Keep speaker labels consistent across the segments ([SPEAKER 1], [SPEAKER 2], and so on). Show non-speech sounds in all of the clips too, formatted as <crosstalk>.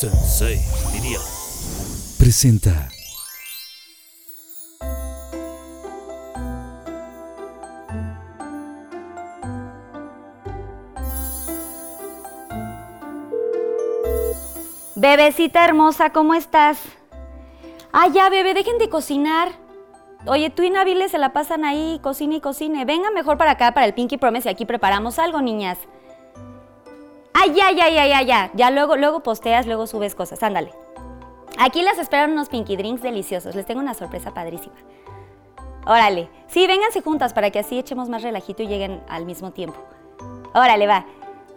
[SPEAKER 1] Sensei diría. Presenta.
[SPEAKER 2] Bebecita hermosa, ¿cómo estás? Ah, ya, bebé, dejen de cocinar. Oye, tú y Nabile se la pasan ahí, cocine y cocine. Venga mejor para acá, para el Pinky Promise, y aquí preparamos algo, niñas. Ay, ya, ya, ya, ya, ya. Ya luego, luego posteas, luego subes cosas. Ándale. Aquí las esperan unos Pinky Drinks deliciosos. Les tengo una sorpresa padrísima. Órale. Sí, vénganse juntas para que así echemos más relajito y lleguen al mismo tiempo. Órale, va.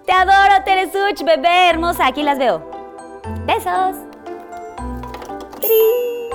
[SPEAKER 2] Te adoro, Teresuch, bebé hermosa. Aquí las veo. Besos. ¡Trin!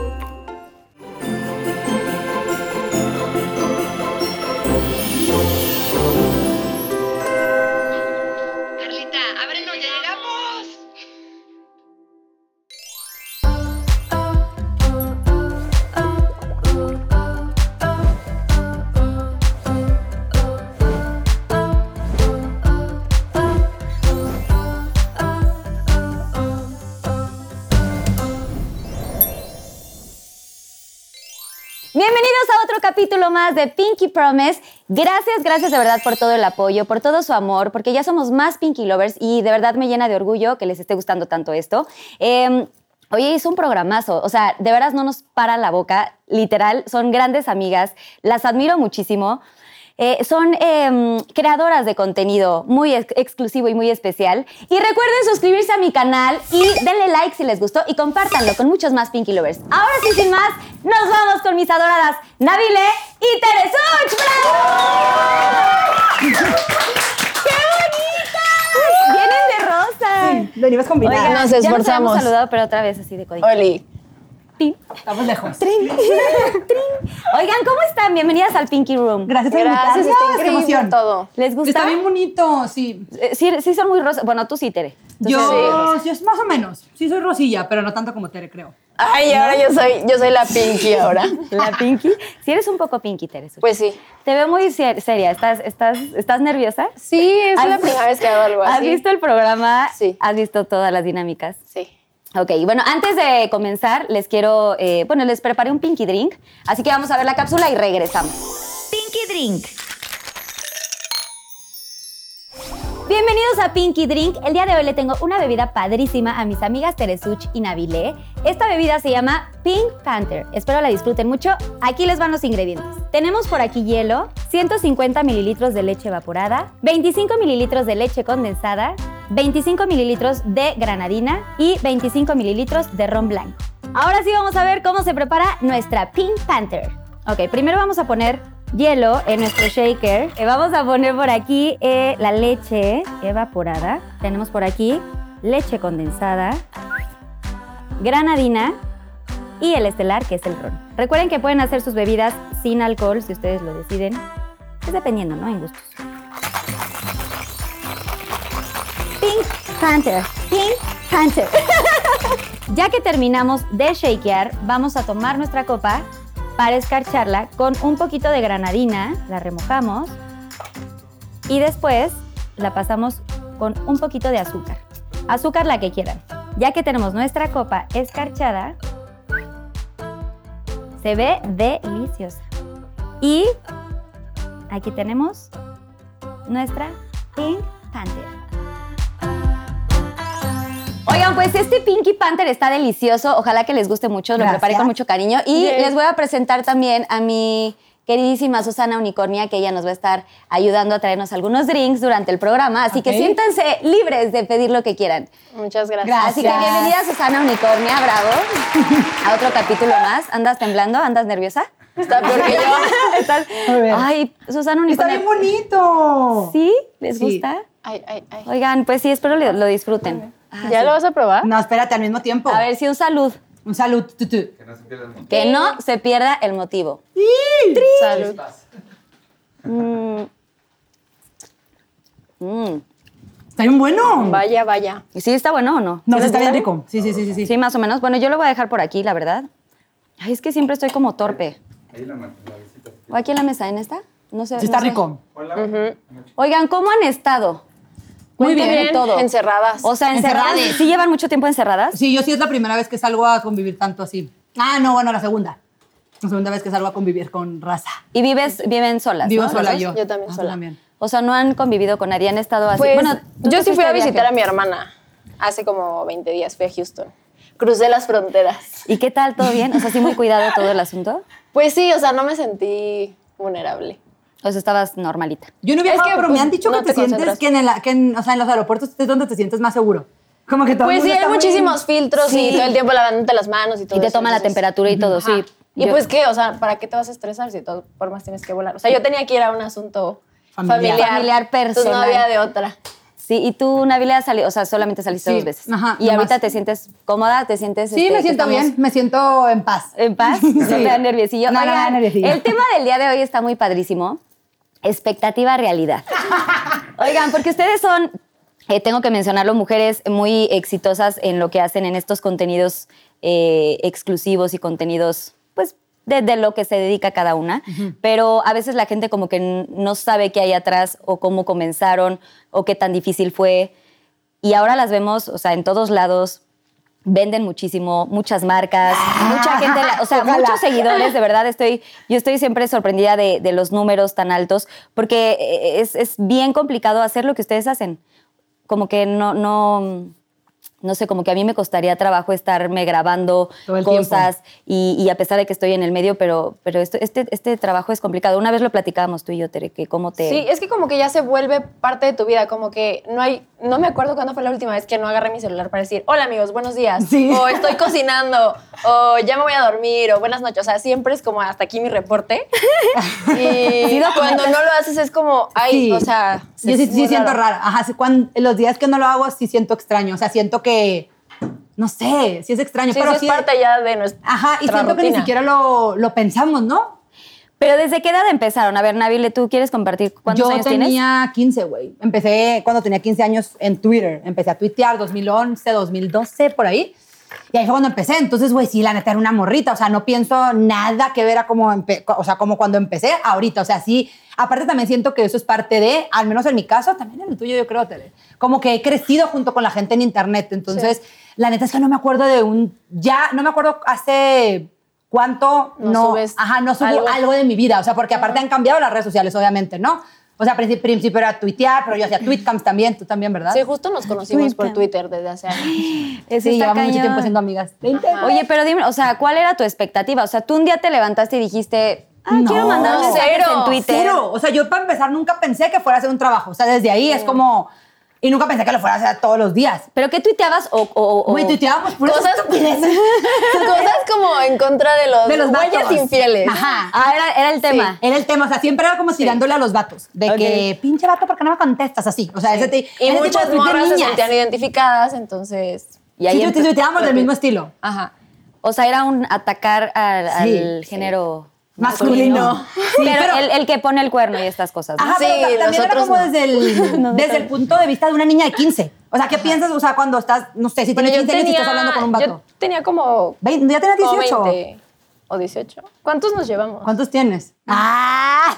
[SPEAKER 2] Bienvenidos a otro capítulo más de Pinky Promise. Gracias, gracias de verdad por todo el apoyo, por todo su amor, porque ya somos más Pinky Lovers y de verdad me llena de orgullo que les esté gustando tanto esto. Eh, Oye, es un programazo, o sea, de veras no nos para la boca, literal, son grandes amigas, las admiro muchísimo. Eh, son em, creadoras de contenido muy ex- exclusivo y muy especial. Y recuerden suscribirse a mi canal y denle like si les gustó y compártanlo con muchos más Pinky Lovers. Ahora sí, sin más, nos vamos con mis adoradas Nabile y Teresuch. ¡Bravo! ¡Qué bonitas! Vienen de rosa.
[SPEAKER 3] Venimos combinadas.
[SPEAKER 2] Oigan,
[SPEAKER 4] nos
[SPEAKER 2] ya
[SPEAKER 4] esforzamos.
[SPEAKER 2] habíamos saludado, pero otra vez así de código.
[SPEAKER 4] Oli.
[SPEAKER 2] Tin,
[SPEAKER 3] Estamos lejos.
[SPEAKER 2] trin, trin. Oigan, ¿cómo están? Bienvenidas al Pinky Room.
[SPEAKER 3] Gracias por
[SPEAKER 4] Gracias,
[SPEAKER 3] invitarnos.
[SPEAKER 4] está
[SPEAKER 3] Qué
[SPEAKER 4] increíble
[SPEAKER 3] emoción.
[SPEAKER 4] todo.
[SPEAKER 2] ¿Les gusta?
[SPEAKER 3] Está bien bonito, sí.
[SPEAKER 2] Eh, sí, sí son muy rosas. Bueno, tú sí, Tere. <laughs> Tú sí eres rosa.
[SPEAKER 3] Yo, sí, es más o menos. Sí soy Rosilla, pero no tanto como Tere, creo.
[SPEAKER 4] Ay, ahora yo soy, yo soy la <laughs> Pinky ahora.
[SPEAKER 2] La Pinky. Sí eres un poco Pinky, Tere. Such.
[SPEAKER 4] Pues sí.
[SPEAKER 2] Te veo muy ser- seria. ¿Estás, estás, estás nerviosa?
[SPEAKER 4] Sí, es
[SPEAKER 2] ¿Has-
[SPEAKER 4] la primera vez que hago algo así.
[SPEAKER 2] ¿Has visto el programa?
[SPEAKER 4] Sí.
[SPEAKER 2] ¿Has visto todas las dinámicas?
[SPEAKER 4] Sí.
[SPEAKER 2] Ok, bueno, antes de comenzar, les quiero, eh, bueno, les preparé un Pinky Drink, así que vamos a ver la cápsula y regresamos. Pinky Drink. Bienvenidos a Pinky Drink. El día de hoy le tengo una bebida padrísima a mis amigas Teresuch y Nabilé. Esta bebida se llama Pink Panther. Espero la disfruten mucho. Aquí les van los ingredientes. Tenemos por aquí hielo, 150 mililitros de leche evaporada, 25 mililitros de leche condensada, 25 mililitros de granadina y 25 mililitros de ron blanco. Ahora sí vamos a ver cómo se prepara nuestra Pink Panther. Ok, primero vamos a poner hielo en nuestro shaker. Eh, vamos a poner por aquí eh, la leche evaporada. Tenemos por aquí leche condensada, granadina y el estelar, que es el ron. Recuerden que pueden hacer sus bebidas sin alcohol si ustedes lo deciden. Es dependiendo, ¿no? En gustos. Pink Panther. Pink Panther. <laughs> Ya que terminamos de shakear, vamos a tomar nuestra copa para escarcharla con un poquito de granadina, la remojamos y después la pasamos con un poquito de azúcar. Azúcar la que quieran. Ya que tenemos nuestra copa escarchada, se ve deliciosa. Y aquí tenemos nuestra Pink Panther. Oigan, pues este Pinky Panther está delicioso. Ojalá que les guste mucho. Lo
[SPEAKER 3] Gracias.
[SPEAKER 2] preparé con mucho cariño. Y
[SPEAKER 4] Yay.
[SPEAKER 2] les voy a presentar también a mi queridísima Susana Unicornia, que ella nos va a estar ayudando a traernos algunos drinks durante el programa. Así
[SPEAKER 3] Ok.
[SPEAKER 2] que siéntanse libres de pedir lo que quieran.
[SPEAKER 4] Muchas gracias.
[SPEAKER 3] Gracias.
[SPEAKER 2] Así que bienvenida Susana Unicornia, bravo. A otro capítulo más. ¿Andas temblando? ¿Andas nerviosa?
[SPEAKER 4] Está peor que yo.
[SPEAKER 2] <laughs> Estás-
[SPEAKER 3] A ver.
[SPEAKER 2] Ay, Susana
[SPEAKER 3] Está
[SPEAKER 2] Unicornia.
[SPEAKER 3] bien bonito.
[SPEAKER 2] ¿Sí? ¿Les
[SPEAKER 3] Sí.
[SPEAKER 2] gusta?
[SPEAKER 4] Ay, ay, ay.
[SPEAKER 2] Oigan, pues sí, espero lo, lo disfruten. Ah,
[SPEAKER 4] ¿Ya
[SPEAKER 2] sí.
[SPEAKER 4] lo vas a probar?
[SPEAKER 3] No, espérate, al mismo tiempo.
[SPEAKER 2] A ver, sí, un salud.
[SPEAKER 3] Un salud. tu, tu.
[SPEAKER 2] Que no se pierda el motivo.
[SPEAKER 4] Salud.
[SPEAKER 2] Mm.
[SPEAKER 3] Está bien bueno.
[SPEAKER 4] Vaya, vaya.
[SPEAKER 2] ¿Y sí está bueno o no? ¿Sí
[SPEAKER 3] No, sí
[SPEAKER 2] les
[SPEAKER 3] está bien
[SPEAKER 2] gusta?
[SPEAKER 3] rico. Sí, sí, sí, sí. sí.
[SPEAKER 2] Sí, más o menos. Bueno, yo lo voy a dejar por aquí, la verdad. Ay, es que siempre estoy como torpe. ¿O aquí en la mesa? ¿En esta? No sé.
[SPEAKER 3] Sí está
[SPEAKER 2] no sé.
[SPEAKER 3] rico.
[SPEAKER 2] Oigan, ¿cómo han estado?
[SPEAKER 4] Muy
[SPEAKER 3] bien,
[SPEAKER 4] bien,
[SPEAKER 2] todo.
[SPEAKER 4] encerradas.
[SPEAKER 2] O sea, encerradas.
[SPEAKER 3] Encerradas.
[SPEAKER 2] ¿Sí llevan mucho tiempo encerradas?
[SPEAKER 3] Sí, yo sí es la primera vez que salgo a convivir tanto así. Ah, no, bueno, la segunda. La segunda vez que salgo a convivir con raza.
[SPEAKER 2] Y vives, viven solas.
[SPEAKER 3] Vivo
[SPEAKER 2] ¿no?
[SPEAKER 3] sola
[SPEAKER 2] ¿Las dos?
[SPEAKER 3] yo.
[SPEAKER 4] Yo también
[SPEAKER 3] Ah, tú
[SPEAKER 4] sola.
[SPEAKER 2] O sea, no han convivido con nadie, han estado así.
[SPEAKER 4] Pues,
[SPEAKER 2] bueno, tú
[SPEAKER 4] yo
[SPEAKER 2] te
[SPEAKER 4] sí fui
[SPEAKER 2] fuiste
[SPEAKER 4] a
[SPEAKER 2] de viaje.
[SPEAKER 4] visitar a mi hermana hace como 20 días, fui a Houston. Crucé las fronteras.
[SPEAKER 2] ¿Y qué tal? ¿Todo bien? O sea, sí, muy cuidado todo el asunto.
[SPEAKER 4] Pues sí, o sea, no me sentí vulnerable.
[SPEAKER 2] O sea, estabas normalita.
[SPEAKER 3] Yo no he viajado,
[SPEAKER 4] Es que,
[SPEAKER 3] pero me
[SPEAKER 4] pues,
[SPEAKER 3] han dicho
[SPEAKER 4] no
[SPEAKER 3] que te,
[SPEAKER 4] te
[SPEAKER 3] sientes
[SPEAKER 4] concentras.
[SPEAKER 3] que en, el- que en- o sea, en los aeropuertos es donde te sientes más seguro. Como que todo el
[SPEAKER 4] Pues sí,
[SPEAKER 3] mundo
[SPEAKER 4] hay
[SPEAKER 3] está muy-
[SPEAKER 4] muchísimos filtros y todo el tiempo lavándote las manos y todo
[SPEAKER 2] Y te
[SPEAKER 4] eso,
[SPEAKER 2] toma la
[SPEAKER 4] entonces-
[SPEAKER 2] temperatura y todo, sí.
[SPEAKER 4] Y
[SPEAKER 2] Yo-
[SPEAKER 4] pues qué, o sea, ¿para qué te vas a estresar si de todas formas tienes que volar? O sea, yo tenía que ir a un asunto
[SPEAKER 3] Familiar.
[SPEAKER 4] familiar.
[SPEAKER 2] Familiar,
[SPEAKER 4] entonces
[SPEAKER 2] personal.
[SPEAKER 4] no había de otra.
[SPEAKER 2] Sí, y tú, Nabila, sali- o sea, solamente saliste
[SPEAKER 3] Sí,
[SPEAKER 2] dos veces.
[SPEAKER 3] ajá,
[SPEAKER 2] y
[SPEAKER 3] nomás.
[SPEAKER 2] ahorita te sientes cómoda, te sientes...
[SPEAKER 3] Sí,
[SPEAKER 2] este,
[SPEAKER 3] me
[SPEAKER 2] que
[SPEAKER 3] siento
[SPEAKER 2] estamos
[SPEAKER 3] bien, me siento en paz.
[SPEAKER 4] Eh,
[SPEAKER 2] ¿En
[SPEAKER 3] <laughs>
[SPEAKER 2] paz? No te da nerviosillo.
[SPEAKER 3] No, no me da
[SPEAKER 2] Oigan,
[SPEAKER 3] nerviosillo.
[SPEAKER 2] El tema del día de hoy está muy padrísimo. Expectativa
[SPEAKER 3] <laughs>
[SPEAKER 2] realidad. Oigan, porque ustedes son, eh, tengo que mencionarlo, mujeres muy exitosas en lo que hacen en estos contenidos eh, exclusivos y contenidos, pues, de, de lo que se dedica cada una. Pero a veces la gente como que n- no sabe qué hay atrás o cómo comenzaron o qué tan difícil fue. Y ahora las vemos, o sea, en todos lados. Venden muchísimo, muchas marcas, mucha gente, la- o sea,
[SPEAKER 3] Ojalá.
[SPEAKER 2] muchos seguidores, de verdad estoy, yo estoy siempre sorprendida de, de los números tan altos, porque eh, es, es bien complicado hacer lo que ustedes hacen. Como que no, no, no sé, como que a mí me costaría trabajo estarme grabando
[SPEAKER 3] Todo el
[SPEAKER 2] cosas y, y a pesar de que estoy en el medio, pero, pero esto- este, este trabajo es complicado. Una vez lo platicábamos tú y yo, Tere, que cómo te...
[SPEAKER 4] Sí, es que como que ya se vuelve parte de tu vida, como que no hay, no me acuerdo cuándo fue la última vez que no agarré mi celular para decir, hola amigos, buenos días,
[SPEAKER 3] Sí.
[SPEAKER 4] o estoy cocinando, o ya me voy a dormir, o buenas noches, o sea, siempre es como hasta aquí mi reporte. Y
[SPEAKER 2] Sí, documentas.
[SPEAKER 4] cuando no lo haces es como, ay,
[SPEAKER 3] Sí.
[SPEAKER 4] o sea,
[SPEAKER 3] Yo sí,
[SPEAKER 4] es
[SPEAKER 3] sí
[SPEAKER 4] muy
[SPEAKER 3] siento
[SPEAKER 4] raro.
[SPEAKER 3] rara. Ajá, sí, cuan- los días que no lo hago sí siento extraño. O sea, siento que, no sé, sí Ah. es extraño.
[SPEAKER 4] Sí,
[SPEAKER 3] pero
[SPEAKER 4] sí es parte ya de nuestra
[SPEAKER 3] Ajá, y siento que ni
[SPEAKER 4] rutina.
[SPEAKER 3] siquiera lo, lo pensamos, ¿no?
[SPEAKER 2] Pero ¿desde qué edad empezaron? A ver, Nabile, ¿tú quieres compartir cuántos
[SPEAKER 3] Yo
[SPEAKER 2] años tienes?
[SPEAKER 3] tenía 15, güey. Empecé cuando tenía 15 años en Twitter. Empecé a tuitear 2011, 2012, por ahí. Y ahí fue cuando empecé. Entonces, güey, sí, la neta era una morrita. O sea, no pienso nada que ver a como, o sea, como cuando empecé ahorita. O sea, sí. Aparte, también siento que eso es parte de, al menos en mi caso, también en el tuyo, yo creo, Tere, como que he crecido junto con la gente en Internet. Entonces, la neta es que no me acuerdo de un. Ya, no me acuerdo hace cuánto.
[SPEAKER 4] No subes
[SPEAKER 3] ajá, no subo
[SPEAKER 4] algo.
[SPEAKER 3] algo algo de mi vida, o sea, porque aparte han cambiado las redes sociales, obviamente, ¿no? O sea, al principio, principio era tuitear, pero yo hacía tweetcams también, tú también, ¿verdad?
[SPEAKER 4] Sí, justo nos conocimos por Twitter desde hace años.
[SPEAKER 2] Eso
[SPEAKER 3] Sí,
[SPEAKER 2] está
[SPEAKER 3] llevamos mucho
[SPEAKER 2] cañón.
[SPEAKER 3] tiempo siendo amigas.
[SPEAKER 2] Oye, pero dime, o sea, ¿cuál era tu expectativa? O sea, tú un día te levantaste y dijiste, ah,
[SPEAKER 3] No,
[SPEAKER 2] quiero mandar mensajes
[SPEAKER 4] cero,
[SPEAKER 2] en Twitter.
[SPEAKER 3] Cero. O sea, yo para empezar nunca pensé que fuera a hacer un trabajo. O sea, desde ahí es como. Y nunca pensé que lo fuera a hacer todos los días.
[SPEAKER 2] ¿Pero qué tuiteabas o...? o- o-
[SPEAKER 3] Güey, tuiteábamos puras
[SPEAKER 4] Oh. Cosas,
[SPEAKER 3] <laughs>
[SPEAKER 4] <laughs>
[SPEAKER 3] estupideces.
[SPEAKER 4] cosas como en contra de los,
[SPEAKER 3] De los
[SPEAKER 4] güeyes
[SPEAKER 3] vatos.
[SPEAKER 4] infieles.
[SPEAKER 3] Ajá.
[SPEAKER 2] Ah, era, era el tema.
[SPEAKER 3] Era el tema, o sea, siempre era como tirándole a los vatos. De
[SPEAKER 2] Ok.
[SPEAKER 3] que, pinche vato, ¿por qué no me contestas así? O sea, ese, ti- ese este
[SPEAKER 4] Y
[SPEAKER 3] tipo de
[SPEAKER 4] muchas
[SPEAKER 3] tweets de
[SPEAKER 4] morras se
[SPEAKER 3] niñas.
[SPEAKER 4] sentían identificadas, entonces.
[SPEAKER 2] Y ahí
[SPEAKER 3] Sí,
[SPEAKER 2] empe-
[SPEAKER 3] tuite- tuiteábamos del mismo estilo.
[SPEAKER 4] Ajá.
[SPEAKER 2] O sea, era un atacar al,
[SPEAKER 3] Sí,
[SPEAKER 2] al género...
[SPEAKER 3] Masculino. Sí,
[SPEAKER 2] pero el, el que pone el cuerno y estas cosas. ¿no?
[SPEAKER 3] Ajá,
[SPEAKER 4] Sí,
[SPEAKER 3] pero ta- también era
[SPEAKER 4] nosotros
[SPEAKER 3] como
[SPEAKER 4] <laughs> no.
[SPEAKER 3] desde, el, desde el punto de vista de una niña de 15. O sea, ¿qué piensas? O sea, cuando estás, no sé, si
[SPEAKER 4] Bueno,
[SPEAKER 3] tienes
[SPEAKER 4] yo
[SPEAKER 3] 15 años y
[SPEAKER 4] tenía.
[SPEAKER 3] estás hablando con un
[SPEAKER 4] Yo
[SPEAKER 3] vato.
[SPEAKER 4] tenía como.
[SPEAKER 3] Vein- ya tenías
[SPEAKER 4] como
[SPEAKER 3] 18.
[SPEAKER 4] 20 o 18. ¿Cuántos nos llevamos?
[SPEAKER 3] ¿Cuántos tienes? Ah,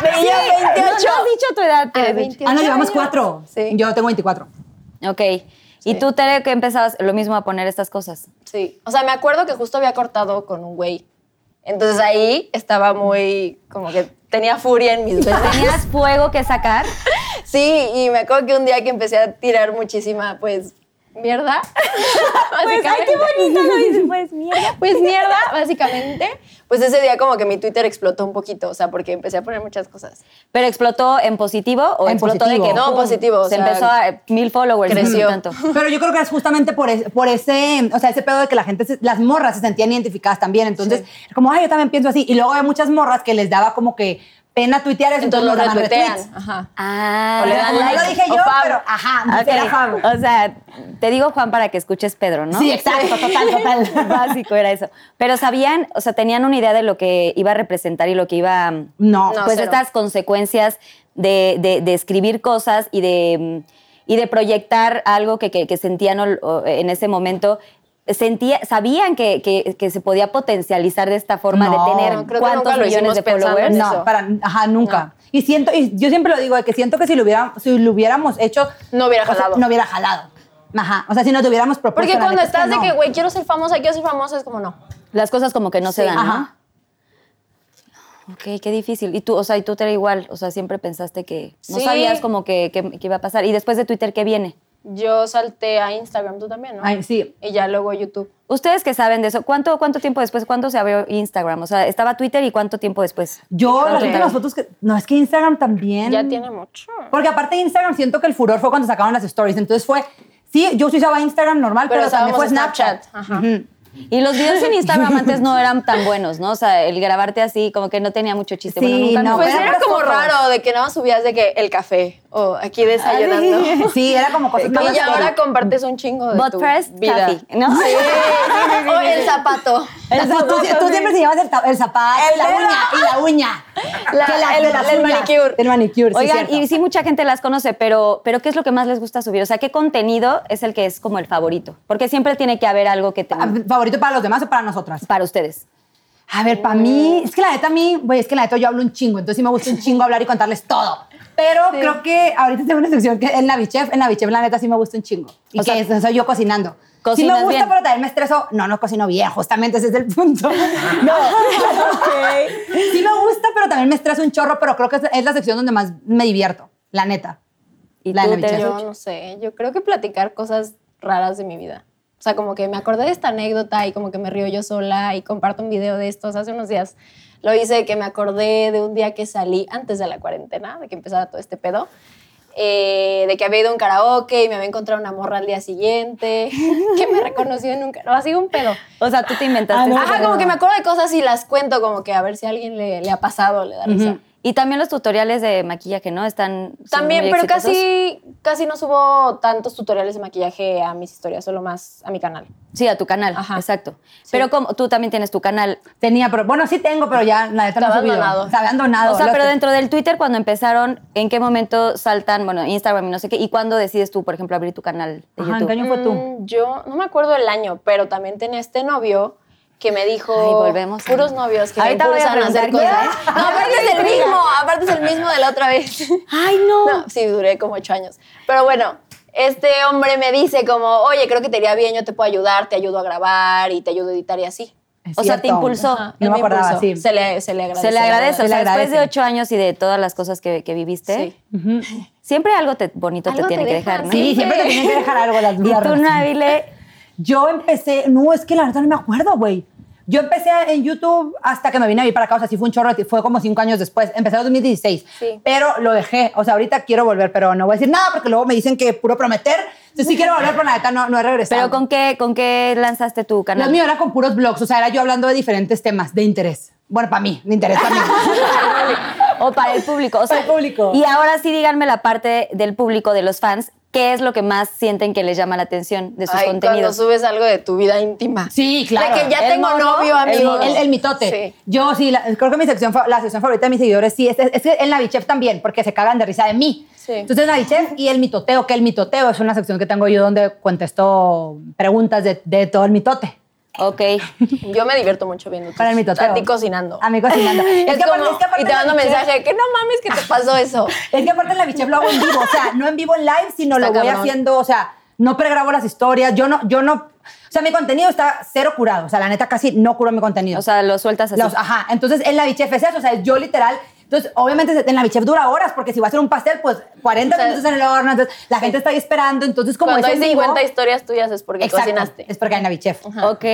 [SPEAKER 4] Tenía
[SPEAKER 2] No,
[SPEAKER 4] 28.
[SPEAKER 2] no has dicho tu edad.
[SPEAKER 4] Ah,
[SPEAKER 2] Tere.
[SPEAKER 4] 28.
[SPEAKER 3] ah no, llevamos
[SPEAKER 4] años.
[SPEAKER 3] cuatro.
[SPEAKER 4] Sí.
[SPEAKER 3] Yo tengo 24.
[SPEAKER 2] Ok. ¿Y tú, Tere, que empezabas lo mismo a poner estas cosas?
[SPEAKER 4] Sí. O sea, me acuerdo que justo había cortado con un güey. Entonces ahí estaba muy. como que tenía furia
[SPEAKER 3] <laughs>
[SPEAKER 4] en mis venas.
[SPEAKER 2] ¿Pues ¿Tenías fuego que sacar?
[SPEAKER 4] Sí, y me acuerdo que un día que empecé a tirar muchísima, pues, mierda. <laughs>
[SPEAKER 2] Pues, ay, qué bonito lo dices. Pues, mierda.
[SPEAKER 4] Pues mierda, básicamente. Pues ese día como que mi Twitter explotó un poquito, o sea, porque empecé a poner muchas cosas.
[SPEAKER 2] ¿Pero explotó en positivo o
[SPEAKER 3] En
[SPEAKER 2] explotó
[SPEAKER 3] positivo.
[SPEAKER 2] de que
[SPEAKER 4] No,
[SPEAKER 2] pum,
[SPEAKER 4] positivo, o
[SPEAKER 2] Se
[SPEAKER 4] sea,
[SPEAKER 2] empezó a mil followers.
[SPEAKER 4] creció.
[SPEAKER 2] Tanto.
[SPEAKER 3] Pero yo creo que es justamente por, es- por ese, o sea, ese pedo de que la gente, se- las morras se sentían identificadas también. Entonces, era como, ay, yo también pienso así. Y luego había muchas morras que les daba como que pena tuitear eso.
[SPEAKER 4] Entonces
[SPEAKER 3] nos
[SPEAKER 4] lo
[SPEAKER 3] daban
[SPEAKER 4] retuitean.
[SPEAKER 3] retweets.
[SPEAKER 4] Ajá.
[SPEAKER 2] Ah,
[SPEAKER 4] O le dan
[SPEAKER 3] Como no
[SPEAKER 4] like,
[SPEAKER 3] lo dije
[SPEAKER 4] o
[SPEAKER 3] yo,
[SPEAKER 4] Fab.
[SPEAKER 3] pero ajá,
[SPEAKER 2] Ok.
[SPEAKER 3] era Fab.
[SPEAKER 2] O sea, te digo Juan para que escuches Pedro, ¿no?
[SPEAKER 3] Sí, exacto,
[SPEAKER 4] <laughs>
[SPEAKER 3] total,
[SPEAKER 2] <laughs>
[SPEAKER 3] total.
[SPEAKER 2] Básico era eso. Pero sabían, o sea, tenían una idea de lo que iba a representar y lo que iba.
[SPEAKER 3] No.
[SPEAKER 4] No.
[SPEAKER 2] pues
[SPEAKER 4] cero.
[SPEAKER 2] estas consecuencias de, de- de escribir cosas y de, mm, y de proyectar algo que, que- que sentían ol- o- en ese momento sentía, sabían que, que- que se podía potencializar de esta forma
[SPEAKER 3] No,
[SPEAKER 2] de
[SPEAKER 4] creo
[SPEAKER 2] tener
[SPEAKER 4] que
[SPEAKER 2] cuántos
[SPEAKER 4] nunca lo
[SPEAKER 2] millones
[SPEAKER 4] hicimos
[SPEAKER 2] de
[SPEAKER 4] pensando
[SPEAKER 2] followers.
[SPEAKER 4] en
[SPEAKER 2] No.
[SPEAKER 4] eso.
[SPEAKER 3] No, para, ajá, nunca. Y siento, y yo siempre lo digo, de que siento que si lo, hubiera, si lo hubiéramos hecho.
[SPEAKER 4] No hubiera
[SPEAKER 3] o sea,
[SPEAKER 4] jalado.
[SPEAKER 3] no hubiera jalado. Ajá. O sea, si no te hubiéramos propuesto.
[SPEAKER 4] Porque
[SPEAKER 3] Pues, la
[SPEAKER 4] cuando
[SPEAKER 3] neta es
[SPEAKER 4] estás de
[SPEAKER 3] no.
[SPEAKER 4] que, güey, quiero ser famosa, quiero ser famosa, es como no.
[SPEAKER 2] Las cosas como que no se
[SPEAKER 4] Sí,
[SPEAKER 2] dan,
[SPEAKER 3] Ajá.
[SPEAKER 2] ¿no? Ok, qué difícil. Y tú, o sea, y tú te era igual, o sea, siempre pensaste que no
[SPEAKER 4] Sí.
[SPEAKER 2] sabías como que, que- que iba a pasar. Y después de Twitter, ¿qué viene?
[SPEAKER 4] Yo salté a Instagram, tú también, ¿no?
[SPEAKER 3] Ay, sí.
[SPEAKER 4] Y ya luego YouTube.
[SPEAKER 2] Ustedes que saben de eso, ¿cuánto, ¿cuánto tiempo después, cuándo se abrió Instagram? O sea, estaba Twitter y cuánto tiempo después.
[SPEAKER 3] Yo,
[SPEAKER 4] Ok.
[SPEAKER 3] las últimas fotos que. No, es que Instagram también.
[SPEAKER 4] Ya tiene mucho.
[SPEAKER 3] Porque aparte de Instagram, siento que el furor fue cuando sacaron las stories. Entonces fue. Sí, yo sí usaba Instagram normal,
[SPEAKER 4] Pero
[SPEAKER 3] pero, también fue
[SPEAKER 4] usábamos
[SPEAKER 3] Snapchat.
[SPEAKER 4] Snapchat, ajá.
[SPEAKER 3] Ujú.
[SPEAKER 2] Y los videos en Instagram antes no eran tan buenos, ¿no? O sea, el grabarte así como que no tenía mucho chiste. bueno,
[SPEAKER 3] Sí,
[SPEAKER 2] nunca
[SPEAKER 3] no,
[SPEAKER 4] pues
[SPEAKER 2] tuve.
[SPEAKER 3] pero
[SPEAKER 4] era
[SPEAKER 3] las
[SPEAKER 4] como
[SPEAKER 3] fotos.
[SPEAKER 4] raro de que nada más subías de que el café o aquí desayunando.
[SPEAKER 3] Ah, Sí, era como cosas más
[SPEAKER 4] Y ya ahora
[SPEAKER 3] serias.
[SPEAKER 4] compartes un chingo de
[SPEAKER 2] But
[SPEAKER 4] tu
[SPEAKER 2] first,
[SPEAKER 4] vida.
[SPEAKER 2] Kathy, ¿no?
[SPEAKER 4] Sí, sí, sí, <laughs>
[SPEAKER 2] <laughs>
[SPEAKER 4] sí,
[SPEAKER 2] O
[SPEAKER 4] sí.
[SPEAKER 2] el
[SPEAKER 4] zapato.
[SPEAKER 3] El zapato, tú, tú siempre te llevas el, ta- el zapato, y la
[SPEAKER 4] dedo.
[SPEAKER 3] uña, y la uña.
[SPEAKER 4] <laughs> La-
[SPEAKER 3] Que
[SPEAKER 4] el-
[SPEAKER 3] que las
[SPEAKER 4] el
[SPEAKER 3] uñas.
[SPEAKER 4] manicure.
[SPEAKER 3] El manicure, sí,
[SPEAKER 2] Oigan,
[SPEAKER 3] cierto.
[SPEAKER 2] y sí, mucha gente las conoce, pero, pero ¿qué es lo que más les gusta subir? O sea, ¿qué contenido es el que es como el favorito? Porque siempre tiene que haber algo que te...
[SPEAKER 3] Ah, ¿Favorito para los demás o para nosotras?
[SPEAKER 2] para ustedes.
[SPEAKER 3] A ver, para mí, es que la neta a mí, güey, es que la neta yo hablo un chingo, entonces sí me gusta un chingo hablar y contarles todo. Pero
[SPEAKER 2] <laughs>
[SPEAKER 3] creo que ahorita tengo una sección que el Navichef, el Navichef la neta sí me gusta un chingo. Y
[SPEAKER 2] O
[SPEAKER 3] que
[SPEAKER 2] sea,
[SPEAKER 3] eso soy yo cocinando. Sí me
[SPEAKER 2] ¿cocinas
[SPEAKER 3] gusta,
[SPEAKER 2] bien?
[SPEAKER 3] pero también me estreso. No, no cocino bien, justamente ese es el punto. <laughs> No. Sí me gusta, pero también me estreso un chorro, pero creo que es- es la sección donde más me divierto, la neta.
[SPEAKER 2] ¿Y
[SPEAKER 3] La
[SPEAKER 2] tú,
[SPEAKER 3] de la
[SPEAKER 2] Tere?
[SPEAKER 3] bichada.
[SPEAKER 4] Yo no sé, yo creo que platicar cosas raras de mi vida. O sea, como que me acordé de esta anécdota y como que me río yo sola y comparto un video de estos. Hace unos días lo hice que me acordé de un día que salí antes de la cuarentena, de que empezara todo este pedo, eh, de que había ido a un karaoke y me había encontrado una morra al día siguiente, <laughs> que me reconoció en un karaoke, así un pedo.
[SPEAKER 2] O sea, tú te inventaste. este ese
[SPEAKER 4] Ah, Ajá,
[SPEAKER 2] video.
[SPEAKER 4] como que me acuerdo de cosas y las cuento como que a ver si a alguien le, le ha pasado, le da risa.
[SPEAKER 2] Y también los tutoriales de maquillaje, ¿no? Están... son
[SPEAKER 4] También,
[SPEAKER 2] muy
[SPEAKER 4] pero
[SPEAKER 2] exitosos.
[SPEAKER 4] casi, casi no subo tantos tutoriales de maquillaje a mis historias, solo más a mi canal.
[SPEAKER 2] Sí, a tu canal,
[SPEAKER 4] Ajá.
[SPEAKER 2] exacto.
[SPEAKER 4] Sí.
[SPEAKER 2] Pero como tú también tienes tu canal.
[SPEAKER 3] Tenía, pero bueno, sí tengo, pero ya la neta no he
[SPEAKER 4] Estaba
[SPEAKER 3] subido.
[SPEAKER 4] abandonado.
[SPEAKER 3] Se había abandonado.
[SPEAKER 2] O sea,
[SPEAKER 3] Lo
[SPEAKER 2] pero
[SPEAKER 3] que-
[SPEAKER 2] dentro del Twitter, cuando empezaron, ¿en qué momento saltan, bueno, Instagram y no sé qué? ¿Y cuándo decides tú, por ejemplo, abrir tu canal de
[SPEAKER 3] Ajá, ¿en
[SPEAKER 2] YouTube?
[SPEAKER 3] qué año fue tú?
[SPEAKER 4] Mm, Yo no me acuerdo el año, pero también tenía este novio que me dijo
[SPEAKER 2] Ay, volvemos a-
[SPEAKER 4] puros novios que
[SPEAKER 2] Ahorita
[SPEAKER 4] me
[SPEAKER 2] voy a
[SPEAKER 4] impulsan a, hacer
[SPEAKER 2] preguntar
[SPEAKER 4] cosas.
[SPEAKER 2] quién es.
[SPEAKER 4] No, aparte es el mismo, aparte es el mismo de la otra vez.
[SPEAKER 2] ¡Ay, <laughs> no!
[SPEAKER 4] No, sí, duré como ocho años. Pero bueno, este hombre me dice como, oye, creo que te iría bien, yo te puedo ayudar, te ayudo a grabar y te ayudo a editar y así.
[SPEAKER 3] Es
[SPEAKER 2] o sea, te
[SPEAKER 3] cierto.
[SPEAKER 2] impulsó.
[SPEAKER 4] Ajá,
[SPEAKER 3] No
[SPEAKER 4] él
[SPEAKER 3] me acordaba,
[SPEAKER 4] impulsó.
[SPEAKER 3] sí.
[SPEAKER 4] Se le, se le agradece.
[SPEAKER 2] Se le agradece.
[SPEAKER 4] la
[SPEAKER 2] o sea,
[SPEAKER 3] Se le
[SPEAKER 2] después de
[SPEAKER 3] agradece.
[SPEAKER 2] ocho años y de todas las cosas que, que
[SPEAKER 4] verdad.
[SPEAKER 2] viviste,
[SPEAKER 4] Sí.
[SPEAKER 2] siempre algo te bonito
[SPEAKER 4] Algo
[SPEAKER 2] te tiene
[SPEAKER 4] te
[SPEAKER 2] que
[SPEAKER 4] deja,
[SPEAKER 2] dejar, ¿no?
[SPEAKER 3] Sí,
[SPEAKER 4] Sí.
[SPEAKER 3] siempre te tienen que dejar algo
[SPEAKER 2] <laughs>
[SPEAKER 3] las
[SPEAKER 2] Y
[SPEAKER 3] las
[SPEAKER 2] tú,
[SPEAKER 3] relaciones.
[SPEAKER 2] Nabile,
[SPEAKER 3] Yo empecé, no, es que la verdad no me acuerdo, güey. Yo empecé en YouTube hasta que me vine a vivir para acá, o sea, sí fue un chorro, de ti- fue como cinco años después. Empecé en el 2016,
[SPEAKER 4] Sí.
[SPEAKER 3] pero lo dejé. O sea, ahorita quiero volver, pero no voy a decir nada porque luego me dicen que puro prometer. Entonces sí quiero volver, pero la neta no, no he regresado.
[SPEAKER 2] ¿pero con qué, con qué lanzaste tu
[SPEAKER 3] Lo
[SPEAKER 2] canal? <laughs>
[SPEAKER 3] mío era con puros blogs, o sea, era yo hablando de diferentes temas de interés. Bueno, para mí, de interés para mí.
[SPEAKER 2] O para el público. O sea,
[SPEAKER 3] Para el público.
[SPEAKER 2] Y ahora sí díganme la parte del público, de los fans, ¿qué es lo que más sienten que les llama la atención de sus
[SPEAKER 4] Ay, cuando
[SPEAKER 2] contenidos?
[SPEAKER 4] subes algo de tu vida íntima.
[SPEAKER 3] Sí, claro.
[SPEAKER 4] De que ya
[SPEAKER 2] El
[SPEAKER 4] tengo
[SPEAKER 2] morbo,
[SPEAKER 4] novio,
[SPEAKER 2] el
[SPEAKER 4] amigo.
[SPEAKER 3] El, el mitote.
[SPEAKER 4] Sí.
[SPEAKER 3] Yo sí, la- creo que mi sección, fa- la sección favorita de mis seguidores sí es, es, es el Navichef también, porque se cagan de risa de mí.
[SPEAKER 4] Sí.
[SPEAKER 3] Entonces, Navichef y el mitoteo, que el mitoteo es una sección que tengo yo donde contesto preguntas de, de todo el mitote.
[SPEAKER 2] Ok.
[SPEAKER 4] Yo me divierto mucho viendo. tus-
[SPEAKER 3] Para el mitoteo.
[SPEAKER 4] A ti cocinando.
[SPEAKER 3] A mí
[SPEAKER 4] <laughs>
[SPEAKER 3] cocinando.
[SPEAKER 4] Es
[SPEAKER 3] Es que aparte-
[SPEAKER 4] como-
[SPEAKER 3] es que aparte Ah.
[SPEAKER 4] y te mando
[SPEAKER 3] la bichef-
[SPEAKER 4] mensaje que no mames que te pasó eso.
[SPEAKER 3] Es que aparte el Navichef lo hago en vivo, o sea, no en vivo en live, sino
[SPEAKER 4] Está
[SPEAKER 3] lo voy
[SPEAKER 4] cabrón.
[SPEAKER 3] haciendo, o sea, no pregrabo las historias, yo no, yo no, o sea, mi contenido está cero curado, o sea, la neta casi no curo mi contenido.
[SPEAKER 2] O sea, lo sueltas así.
[SPEAKER 3] Los- ajá, entonces en la bichef es eso, o sea, yo literal, entonces obviamente en la bichef dura horas, porque si va a hacer un pastel, pues 40
[SPEAKER 4] O sea,
[SPEAKER 3] minutos en el horno, entonces la gente está ahí esperando, entonces <laughs> como
[SPEAKER 4] Cuando
[SPEAKER 3] es
[SPEAKER 4] hay
[SPEAKER 3] en vivo-
[SPEAKER 4] 50 historias tuyas es porque
[SPEAKER 3] Exacto,
[SPEAKER 4] cocinaste.
[SPEAKER 3] es porque hay la bichef.
[SPEAKER 2] Ok.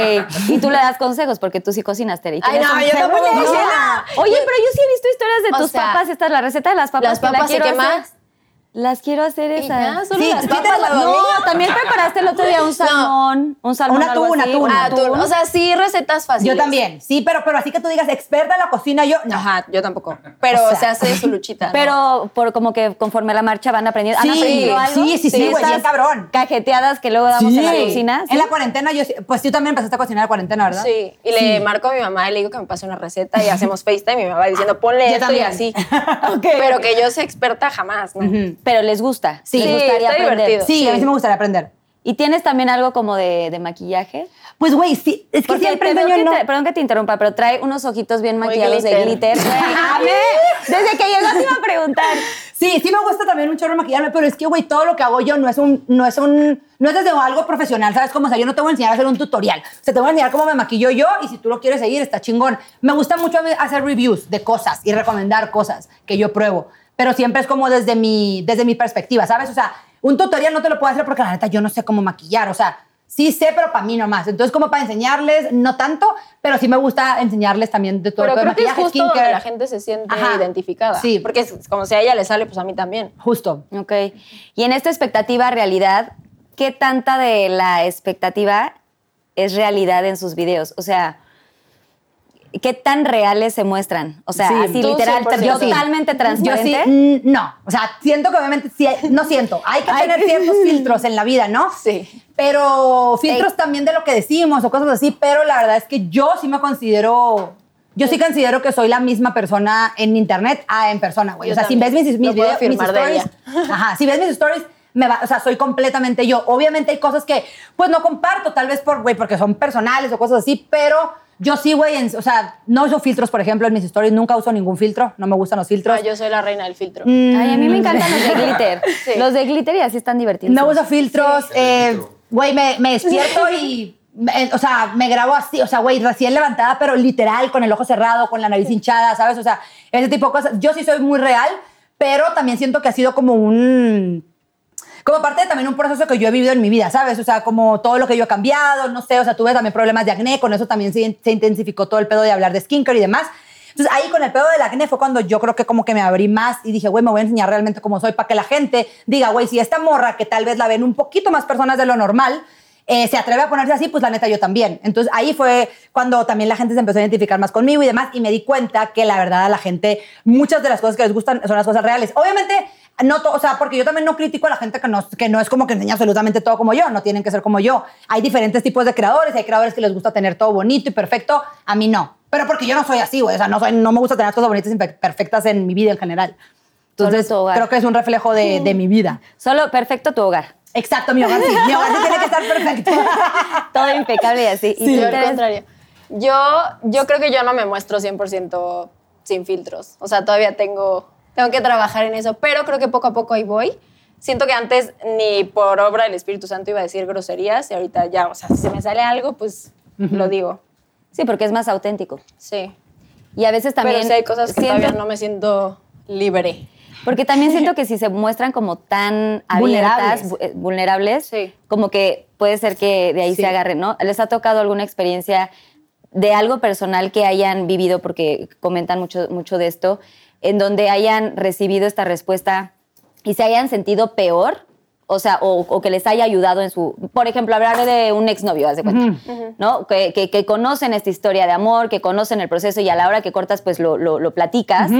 [SPEAKER 2] Y tú le das consejos porque tú sí cocinas, Tere. y
[SPEAKER 4] Ay,
[SPEAKER 2] tienes
[SPEAKER 4] no,
[SPEAKER 2] un-
[SPEAKER 4] yo tampoco
[SPEAKER 2] No.
[SPEAKER 4] le dije nada.
[SPEAKER 2] Oye, pero yo sí he visto historias de
[SPEAKER 4] O
[SPEAKER 2] tus
[SPEAKER 4] sea,
[SPEAKER 2] papas. Esta es la receta de las papas.
[SPEAKER 4] las
[SPEAKER 2] que la
[SPEAKER 4] papas y
[SPEAKER 2] quiero
[SPEAKER 4] qué
[SPEAKER 2] hacer.
[SPEAKER 4] más.
[SPEAKER 2] Las quiero hacer
[SPEAKER 4] Y ya,
[SPEAKER 2] esas.
[SPEAKER 4] solo
[SPEAKER 3] Sí,
[SPEAKER 4] las
[SPEAKER 3] sí,
[SPEAKER 4] papas
[SPEAKER 3] te-
[SPEAKER 4] la
[SPEAKER 2] No,
[SPEAKER 4] domingo.
[SPEAKER 2] también preparaste el otro día un salmón. Un salmón.
[SPEAKER 3] Un
[SPEAKER 2] algo
[SPEAKER 3] atún,
[SPEAKER 2] así,
[SPEAKER 3] atún.
[SPEAKER 4] Ah, tú- O sea, sí, recetas fáciles.
[SPEAKER 3] Yo también, sí, pero, pero así que tú digas, experta en la cocina, yo, no.
[SPEAKER 4] Ajá, yo tampoco. Pero
[SPEAKER 3] O sea,
[SPEAKER 4] se hace su luchita. ¿no?
[SPEAKER 2] Pero por como que conforme la marcha van aprendiendo. ¿Han
[SPEAKER 3] Sí,
[SPEAKER 2] aprendido algo?
[SPEAKER 3] sí, sí, sí,
[SPEAKER 2] De
[SPEAKER 3] güey, bien
[SPEAKER 2] esas
[SPEAKER 3] cabrón.
[SPEAKER 2] Cajeteadas que luego damos en la cocina.
[SPEAKER 3] En la cuarentena, yo, sí- pues tú también empezaste a cocinar en la cuarentena, ¿verdad?
[SPEAKER 4] Sí, y le marco a mi mamá y le digo que me pase una receta y hacemos FaceTime y mi mamá va diciendo ponle
[SPEAKER 3] Yo
[SPEAKER 4] esto
[SPEAKER 3] también.
[SPEAKER 4] y así.
[SPEAKER 3] <laughs> Ok.
[SPEAKER 4] Pero que yo sea experta jamás, ¿no?
[SPEAKER 2] Pero les gusta.
[SPEAKER 3] Sí,
[SPEAKER 2] les gustaría
[SPEAKER 4] está
[SPEAKER 2] aprender.
[SPEAKER 4] divertido.
[SPEAKER 3] Sí, a mí sí me gustaría aprender.
[SPEAKER 2] ¿Y tienes también algo como de, de maquillaje?
[SPEAKER 3] Pues, güey, sí, es que
[SPEAKER 2] Porque
[SPEAKER 3] siempre
[SPEAKER 2] te veo
[SPEAKER 3] enseño
[SPEAKER 2] que
[SPEAKER 3] no-
[SPEAKER 2] te- perdón que te interrumpa, pero trae unos ojitos bien maquillados de
[SPEAKER 4] glitter.
[SPEAKER 2] glitter.
[SPEAKER 3] <laughs>
[SPEAKER 2] Güey, a ver, Desde que llegó te iba a preguntar.
[SPEAKER 3] Sí, sí me gusta también un chorro maquillarme, pero es que, güey, todo lo que hago yo no es un, no es un, no es desde algo profesional, ¿sabes? Como, o sea, yo no te voy a enseñar a hacer un tutorial. O sea, te voy a enseñar cómo me maquillo yo y si tú lo quieres seguir, está chingón. Me gusta mucho a mí hacer reviews de cosas y recomendar cosas que yo pruebo, pero siempre es como desde mi, desde mi perspectiva, ¿sabes? O sea, un tutorial no te lo puedo hacer porque la neta yo no sé cómo maquillar, o sea, sí sé, pero para mí nomás. Entonces, como para enseñarles, no tanto, pero sí me gusta enseñarles también de todo
[SPEAKER 4] Pero
[SPEAKER 3] lo
[SPEAKER 4] creo que es
[SPEAKER 3] maquillaje,
[SPEAKER 4] justo donde
[SPEAKER 3] skincare.
[SPEAKER 4] la gente se siente
[SPEAKER 3] Ajá.
[SPEAKER 4] identificada.
[SPEAKER 3] Sí.
[SPEAKER 4] Porque es como si a ella le sale, pues a mí también.
[SPEAKER 3] Justo.
[SPEAKER 2] Ok. Y en esta expectativa realidad, ¿qué tanta de la expectativa es realidad en sus videos? O sea, ¿qué tan reales se muestran? O sea,
[SPEAKER 3] Sí,
[SPEAKER 2] así
[SPEAKER 4] tú
[SPEAKER 2] literal,
[SPEAKER 4] 100%.
[SPEAKER 2] yo totalmente
[SPEAKER 3] Yo sí,
[SPEAKER 2] transparente.
[SPEAKER 3] mm, no. O sea, siento que obviamente sí, hay- no siento. Hay que tener ciertos filtros en la vida, ¿no?
[SPEAKER 4] Sí.
[SPEAKER 3] Pero filtros
[SPEAKER 2] Ey.
[SPEAKER 3] también de lo que decimos o cosas así, pero la verdad es que yo sí me considero. Yo sí considero que soy la misma persona en internet a en persona, güey.
[SPEAKER 4] Yo
[SPEAKER 3] O sea, si
[SPEAKER 4] también.
[SPEAKER 3] ves mis, mis
[SPEAKER 4] Lo puedo
[SPEAKER 3] videos, mis
[SPEAKER 4] afirmar de
[SPEAKER 3] stories. Ajá, si ves mis stories, me va, o sea, soy completamente yo. Obviamente hay cosas que, pues, no comparto, tal vez por, güey, porque son personales o cosas así, pero yo sí, güey, en- o sea, no uso filtros, por ejemplo, en mis stories, nunca uso ningún filtro, no me gustan los filtros.
[SPEAKER 4] Ah, yo soy la reina del filtro.
[SPEAKER 3] Mm,
[SPEAKER 2] Ay, a mí me encantan
[SPEAKER 3] <laughs>
[SPEAKER 2] los de glitter.
[SPEAKER 4] Sí.
[SPEAKER 2] Los de glitter y así están divertidos.
[SPEAKER 3] No uso filtros. eh, Güey, me, me despierto y. eh, o sea, me grabo así, o sea, güey, recién levantada, pero literal, con el ojo cerrado, con la nariz hinchada, ¿sabes? O sea, ese tipo de cosas. Yo sí soy muy real, pero también siento que ha sido como un. Como parte de también un proceso que yo he vivido en mi vida, ¿sabes? O sea, como todo lo que yo he cambiado, no sé, o sea, tuve también problemas de acné, con eso también se, se intensificó todo el pedo de hablar de skincare y demás. Entonces ahí con el pedo del acné fue cuando yo creo que como que me abrí más y dije, güey, me voy a enseñar realmente cómo soy para que la gente diga, güey, si esta morra que tal vez la ven un poquito más personas de lo normal, eh, se atreve a ponerse así, pues la neta yo también. Entonces ahí fue cuando también la gente se empezó a identificar más conmigo y demás y me di cuenta que la verdad a la gente muchas de las cosas que les gustan son las cosas reales. Obviamente no to- o sea, porque yo también no critico a la gente que no, que no es como que enseña absolutamente todo como yo, no tienen que ser como yo. Hay diferentes tipos de creadores, hay creadores que les gusta tener todo bonito y perfecto, a mí no. Pero porque yo no soy así, güey, o sea, no, soy- no me gusta tener las cosas bonitas y per- perfectas en mi vida en general. Entonces,
[SPEAKER 2] Solo tu hogar.
[SPEAKER 3] creo que es un reflejo de, de mi vida.
[SPEAKER 2] Solo perfecto tu hogar.
[SPEAKER 3] Exacto, mi hogar sí, mi hogar sí tiene que estar perfecto.
[SPEAKER 2] <laughs> Todo impecable y así. Y tú
[SPEAKER 4] yo al
[SPEAKER 2] eres-
[SPEAKER 4] contrario. Yo, yo creo que yo no me muestro 100% sin filtros. O sea, todavía tengo, tengo que trabajar en eso, pero creo que poco a poco ahí voy. Siento que antes ni por obra del Espíritu Santo iba a decir groserías y ahorita ya, o sea, si se me sale algo, pues lo digo.
[SPEAKER 2] Sí, porque es más auténtico.
[SPEAKER 4] Sí.
[SPEAKER 2] Y a veces también.
[SPEAKER 4] pero sí hay cosas que
[SPEAKER 2] siento-
[SPEAKER 4] todavía no me siento libre.
[SPEAKER 2] Porque también
[SPEAKER 3] <laughs>
[SPEAKER 2] siento que si se muestran como tan abiertas,
[SPEAKER 3] Vulnerables.
[SPEAKER 2] vu- eh, vulnerables,
[SPEAKER 4] Sí.
[SPEAKER 2] como que puede ser que de ahí
[SPEAKER 3] Sí.
[SPEAKER 2] se agarren, ¿no? ¿Les ha tocado alguna experiencia de algo personal que hayan vivido, porque comentan mucho, mucho de esto, en donde hayan recibido esta respuesta y se hayan sentido peor? O sea, o, o que les haya ayudado en su... Por ejemplo, hablar de un exnovio, haz de cuenta, ¿no? Que, que- que conocen esta historia de amor, que conocen el proceso y a la hora que cortas, pues lo, lo- lo platicas.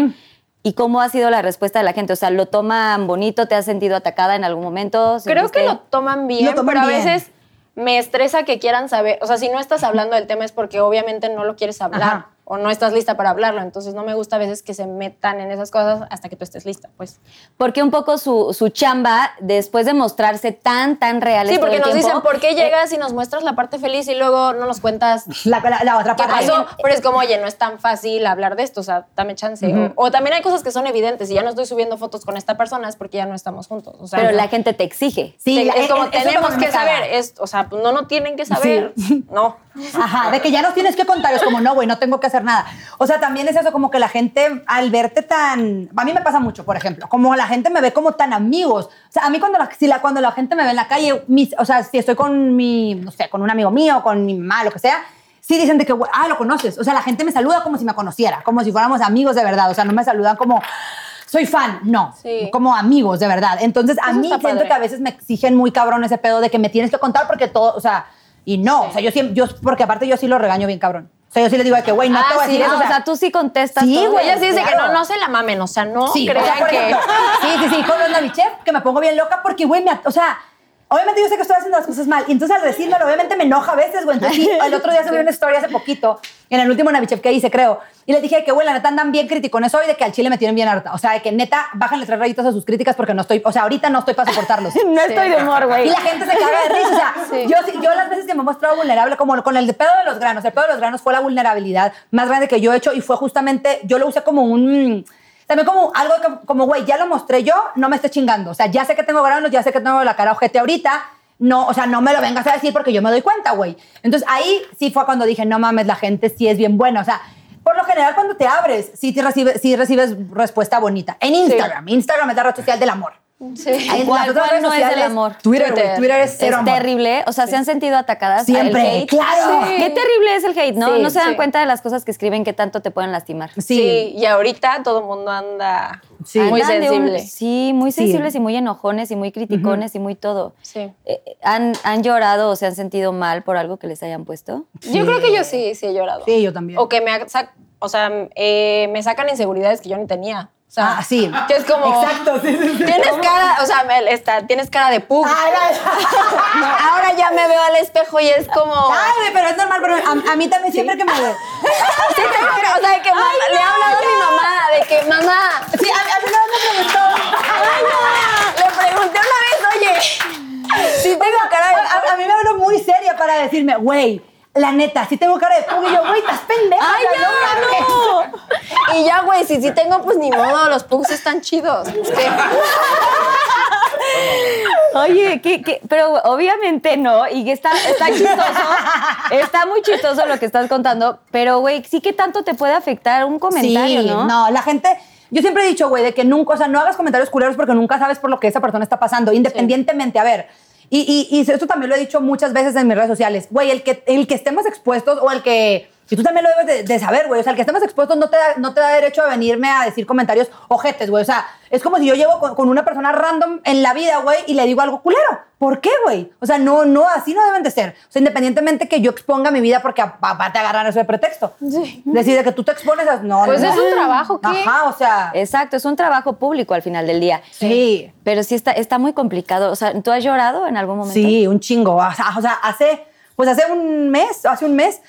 [SPEAKER 2] ¿Y cómo ha sido la respuesta de la gente? O sea, ¿lo toman bonito? ¿Te has sentido atacada en algún momento?
[SPEAKER 4] Creo que
[SPEAKER 2] ¿Sentiste-
[SPEAKER 4] lo toman bien,
[SPEAKER 3] Lo toman
[SPEAKER 4] pero
[SPEAKER 3] bien.
[SPEAKER 4] a veces me estresa que quieran saber. O sea, si no estás hablando del tema es porque obviamente no lo quieres hablar
[SPEAKER 3] Ajá.
[SPEAKER 4] o no estás lista para hablarlo. Entonces no me gusta a veces que se metan en esas cosas hasta que tú estés lista, pues.
[SPEAKER 2] Porque un poco su, su chamba, después de mostrarse tan, tan reales
[SPEAKER 4] Sí, porque
[SPEAKER 2] todo
[SPEAKER 4] nos
[SPEAKER 2] el tiempo,
[SPEAKER 4] dicen, ¿por qué
[SPEAKER 2] eh,
[SPEAKER 4] llegas y nos muestras la parte feliz y luego no nos cuentas
[SPEAKER 3] La, la- la otra
[SPEAKER 4] qué
[SPEAKER 3] parte.
[SPEAKER 4] pasó? Pero es como, oye, no es tan fácil hablar de esto, o sea, dame chance. o, o también hay cosas que son evidentes y ya no estoy subiendo fotos con esta persona es porque ya no estamos juntos. O sea,
[SPEAKER 2] pero
[SPEAKER 4] no.
[SPEAKER 2] la gente te exige.
[SPEAKER 3] Sí,
[SPEAKER 4] Te-
[SPEAKER 3] la- eh,
[SPEAKER 4] es como
[SPEAKER 3] eso
[SPEAKER 4] tenemos
[SPEAKER 3] también me
[SPEAKER 4] que saber,
[SPEAKER 3] caga.
[SPEAKER 4] es, o sea, pues, no, no tienen que saber, no.
[SPEAKER 3] Ajá, de que ya nos tienes que contar. Es como, no, güey, no tengo que hacer nada. O sea, también es eso, como que la gente, al verte tan. A mí me pasa mucho, por ejemplo, como la gente me ve como tan amigos. O sea, a mí cuando la, si la, cuando la gente me ve en la calle, mis, o sea, si estoy con mi, no sé, con un amigo mío, con mi mamá, lo que sea, sí dicen de que, güey, ah, lo conoces. O sea, la gente me saluda como si me conociera, como si fuéramos amigos de verdad. O sea, no me saludan como. Soy fan, no,
[SPEAKER 4] Sí.
[SPEAKER 3] como amigos, de verdad. Entonces, a
[SPEAKER 4] Eso
[SPEAKER 3] mí
[SPEAKER 4] está
[SPEAKER 3] siento
[SPEAKER 4] padre.
[SPEAKER 3] que a veces me exigen muy cabrón ese pedo de que me tienes que contar porque todo, o sea, y no, o sea, yo siempre, yo, porque aparte yo sí lo regaño bien cabrón. O sea, yo sí le digo de que, güey, no
[SPEAKER 2] Ah,
[SPEAKER 3] te voy a
[SPEAKER 2] sí,
[SPEAKER 3] decir eso.
[SPEAKER 2] o sea, tú sí contestas
[SPEAKER 3] Sí,
[SPEAKER 2] todo.
[SPEAKER 3] güey,
[SPEAKER 4] Ella sí dice que
[SPEAKER 3] claro.
[SPEAKER 4] no, no se la mamen, o sea, no
[SPEAKER 3] sí,
[SPEAKER 4] crean
[SPEAKER 3] o sea, por
[SPEAKER 4] que... <laughs>
[SPEAKER 3] ejemplo, sí, sí, sí, con los Navichef, que me pongo bien loca porque, güey, me, at- o sea, obviamente yo sé que estoy haciendo las cosas mal, y entonces al decírmelo, obviamente me enoja a veces, güey. Entonces, sí, el otro día subí una historia hace poquito En el último Navichef que hice, creo. Y les dije que, güey, la neta andan bien criticones hoy de que al chile me tienen bien harta. O sea, de que neta, bájenle tres rayitas a sus críticas porque no estoy, o sea, ahorita no estoy para soportarlos.
[SPEAKER 2] No estoy de humor, güey.
[SPEAKER 3] Y la gente se caga de risa. O sea,
[SPEAKER 4] Sí.
[SPEAKER 3] yo, sí- yo las veces que me he mostrado vulnerable, como con el de pedo de los granos, el pedo de los granos fue la vulnerabilidad más grande que yo he hecho y fue justamente, yo lo usé como un... También como algo que- como, güey, ya lo mostré yo, no me esté chingando. O sea, ya sé que tengo granos, ya sé que tengo la cara ojete ahorita. No, o sea, no me lo vengas a decir porque yo me doy cuenta, güey. Entonces ahí sí fue cuando dije, no mames, la gente sí es bien buena. O sea, por lo general cuando te abres, sí, te recibe, sí recibes respuesta bonita. En Instagram, Instagram es la red social del amor.
[SPEAKER 4] Sí.
[SPEAKER 3] Ahí en
[SPEAKER 2] ¿Cuál-
[SPEAKER 3] las otras
[SPEAKER 2] cuál
[SPEAKER 3] redes
[SPEAKER 2] no es el
[SPEAKER 3] sociales,
[SPEAKER 2] amor?
[SPEAKER 3] Twitter, güey.
[SPEAKER 4] Twitter.
[SPEAKER 3] Twitter es cero
[SPEAKER 2] es
[SPEAKER 3] amor.
[SPEAKER 2] terrible. O sea, se han sentido atacadas.
[SPEAKER 3] Siempre,
[SPEAKER 2] al hate?
[SPEAKER 3] claro.
[SPEAKER 4] Sí.
[SPEAKER 2] Qué terrible es el hate, ¿no?
[SPEAKER 4] Sí,
[SPEAKER 2] no se dan
[SPEAKER 4] sí.
[SPEAKER 2] cuenta de las cosas que escriben que tanto te pueden lastimar.
[SPEAKER 3] Sí.
[SPEAKER 4] Sí, y ahorita todo el mundo anda
[SPEAKER 3] Sí.
[SPEAKER 4] muy
[SPEAKER 2] Andan de un-
[SPEAKER 4] sensible.
[SPEAKER 2] sí, muy
[SPEAKER 3] Sí.
[SPEAKER 2] sensibles y muy enojones y muy criticones y muy todo.
[SPEAKER 4] Sí.
[SPEAKER 2] Eh, eh, ¿han, ¿Han llorado o se han sentido mal por algo que les hayan puesto?
[SPEAKER 4] Yo creo que yo sí, sí he llorado.
[SPEAKER 3] Sí, yo también.
[SPEAKER 4] O que me, ha- sac- o sea, eh, me sacan inseguridades que yo ni tenía. O sea,
[SPEAKER 3] Ah, sí.
[SPEAKER 4] Que es como.
[SPEAKER 3] Exacto, sí,
[SPEAKER 4] <laughs>
[SPEAKER 3] sí, sí.
[SPEAKER 4] Tienes cara, o sea, Mel, está, tienes cara de pug.
[SPEAKER 3] Ay, ay,
[SPEAKER 4] <laughs> Ahora ya me veo al espejo y es como.
[SPEAKER 3] ay, güey, pero es normal, pero a, a mí también siempre que me...
[SPEAKER 4] <laughs> Sí, tengo cara- o sea, de que mamá- le he hablado a mi mamá de que mamá.
[SPEAKER 3] Sí, a, a mí una vez me preguntó.
[SPEAKER 4] Ay, no. Le pregunté una vez, oye, si tengo cara de
[SPEAKER 3] A, a mí me habló muy seria para decirme, güey, la neta, sí tengo cara de pug. Y yo, güey, estás pendeja.
[SPEAKER 4] ¡Ay,
[SPEAKER 3] o sea,
[SPEAKER 4] ya,
[SPEAKER 3] mames.
[SPEAKER 4] no! <laughs> Y ya, güey, si sí tengo, pues ni modo, los pugs están
[SPEAKER 3] <laughs>
[SPEAKER 4] chidos. Es que-
[SPEAKER 2] <laughs> Oye, ¿qué, qué? pero obviamente no, y que está, está chistoso, <laughs> está muy chistoso lo que estás contando, pero güey, sí que tanto te puede afectar un comentario,
[SPEAKER 3] sí,
[SPEAKER 2] ¿no?
[SPEAKER 3] la gente. Yo siempre he dicho, güey, de que nunca, o sea, no hagas comentarios culeros porque nunca sabes por lo que esa persona está pasando, independientemente. A ver, y, y, y esto también lo he dicho muchas veces en mis redes sociales, güey, el que, el que estemos expuestos o el que. Y tú también lo debes de, de saber, güey. O sea, el que estemos expuestos no te, da, no te da derecho a venirme a decir comentarios ojetes, güey. O sea, es como si yo llevo con, con una persona random en la vida, güey, y le digo algo culero. ¿Por qué, güey? O sea, no, no, así no deben de ser. O sea, independientemente que yo exponga mi vida porque aparte agarran eso de pretexto.
[SPEAKER 4] Sí.
[SPEAKER 3] Decir de que tú te expones a... No,
[SPEAKER 4] Pues
[SPEAKER 3] no.
[SPEAKER 4] es un trabajo, ¿qué?
[SPEAKER 3] Ajá, o sea.
[SPEAKER 2] Exacto, es un trabajo público al final del día.
[SPEAKER 3] sí.
[SPEAKER 2] Pero sí está, está muy complicado. O sea, ¿tú has llorado en algún momento?
[SPEAKER 3] Sí, un chingo. O sea, o sea, hace, pues hace un mes, hace un mes,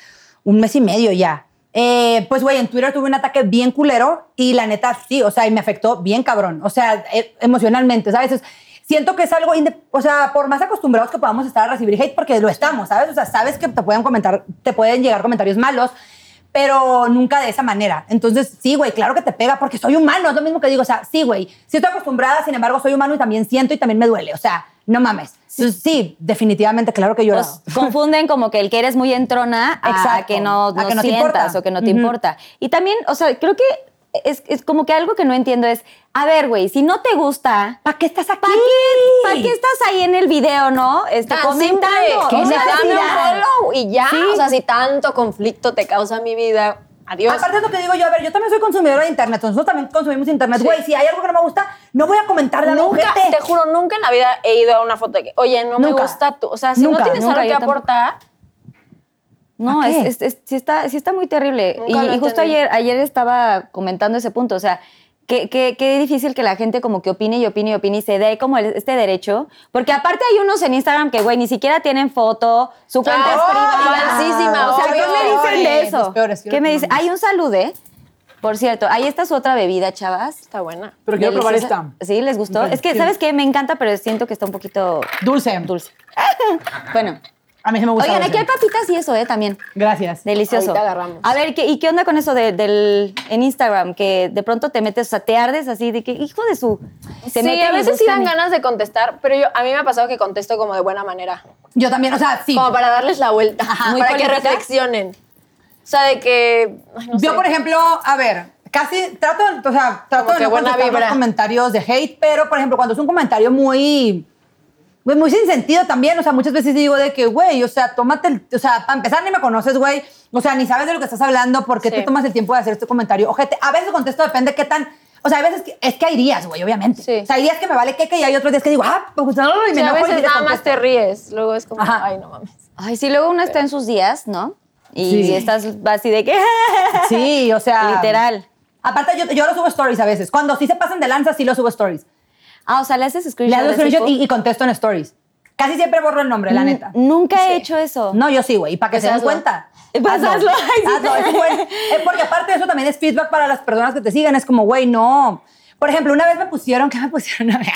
[SPEAKER 3] un mes y medio ya. Eh, pues, güey, en Twitter tuve un ataque bien culero y la neta, sí, o sea, y me afectó bien cabrón. O sea, e- emocionalmente, ¿sabes? Es- siento que es algo, inde- o sea, por más acostumbrados que podamos estar a recibir hate, porque lo estamos, ¿sabes? O sea, sabes que te pueden comentar, te pueden llegar comentarios malos, pero nunca de esa manera. Entonces, sí, güey, claro que te pega porque soy humano, es lo mismo que digo, o sea, sí, güey, sí estoy acostumbrada, sin embargo, soy humano y también siento y también me duele, o sea, no mames. Entonces, sí, definitivamente, claro que yo
[SPEAKER 2] Os confunden como que el que eres muy entrona a,
[SPEAKER 3] Exacto,
[SPEAKER 2] a que no,
[SPEAKER 3] a
[SPEAKER 2] no
[SPEAKER 3] que no te
[SPEAKER 2] sientas
[SPEAKER 3] importa.
[SPEAKER 2] o que no te
[SPEAKER 3] Ujú.
[SPEAKER 2] importa. Y también, o sea, creo que es, es como que algo que no entiendo es, a ver, güey, si no te gusta,
[SPEAKER 3] ¿Para qué estás aquí?
[SPEAKER 2] ¿para qué, pa' qué estás ahí en el video, no? Este,
[SPEAKER 4] Tan
[SPEAKER 2] comentando.
[SPEAKER 4] simple.
[SPEAKER 3] ¿Qué
[SPEAKER 4] o sea, dame un
[SPEAKER 3] necesidad?
[SPEAKER 4] follow y ya.
[SPEAKER 2] Sí.
[SPEAKER 4] O sea, si tanto conflicto te causa mi vida, adiós.
[SPEAKER 3] Aparte de lo que digo yo, a ver, yo también soy consumidora de internet, nosotros también consumimos internet, güey, si hay algo que no me gusta, no voy a comentarle a la
[SPEAKER 4] nunca,
[SPEAKER 3] gente.
[SPEAKER 4] te juro, nunca en la vida he ido a una foto de que, oye, no me
[SPEAKER 3] Nunca.
[SPEAKER 4] gusta tú. O sea, si
[SPEAKER 3] Nunca,
[SPEAKER 4] no tienes
[SPEAKER 2] nunca,
[SPEAKER 4] algo que
[SPEAKER 2] yo tampoco.
[SPEAKER 4] aportar,
[SPEAKER 2] No,
[SPEAKER 3] ¿A
[SPEAKER 2] es,
[SPEAKER 3] qué?
[SPEAKER 2] es- es- sí, está, sí está muy terrible.
[SPEAKER 4] Nunca
[SPEAKER 2] Y,
[SPEAKER 4] lo
[SPEAKER 2] y justo
[SPEAKER 4] entendí.
[SPEAKER 2] ayer, ayer estaba comentando ese punto, o sea, qué, qué, qué difícil que la gente como que opine y opine y opine y se dé como el- este derecho, porque aparte hay unos en Instagram que, güey, ni siquiera tienen foto, su cuenta
[SPEAKER 4] Ah,
[SPEAKER 2] es privada.
[SPEAKER 4] falsísima,
[SPEAKER 2] o sea, ¿qué
[SPEAKER 4] obvio. pues
[SPEAKER 2] me dicen de
[SPEAKER 3] Peores,
[SPEAKER 2] eso?
[SPEAKER 3] los peores,
[SPEAKER 2] ¿Qué me
[SPEAKER 3] no
[SPEAKER 2] dicen?
[SPEAKER 3] mames.
[SPEAKER 2] Hay un salude, por cierto, ahí está su otra bebida, chavas.
[SPEAKER 4] está buena.
[SPEAKER 3] Pero quiero probar
[SPEAKER 2] Deliciosa.
[SPEAKER 3] esta.
[SPEAKER 2] Sí, ¿les gustó?
[SPEAKER 3] Ok.
[SPEAKER 2] Es que, ¿sabes qué? Me encanta, pero siento que está un poquito
[SPEAKER 3] Dulce.
[SPEAKER 2] dulce. bueno,
[SPEAKER 3] A mí se me gusta.
[SPEAKER 2] oigan, aquí
[SPEAKER 3] dulce.
[SPEAKER 2] hay papitas y eso, ¿eh? También.
[SPEAKER 3] Gracias.
[SPEAKER 2] Delicioso.
[SPEAKER 4] Ahorita agarramos.
[SPEAKER 2] A ver, ¿qué, ¿y qué onda con eso de- del, en Instagram? Que de pronto te metes, o sea, te ardes así de que, hijo de su. se
[SPEAKER 4] sí,
[SPEAKER 2] meten
[SPEAKER 4] a
[SPEAKER 2] y
[SPEAKER 4] veces sí
[SPEAKER 2] buscan
[SPEAKER 4] dan
[SPEAKER 2] y-
[SPEAKER 4] ganas de contestar, pero yo, a mí me ha pasado que contesto como de buena manera.
[SPEAKER 3] Yo también, o sea, sí.
[SPEAKER 4] Como para darles la vuelta,
[SPEAKER 2] Muy
[SPEAKER 4] para que
[SPEAKER 2] política.
[SPEAKER 4] reflexionen. O sea, de que. ay, no
[SPEAKER 3] Yo,
[SPEAKER 4] sé.
[SPEAKER 3] por ejemplo, a ver, casi trato, o sea, trato
[SPEAKER 4] Como
[SPEAKER 3] de
[SPEAKER 4] que
[SPEAKER 3] no
[SPEAKER 4] buena
[SPEAKER 3] contestar los
[SPEAKER 4] vibra.
[SPEAKER 3] comentarios de hate, pero, por ejemplo, cuando es un comentario muy... Güey, muy sin sentido también, o sea, muchas veces digo de que, güey, o sea, tómate el, o sea, para empezar ni me conoces, güey, o sea, ni sabes de lo que estás hablando, ¿por qué
[SPEAKER 4] Sí.
[SPEAKER 3] te tomas el tiempo de hacer este comentario? Ojete, a veces contesto, depende qué tan, o sea, hay veces que, es que hay días, güey, obviamente.
[SPEAKER 4] Sí.
[SPEAKER 3] O sea, hay días que me vale que y hay otros días que digo, ah, pues no, y
[SPEAKER 4] Sí,
[SPEAKER 3] me
[SPEAKER 4] a
[SPEAKER 3] enojo y
[SPEAKER 4] veces
[SPEAKER 3] le
[SPEAKER 4] nada más
[SPEAKER 3] contesto.
[SPEAKER 4] te ríes. Luego es como,
[SPEAKER 3] Ajá.
[SPEAKER 4] ay, no mames. <laughs>
[SPEAKER 2] Ay, sí, luego uno está en sus días, ¿no? Y
[SPEAKER 3] Sí.
[SPEAKER 2] estás así de que. <laughs>
[SPEAKER 3] Sí, o
[SPEAKER 4] <laughs>
[SPEAKER 3] sea.
[SPEAKER 2] Literal.
[SPEAKER 3] Aparte, yo, yo lo subo stories a veces. Cuando sí se pasan de lanza, sí lo subo stories.
[SPEAKER 2] Ah, o sea, le haces screenshot.
[SPEAKER 3] Le
[SPEAKER 2] a
[SPEAKER 3] hago
[SPEAKER 2] ese
[SPEAKER 3] screenshot
[SPEAKER 2] post?
[SPEAKER 3] y, y contesto en stories. Casi siempre borro el nombre, la
[SPEAKER 2] N-
[SPEAKER 3] neta.
[SPEAKER 2] Nunca he hecho eso.
[SPEAKER 3] No, yo sí, güey. Y para que
[SPEAKER 4] Pues
[SPEAKER 3] se den
[SPEAKER 4] hazlo.
[SPEAKER 3] cuenta.
[SPEAKER 2] Pues hazlo. Ay, sí.
[SPEAKER 3] Hazlo, es buen- eh, porque aparte de eso también es feedback para las personas que te siguen. Es como, güey, no. Por ejemplo, una vez me pusieron, <laughs> ¿qué me pusieron? Una vez,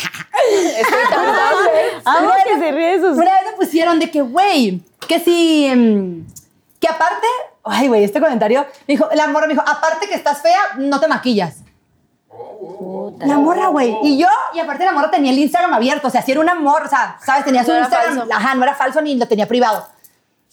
[SPEAKER 2] Ah, Amo que se ríe de sus-
[SPEAKER 3] una vez me pusieron de que, güey, que si. mm, Que aparte. Ay, güey, este comentario. Me dijo, la morra me dijo, aparte que estás fea, no te maquillas.
[SPEAKER 4] Oh.
[SPEAKER 3] La morra, güey. Y yo, y aparte la morra tenía el Instagram abierto. O sea, si era una morra, o sea, ¿sabes? Tenía su
[SPEAKER 4] No era
[SPEAKER 3] Instagram.
[SPEAKER 4] falso.
[SPEAKER 3] Ajá, no era falso ni lo tenía privado.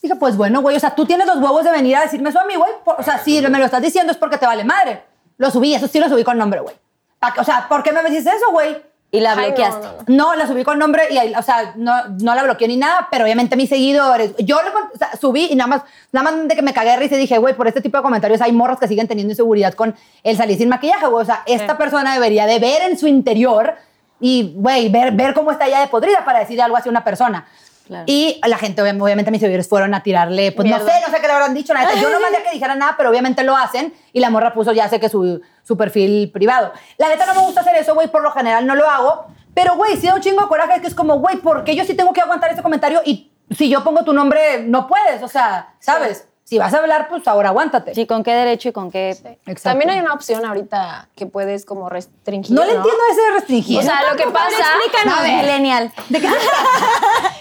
[SPEAKER 3] Dije, pues bueno, güey, o sea, tú tienes los huevos de venir a decirme eso a mí, güey. Por- O sea, si me lo estás diciendo es porque te vale madre. Lo subí, eso sí lo subí con nombre, güey. Pa' que- O sea, ¿por qué me dices eso, güey?
[SPEAKER 2] Y la
[SPEAKER 4] Ay, no,
[SPEAKER 2] bloqueaste.
[SPEAKER 4] no, no.
[SPEAKER 3] No, la subí con nombre y, ahí, o sea, no, no la bloqueó ni nada, pero obviamente mis seguidores. Yo le con- o sea, subí y nada más, nada más de que me cagué de risa y dije, güey, por este tipo de comentarios hay morros que siguen teniendo inseguridad con el salir sin maquillaje, güey. O sea, esta persona debería de ver en su interior y, güey, ver, ver cómo está ya de podrida para decir algo hacia una persona.
[SPEAKER 2] Claro.
[SPEAKER 3] Y la gente, obvi- obviamente, mis seguidores fueron a tirarle, pues no
[SPEAKER 4] Mierda.
[SPEAKER 3] sé, no sé qué le habrán dicho, la neta. Yo no mandé que dijera nada, pero obviamente lo hacen. Y la morra puso ya sé que su, su perfil privado. La neta no me gusta hacer eso, güey, por lo general no lo hago. Pero, güey, sí da un chingo de coraje que es como, güey, ¿por qué yo sí tengo que aguantar ese comentario? Y si yo pongo tu nombre, no puedes, o sea, ¿sabes? Si vas a hablar, pues ahora aguántate.
[SPEAKER 2] Sí, ¿con qué derecho y con qué...?
[SPEAKER 3] Exacto.
[SPEAKER 4] También hay una opción ahorita que puedes como restringir.
[SPEAKER 3] No le entiendo ese de restringir.
[SPEAKER 4] O sea, lo que pasa.
[SPEAKER 2] Explícanos,
[SPEAKER 3] A ver.
[SPEAKER 2] millennial.
[SPEAKER 3] ¿De qué se trata?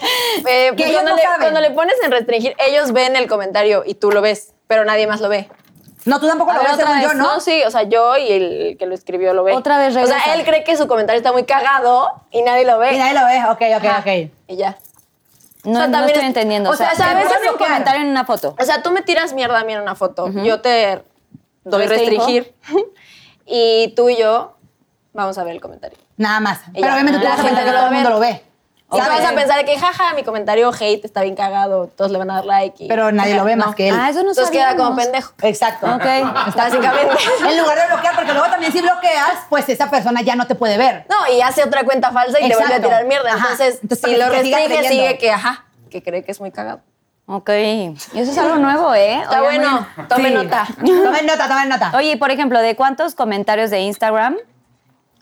[SPEAKER 4] Eh, pues,
[SPEAKER 3] ellos
[SPEAKER 4] cuando,
[SPEAKER 3] no
[SPEAKER 4] le,
[SPEAKER 3] saben.
[SPEAKER 4] cuando le pones en restringir, ellos ven el comentario y tú lo ves, pero nadie más lo ve.
[SPEAKER 3] No, tú tampoco
[SPEAKER 4] A
[SPEAKER 3] lo
[SPEAKER 4] ver,
[SPEAKER 3] ves
[SPEAKER 4] otra
[SPEAKER 3] según yo,
[SPEAKER 4] vez.
[SPEAKER 3] ¿no?
[SPEAKER 4] sí, o sea, yo y el que lo escribió lo ve.
[SPEAKER 2] Otra vez
[SPEAKER 4] O sea,
[SPEAKER 2] regresa.
[SPEAKER 4] él cree que su comentario está muy cagado y nadie lo ve.
[SPEAKER 3] Y nadie lo ve, ok, ok,
[SPEAKER 4] Ajá.
[SPEAKER 3] ok.
[SPEAKER 4] Y ya.
[SPEAKER 2] No,
[SPEAKER 4] sea,
[SPEAKER 2] no
[SPEAKER 4] también
[SPEAKER 2] estoy
[SPEAKER 4] es-
[SPEAKER 2] entendiendo. O
[SPEAKER 4] o
[SPEAKER 2] sea,
[SPEAKER 4] sea,
[SPEAKER 2] a
[SPEAKER 4] ¿sabes?
[SPEAKER 2] veces
[SPEAKER 4] Bloquear.
[SPEAKER 2] un comentario en una foto.
[SPEAKER 4] O sea, tú me tiras mierda a mí en una foto. Yo te doy
[SPEAKER 2] Restringo.
[SPEAKER 3] <laughs>
[SPEAKER 4] restringir. y tú y yo vamos a ver el comentario.
[SPEAKER 3] Nada más.
[SPEAKER 4] Y
[SPEAKER 3] Pero
[SPEAKER 4] ya. Ah,
[SPEAKER 3] obviamente tú
[SPEAKER 4] La
[SPEAKER 3] vas a
[SPEAKER 4] gente
[SPEAKER 3] pensar que
[SPEAKER 4] no
[SPEAKER 3] todo el
[SPEAKER 4] lo
[SPEAKER 3] mundo
[SPEAKER 4] ve.
[SPEAKER 3] lo ve.
[SPEAKER 4] Y tú
[SPEAKER 3] ¿sabes?
[SPEAKER 4] vas a pensar que, jaja, mi comentario hate está bien cagado, todos le van a dar like. y-
[SPEAKER 3] Pero nadie lo ve más que él.
[SPEAKER 2] Ah, eso no
[SPEAKER 4] Entonces queda como
[SPEAKER 2] sabíamos.
[SPEAKER 4] pendejo.
[SPEAKER 3] Exacto.
[SPEAKER 2] Ok.
[SPEAKER 3] Está
[SPEAKER 4] Básicamente.
[SPEAKER 3] <laughs> En lugar de bloquear, porque luego también si bloqueas, pues esa persona ya no te puede ver.
[SPEAKER 4] No, y hace otra cuenta falsa y le vuelve
[SPEAKER 3] Exacto.
[SPEAKER 4] a tirar mierda.
[SPEAKER 3] Ajá.
[SPEAKER 4] Entonces,
[SPEAKER 3] Entonces,
[SPEAKER 4] si
[SPEAKER 3] para
[SPEAKER 4] lo
[SPEAKER 3] que siga
[SPEAKER 4] restringe,
[SPEAKER 3] creyendo.
[SPEAKER 4] sigue que, ajá, que cree que es muy cagado.
[SPEAKER 2] Ok. Y eso es algo nuevo, ¿eh?
[SPEAKER 4] Está
[SPEAKER 2] Oigan,
[SPEAKER 4] bueno,
[SPEAKER 2] oigan.
[SPEAKER 4] tomen
[SPEAKER 3] Sí.
[SPEAKER 4] nota.
[SPEAKER 3] Tomen nota, tomen nota.
[SPEAKER 2] Oye, y por ejemplo, ¿de cuántos comentarios de Instagram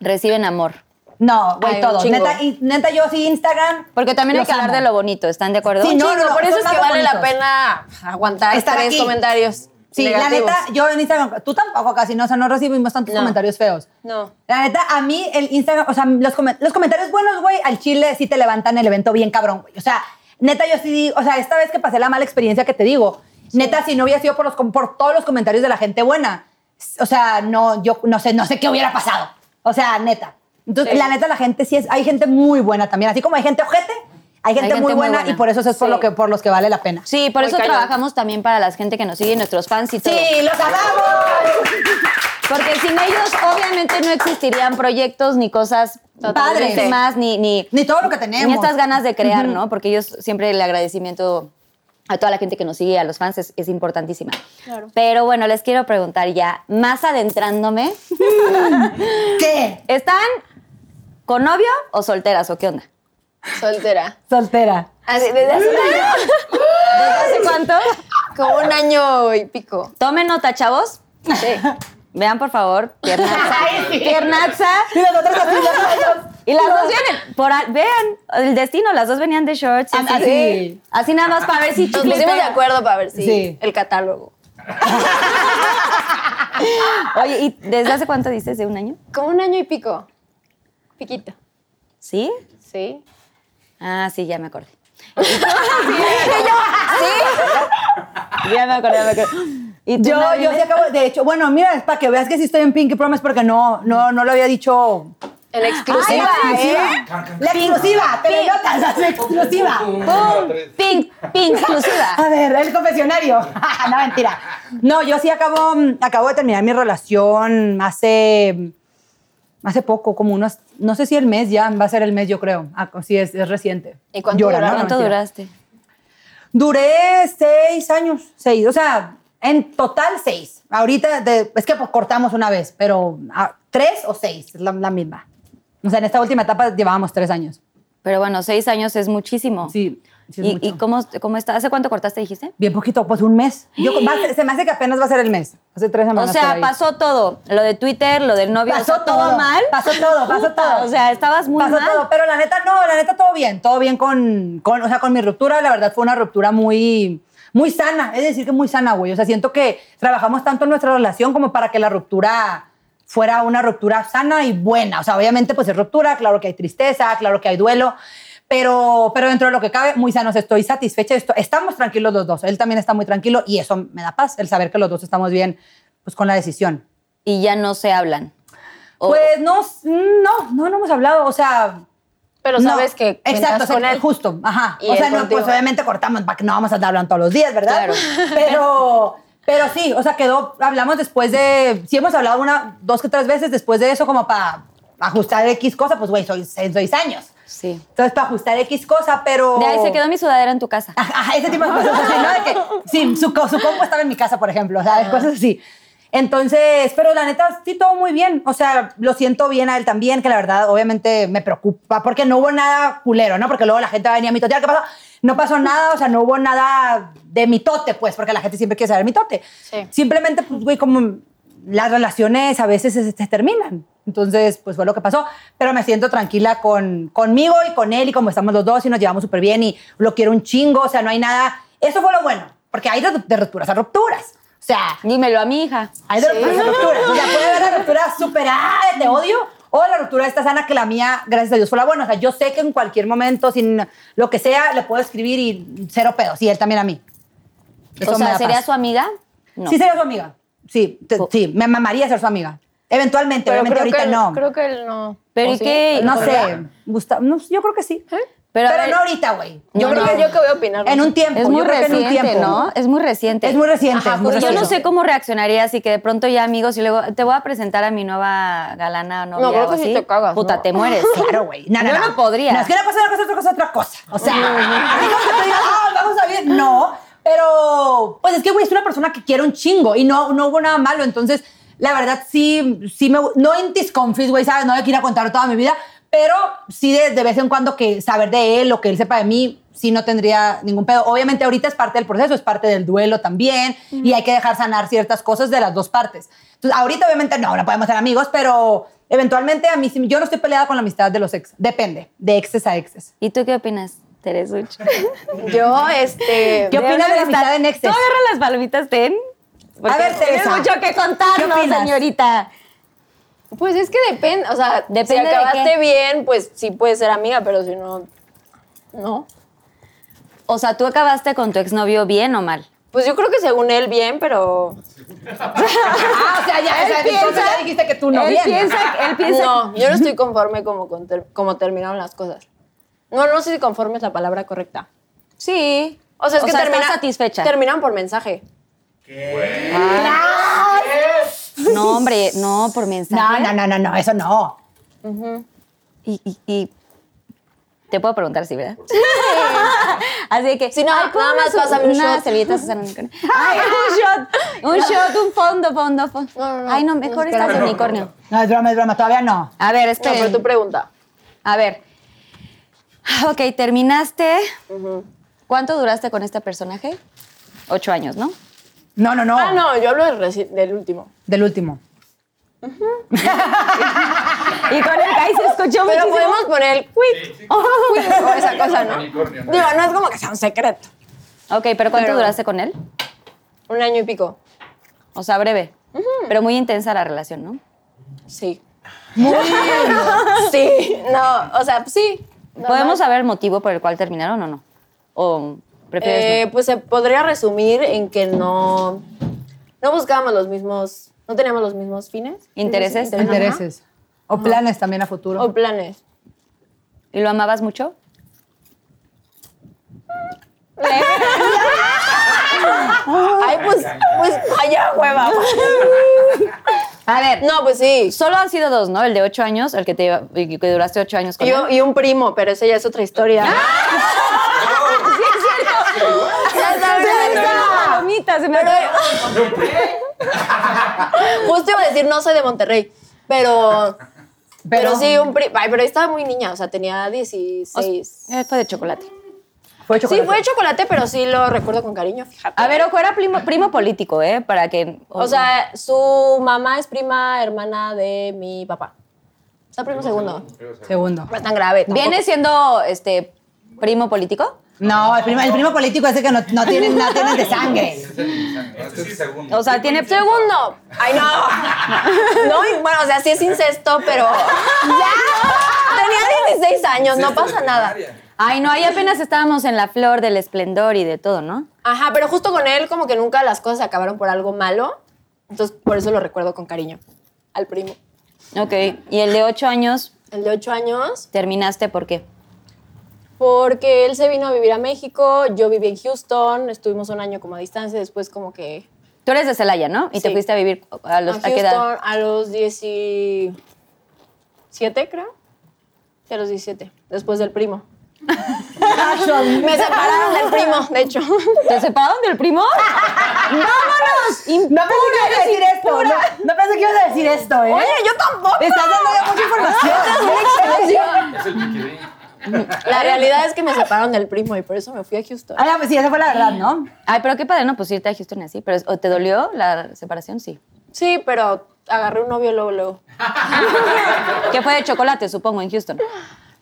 [SPEAKER 2] reciben amor?
[SPEAKER 3] No,
[SPEAKER 4] Ay,
[SPEAKER 3] güey,
[SPEAKER 4] un
[SPEAKER 3] todo.
[SPEAKER 4] chingo.
[SPEAKER 3] Neta, y- neta, yo sí Instagram.
[SPEAKER 2] Porque también hay
[SPEAKER 3] los
[SPEAKER 2] que hablar
[SPEAKER 3] amo.
[SPEAKER 2] de lo bonito, ¿están de acuerdo?
[SPEAKER 3] Sí,
[SPEAKER 2] Un
[SPEAKER 3] no,
[SPEAKER 2] chingo.
[SPEAKER 4] No, por
[SPEAKER 3] son
[SPEAKER 4] eso es
[SPEAKER 3] más
[SPEAKER 4] que vale la
[SPEAKER 3] bonitos.
[SPEAKER 4] pena aguantar
[SPEAKER 3] Estar
[SPEAKER 4] tres
[SPEAKER 3] aquí.
[SPEAKER 4] comentarios.
[SPEAKER 3] Sí,
[SPEAKER 4] negativos.
[SPEAKER 3] la neta, yo en Instagram, tú tampoco casi, no, o sea, no recibimos tantos
[SPEAKER 4] No.
[SPEAKER 3] comentarios feos.
[SPEAKER 4] No.
[SPEAKER 3] La neta, a mí el Instagram, o sea, los, come- los comentarios buenos, güey, al chile sí te levantan el evento bien cabrón, güey. O sea, neta, yo sí, o sea, esta vez que pasé la mala experiencia que te digo, neta, si no hubiera sido por, los, com- por todos los comentarios de la gente buena, s- o sea, no, yo no sé, no sé qué hubiera pasado. O sea, neta. Entonces,
[SPEAKER 4] Sí.
[SPEAKER 3] la neta, la gente sí es, hay gente muy buena también, así como hay gente ojete, hay gente, muy, buena, y por eso eso es por,
[SPEAKER 4] Sí.
[SPEAKER 3] lo que, por los que vale la pena.
[SPEAKER 2] Sí, por
[SPEAKER 4] Muy
[SPEAKER 2] eso
[SPEAKER 4] cañón.
[SPEAKER 2] trabajamos también para la gente que nos sigue, y nuestros fans y todo.
[SPEAKER 3] Sí, los amamos.
[SPEAKER 2] Porque sin ellos, obviamente, no existirían proyectos ni cosas
[SPEAKER 3] Totalmente.
[SPEAKER 2] padrísimas, ni, ni,
[SPEAKER 3] Ni todo lo que tenemos.
[SPEAKER 2] ni estas ganas de crear, ¿no? Porque ellos siempre el agradecimiento a toda la gente que nos sigue, a los fans, es, es importantísima.
[SPEAKER 4] Claro.
[SPEAKER 2] Pero bueno, les quiero preguntar ya, más adentrándome,
[SPEAKER 3] ¿Qué?
[SPEAKER 2] ¿están con novio o solteras o qué onda?
[SPEAKER 4] Soltera.
[SPEAKER 3] Soltera.
[SPEAKER 4] Así, desde hace un año.
[SPEAKER 2] ¿Desde hace cuánto?
[SPEAKER 4] Como un año y pico.
[SPEAKER 2] Tomen nota, chavos.
[SPEAKER 4] Sí.
[SPEAKER 2] Vean, por favor,
[SPEAKER 3] <laughs>
[SPEAKER 2] piernaza. piernaza.
[SPEAKER 3] Y las otras así, las otras.
[SPEAKER 2] Y las dos vienen, por a- vean, el destino, las dos venían de shorts. y
[SPEAKER 3] Ah,
[SPEAKER 2] así,
[SPEAKER 3] sí.
[SPEAKER 2] así nada más para ver si
[SPEAKER 4] Nos
[SPEAKER 2] chicle
[SPEAKER 4] pusimos de
[SPEAKER 2] pega.
[SPEAKER 4] acuerdo para ver si
[SPEAKER 3] Sí.
[SPEAKER 4] el catálogo.
[SPEAKER 2] Oye, ¿y desde hace cuánto dices? ¿De un año?
[SPEAKER 4] Como un año y pico. Piquito.
[SPEAKER 2] ¿Sí?
[SPEAKER 4] Sí.
[SPEAKER 2] Ah, sí, ya me
[SPEAKER 3] <laughs>
[SPEAKER 2] acordé. ¿Sí? Ya me acordé, ya me acordé. ¿Y tú,
[SPEAKER 3] Yo,
[SPEAKER 2] Navi?
[SPEAKER 3] yo sí acabo, de hecho, bueno, mira, es para que veas que sí estoy en Pinky Promise porque no, no, no lo había dicho. Pues,
[SPEAKER 4] En
[SPEAKER 3] Ay,
[SPEAKER 4] exclusiva,
[SPEAKER 3] la
[SPEAKER 4] ¿eh?
[SPEAKER 3] exclusiva. La exclusiva, telenotas, la exclusiva.
[SPEAKER 2] ¡Pum! ¡Pink! ¡Pink exclusiva!
[SPEAKER 3] A ver, el confesionario. <laughs> no, mentira. No, yo sí acabo, mm, acabo de terminar mi relación hace, hace poco, como unos, no sé si el mes ya, va a ser el mes, yo creo. Ah, sí, es, es reciente.
[SPEAKER 4] ¿Y cuánto
[SPEAKER 3] Llora,
[SPEAKER 4] duraron?
[SPEAKER 3] ¿no?
[SPEAKER 2] ¿Cuánto
[SPEAKER 3] Mentira.
[SPEAKER 2] duraste?
[SPEAKER 3] Duré seis años, seis, o sea, en total seis. Ahorita de- es que pues, cortamos una vez, pero ah, tres o seis es la, la misma. O sea, en esta última etapa llevábamos tres años.
[SPEAKER 2] Pero bueno, seis años es muchísimo.
[SPEAKER 3] Sí. sí es
[SPEAKER 2] ¿Y,
[SPEAKER 3] mucho.
[SPEAKER 2] y cómo, cómo está? ¿Hace cuánto cortaste, dijiste?
[SPEAKER 3] Bien poquito, pues un mes. Yo, va a ser- se me hace que apenas va a ser el mes. Hace tres
[SPEAKER 2] O
[SPEAKER 3] semanas. por
[SPEAKER 2] sea,
[SPEAKER 3] ahí.
[SPEAKER 2] pasó todo. Lo de Twitter, lo del novio. o
[SPEAKER 3] Pasó
[SPEAKER 2] sea, todo,
[SPEAKER 3] todo.
[SPEAKER 2] mal.
[SPEAKER 3] Pasó todo, pasó
[SPEAKER 2] Puta,
[SPEAKER 3] todo.
[SPEAKER 2] O sea, estabas muy
[SPEAKER 3] Pasó
[SPEAKER 2] mal.
[SPEAKER 3] todo, pero la neta no, la neta todo bien, todo bien con, con, o sea, con mi ruptura, la verdad fue una ruptura muy, muy sana, es decir, que muy sana, güey. O sea, siento que trabajamos tanto en nuestra relación como para que la ruptura fuera una ruptura sana y buena. O sea, obviamente pues es ruptura, claro que hay tristeza, claro que hay duelo. Pero, pero dentro de lo que cabe, muy sanos, estoy satisfecha, esto- estamos tranquilos los dos, él también está muy tranquilo y eso me da paz, el saber que los dos estamos bien pues con la decisión.
[SPEAKER 2] Y ya no se hablan. O-
[SPEAKER 3] Pues no, no, no, no hemos hablado, o sea,
[SPEAKER 4] Pero
[SPEAKER 3] no,
[SPEAKER 4] sabes que cuentas
[SPEAKER 3] exacto, o sea,
[SPEAKER 4] con él.
[SPEAKER 3] justo, ajá.
[SPEAKER 4] Y
[SPEAKER 3] O
[SPEAKER 4] él
[SPEAKER 3] sea, no,
[SPEAKER 4] contigo.
[SPEAKER 3] pues obviamente cortamos, para que no vamos a estar hablando todos los días, ¿verdad?
[SPEAKER 2] Claro.
[SPEAKER 3] <laughs> Pero, pero sí, o sea, quedó, hablamos después de, sí hemos hablado una, dos que tres veces después de eso como para ajustar X cosa, pues güey, soy seis, seis años.
[SPEAKER 2] Sí.
[SPEAKER 3] Entonces, para ajustar X cosa, pero...
[SPEAKER 2] De ahí se quedó mi sudadera en tu casa.
[SPEAKER 3] <laughs> Ajá, ajá, ese tipo de cosas, así, ¿no? De que, sí, su, co- su compu estaba en mi casa, por ejemplo, o sea, de cosas así. Entonces, pero la neta, sí, todo muy bien. O sea, lo siento bien a él también, que la verdad, obviamente, me preocupa, porque no hubo nada culero, ¿no? Porque luego la gente va a venir a mitotear, ¿qué pasó? No pasó nada, o sea, no hubo nada de mitote, pues, porque la gente siempre quiere saber mitote.
[SPEAKER 4] Sí.
[SPEAKER 3] Simplemente, pues, güey, como las relaciones a veces se, se terminan. Entonces, pues fue lo que pasó. Pero me siento tranquila con, conmigo y con él y como estamos los dos y nos llevamos súper bien y lo quiero un chingo. O sea, no hay nada. Eso fue lo bueno, porque hay de, de rupturas a rupturas. O sea,
[SPEAKER 2] Dímelo a mi hija.
[SPEAKER 3] hay de rupturas a rupturas. O sea, puede haber la ruptura súper, ah, te odio. O la ruptura esta sana que la mía, gracias a Dios, fue la buena. O sea, yo sé que en cualquier momento, sin lo que sea, le puedo escribir y cero pedos. Y él también a mí. Eso
[SPEAKER 2] o
[SPEAKER 3] me
[SPEAKER 2] sea,
[SPEAKER 3] da
[SPEAKER 2] ¿sería
[SPEAKER 3] paz.
[SPEAKER 2] su amiga? No. Oh.
[SPEAKER 3] Sí, sería su amiga. Sí, te-
[SPEAKER 2] Po-
[SPEAKER 3] sí, me mamaría ser su amiga. Eventualmente,
[SPEAKER 4] Pero
[SPEAKER 3] obviamente
[SPEAKER 4] creo
[SPEAKER 3] ahorita
[SPEAKER 4] que él-
[SPEAKER 3] no.
[SPEAKER 4] Creo que él no.
[SPEAKER 2] Pero
[SPEAKER 4] ¿O
[SPEAKER 2] ¿y
[SPEAKER 4] sí?
[SPEAKER 2] qué?
[SPEAKER 3] no sé,
[SPEAKER 2] ¿verdad?
[SPEAKER 3] Gusta- no, yo creo que sí.
[SPEAKER 2] Pero
[SPEAKER 3] Pero,
[SPEAKER 2] a ver-
[SPEAKER 3] no ahorita, güey.
[SPEAKER 4] Yo creo que yo que voy a opinar. no
[SPEAKER 3] En
[SPEAKER 4] sé.
[SPEAKER 3] un tiempo.
[SPEAKER 2] Es muy
[SPEAKER 3] yo creo que en un
[SPEAKER 2] reciente,
[SPEAKER 3] tiempo.
[SPEAKER 2] ¿no? Es muy reciente.
[SPEAKER 3] Es muy reciente.
[SPEAKER 4] Ajá,
[SPEAKER 3] es muy
[SPEAKER 4] porque
[SPEAKER 2] Yo no
[SPEAKER 3] reciente.
[SPEAKER 2] sé cómo reaccionaría así que de pronto ya amigos y luego te voy a presentar a mi nueva galana o novia
[SPEAKER 4] creo
[SPEAKER 2] o
[SPEAKER 4] que sí
[SPEAKER 2] así.
[SPEAKER 4] te cagas,
[SPEAKER 2] Puta,
[SPEAKER 4] ¿no? <laughs>
[SPEAKER 2] te mueres.
[SPEAKER 3] Claro, güey. No, no,
[SPEAKER 2] Yo no podría.
[SPEAKER 3] No, es que una cosa es una cosa, otra cosa es otra cosa. O sea, así como que te digas, "Ah, vamos a ver. No, pero pues es que, güey, es una persona que quiere un chingo y no, no hubo nada malo. Entonces, la verdad, sí, sí me. No en disconfis, güey, ¿sabes? No le quiero contar toda mi vida, pero sí de, de vez en cuando que saber de él o que él sepa de mí, sí no tendría ningún pedo. Obviamente, ahorita es parte del proceso, es parte del duelo también y hay que dejar sanar ciertas cosas de las dos partes. Entonces, ahorita, obviamente, no, no podemos ser amigos, pero. Eventualmente a mí sí- yo no estoy peleada con la amistad de los ex, depende, de exes a exes.
[SPEAKER 2] ¿Y tú qué opinas, Teresuch?
[SPEAKER 3] <laughs>
[SPEAKER 4] Yo, este.
[SPEAKER 3] ¿Qué opinas de la amistad en exes?
[SPEAKER 2] ¿Tú agarras las palomitas, Ten? Porque
[SPEAKER 3] A ver,
[SPEAKER 2] tienes
[SPEAKER 3] Teresa.
[SPEAKER 2] mucho que contarnos,
[SPEAKER 3] ¿Qué opinas?
[SPEAKER 2] señorita.
[SPEAKER 4] Pues es que depende. O sea,
[SPEAKER 2] Depende
[SPEAKER 4] si
[SPEAKER 2] de
[SPEAKER 4] acabaste
[SPEAKER 2] qué.
[SPEAKER 4] bien, pues sí puedes ser amiga, pero si no. No.
[SPEAKER 2] O sea, ¿tú acabaste con tu exnovio bien o mal?
[SPEAKER 4] Pues yo creo que según él, bien, pero.
[SPEAKER 3] Ah, o sea, ya,
[SPEAKER 2] Él
[SPEAKER 3] o sea,
[SPEAKER 2] piensa-
[SPEAKER 3] entonces ya dijiste que tú no
[SPEAKER 2] él
[SPEAKER 3] vienes.
[SPEAKER 2] piensa, él piensa
[SPEAKER 4] No, yo no estoy conforme como, con ter- como terminaron las cosas. No, no sé si conforme es la palabra correcta.
[SPEAKER 2] Sí.
[SPEAKER 4] O sea, es que
[SPEAKER 2] estás
[SPEAKER 4] termina-
[SPEAKER 2] satisfecha.
[SPEAKER 4] Terminaron por mensaje.
[SPEAKER 2] no, hombre, no, por
[SPEAKER 3] No,
[SPEAKER 2] mensaje.
[SPEAKER 3] no, no, no, no, eso no.
[SPEAKER 2] Y, y- y- te puedo preguntar si, ¿verdad? <laughs> Así que.
[SPEAKER 4] Si no,
[SPEAKER 2] ay,
[SPEAKER 4] nada más
[SPEAKER 2] ponme
[SPEAKER 4] pásame un
[SPEAKER 2] unas
[SPEAKER 4] shot.
[SPEAKER 2] servilletas, Susana,
[SPEAKER 4] <laughs>
[SPEAKER 2] unicornio. Ay, un shot. Ah, Un shot, un fondo, fondo, fondo.
[SPEAKER 4] No, no, no.
[SPEAKER 2] Ay, no, mejor
[SPEAKER 4] No,
[SPEAKER 2] estas de
[SPEAKER 4] espérame.
[SPEAKER 2] unicornio.
[SPEAKER 3] No, es broma, es broma, todavía no.
[SPEAKER 2] A ver,
[SPEAKER 4] No, pero
[SPEAKER 2] esperen.
[SPEAKER 4] tu pregunta.
[SPEAKER 2] A ver. Ok, terminaste. ¿Cuánto duraste con este personaje? Ocho años, ¿no?
[SPEAKER 3] No, no, no.
[SPEAKER 4] Ah, no, yo hablo del, reci- del último.
[SPEAKER 3] Del último.
[SPEAKER 2] Y con el Kai se escuchó
[SPEAKER 4] Pero
[SPEAKER 2] muchísimo.
[SPEAKER 4] podemos poner el quit. quit, o esa cosa, ¿no? Digo, no es como que sea un secreto.
[SPEAKER 2] <laughs> Ok, pero ¿cuánto
[SPEAKER 4] Pero-
[SPEAKER 2] duraste con él?
[SPEAKER 4] Un año y pico.
[SPEAKER 2] O sea, breve. Pero muy intensa la relación, ¿no?
[SPEAKER 4] Sí. <laughs> sí. No, o sea, sí. normal.
[SPEAKER 2] ¿Podemos saber el motivo por el cual terminaron o no? ¿O prefieres no?
[SPEAKER 4] Eh, Pues se podría resumir en que no, no buscábamos los mismos, no teníamos los mismos fines.
[SPEAKER 2] Intereses.
[SPEAKER 4] Ajá.
[SPEAKER 3] Intereses. O planes también a futuro.
[SPEAKER 4] O planes.
[SPEAKER 2] ¿Y lo amabas mucho?
[SPEAKER 4] Ay, pues, pues vaya hueva.
[SPEAKER 2] A ver,
[SPEAKER 4] No, pues sí.
[SPEAKER 2] solo han sido dos, ¿no? El de ocho años, el que te lleva- el que duraste ocho años con
[SPEAKER 4] Y,
[SPEAKER 2] él.
[SPEAKER 4] un- y un primo, pero esa ya es otra historia.
[SPEAKER 2] Ah. <laughs> ¡Se me están las palomitas, se me
[SPEAKER 4] Pero,
[SPEAKER 2] acabó.
[SPEAKER 4] Justo iba a decir, no soy de Monterrey, pero Pero, sí, un pri- Ay, pero estaba muy niña, o sea, tenía 16.
[SPEAKER 2] Eh, Fue de chocolate.
[SPEAKER 3] Fue
[SPEAKER 4] sí,
[SPEAKER 3] chocolate.
[SPEAKER 4] fue de chocolate, pero sí lo recuerdo con cariño, fíjate.
[SPEAKER 2] A ver, Ojo era primo, primo político, ¿eh? Para que.
[SPEAKER 4] O sea, su mamá es prima hermana de mi papá. O sea, primo segundo.
[SPEAKER 3] Segundo.
[SPEAKER 4] No es tan grave. tampoco.
[SPEAKER 2] ¿Viene siendo este primo político?
[SPEAKER 3] No, el primo, el primo político es el que no, no tienen, no tienen de sangre.
[SPEAKER 5] Este sí, segundo.
[SPEAKER 2] O sea, tiene.
[SPEAKER 4] Segundo. Ay, no. No, y bueno, o sea, sí es incesto, pero.
[SPEAKER 2] Ah,
[SPEAKER 4] ¡Ya! Tenía 16 años, no
[SPEAKER 5] Sexto de
[SPEAKER 4] pasa nada.
[SPEAKER 5] primaria.
[SPEAKER 2] Ay, no, ahí apenas estábamos en la flor del esplendor y de todo, ¿no?
[SPEAKER 4] Ajá, pero justo con él, como que nunca las cosas acabaron por algo malo. Entonces, por eso lo recuerdo con cariño. Al primo.
[SPEAKER 2] Ok. Y el de ocho años
[SPEAKER 4] El de 8 años,
[SPEAKER 2] terminaste, ¿por qué?
[SPEAKER 4] porque él se vino a vivir a México, yo viví en Houston, estuvimos un año como a distancia, después como que
[SPEAKER 2] Tú eres de Celaya, ¿no? Y te
[SPEAKER 4] Sí.
[SPEAKER 2] fuiste a vivir a los.
[SPEAKER 4] a
[SPEAKER 2] qué edad?
[SPEAKER 4] Houston a los 17, creo. Sí, a los 17, después del primo. Me separaron del primo, de hecho.
[SPEAKER 2] ¿Te separaron del primo?
[SPEAKER 3] <laughs> No pensé que ibas a decir esto. No, no pensé que ibas a decir esto, ¿eh?
[SPEAKER 4] yo tampoco.
[SPEAKER 3] Me estás dando ya <laughs> mucha información.
[SPEAKER 5] Es el piquilín.
[SPEAKER 4] La realidad es que me separaron del primo y por eso me fui a Houston.
[SPEAKER 3] Ah, ya, pues sí, esa fue la verdad, ¿no?
[SPEAKER 2] Ay, pero qué padre, no, pues irte a Houston y así. Pero, ¿o ¿Te dolió la separación? Sí.
[SPEAKER 4] Sí, pero agarré un novio luego, luego.
[SPEAKER 2] Que fue de chocolate, supongo, en Houston.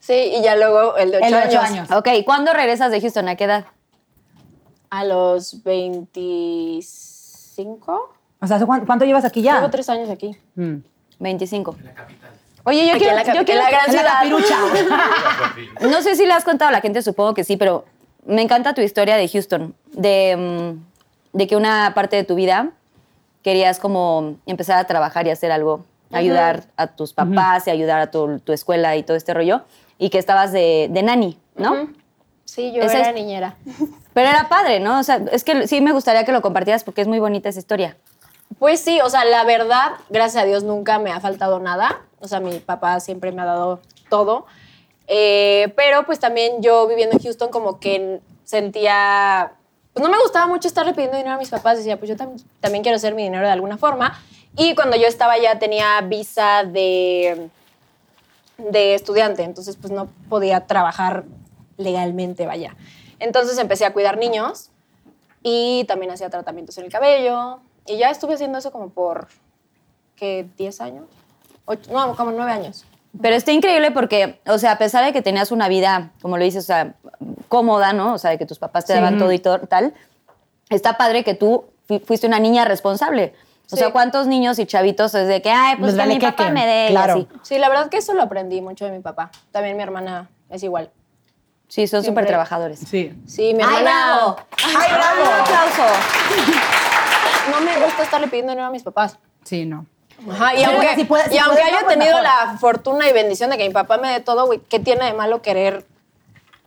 [SPEAKER 4] Sí, y ya luego el de 8
[SPEAKER 3] El de ocho
[SPEAKER 4] años.
[SPEAKER 3] años.
[SPEAKER 2] Ok, ¿cuándo regresas de Houston? ¿A qué edad?
[SPEAKER 4] A los 25.
[SPEAKER 3] O sea, ¿hace cuán- ¿cuánto llevas aquí
[SPEAKER 4] Llevo
[SPEAKER 3] ya?
[SPEAKER 4] tres años aquí.
[SPEAKER 2] 25. Oye, yo
[SPEAKER 4] Aquí
[SPEAKER 2] quiero,
[SPEAKER 4] en la capi-
[SPEAKER 2] yo quiero-
[SPEAKER 4] en la gran
[SPEAKER 3] En la
[SPEAKER 4] ciudad.
[SPEAKER 3] capirucha.
[SPEAKER 2] No sé si le has contado a la gente, supongo que sí, pero me encanta tu historia de Houston, de, mm, de que una parte de tu vida querías como empezar a trabajar y hacer algo, ayudar a tus papás y ayudar a tu, tu escuela y todo este rollo, y que estabas de, de nani, ¿no?
[SPEAKER 4] Sí, yo
[SPEAKER 2] Esa
[SPEAKER 4] era
[SPEAKER 2] es-
[SPEAKER 4] niñera.
[SPEAKER 2] Pero era padre, ¿no? O sea, es que sí me gustaría que lo compartieras porque es muy bonita esa historia.
[SPEAKER 4] Pues sí, o sea, la verdad, gracias a Dios nunca me ha faltado nada. O sea, mi papá siempre me ha dado todo. Eh, pero pues también yo viviendo en Houston como que n- sentía... Pues no me gustaba mucho estarle pidiendo dinero a mis papás. Decía, pues yo tam- también quiero hacer mi dinero de alguna forma. Y cuando yo estaba ya tenía visa de, de estudiante, entonces pues no podía trabajar legalmente, vaya. Entonces empecé a cuidar niños y también hacía tratamientos en el cabello. Y ya estuve haciendo eso como por, ¿qué? ¿10 años? Ocho- no, como 9 años.
[SPEAKER 2] Pero está increíble porque, o sea, a pesar de que tenías una vida, como lo dices, o sea, cómoda, ¿no? O sea, de que tus papás te daban todo y to- tal, está padre que tú fu- fuiste una niña responsable. O
[SPEAKER 4] Sí.
[SPEAKER 2] sea, ¿cuántos niños y chavitos es de que, ay, pues
[SPEAKER 3] Les
[SPEAKER 2] que
[SPEAKER 3] vale
[SPEAKER 2] mi papá
[SPEAKER 3] queque,
[SPEAKER 2] me dé? y
[SPEAKER 3] claro.
[SPEAKER 2] así?
[SPEAKER 4] Sí, la verdad que eso lo aprendí mucho de mi papá. También mi hermana es igual.
[SPEAKER 2] Sí, son
[SPEAKER 4] Siempre.
[SPEAKER 2] súper trabajadores.
[SPEAKER 3] Sí.
[SPEAKER 4] Sí, mi
[SPEAKER 2] ¡Ay,
[SPEAKER 4] hermana...
[SPEAKER 2] bravo!
[SPEAKER 3] ¡Ay,
[SPEAKER 2] ¡Un
[SPEAKER 3] bravo!
[SPEAKER 2] aplauso!
[SPEAKER 4] No me gusta estarle pidiendo dinero a mis papás.
[SPEAKER 3] Sí, no.
[SPEAKER 4] Ajá, y
[SPEAKER 3] Pero
[SPEAKER 4] aunque,
[SPEAKER 3] si puede- si
[SPEAKER 4] y aunque
[SPEAKER 3] puede,
[SPEAKER 4] haya
[SPEAKER 3] pues,
[SPEAKER 4] tenido
[SPEAKER 3] mejor.
[SPEAKER 4] la fortuna y bendición de que mi papá me dé todo, güey, ¿qué tiene de malo querer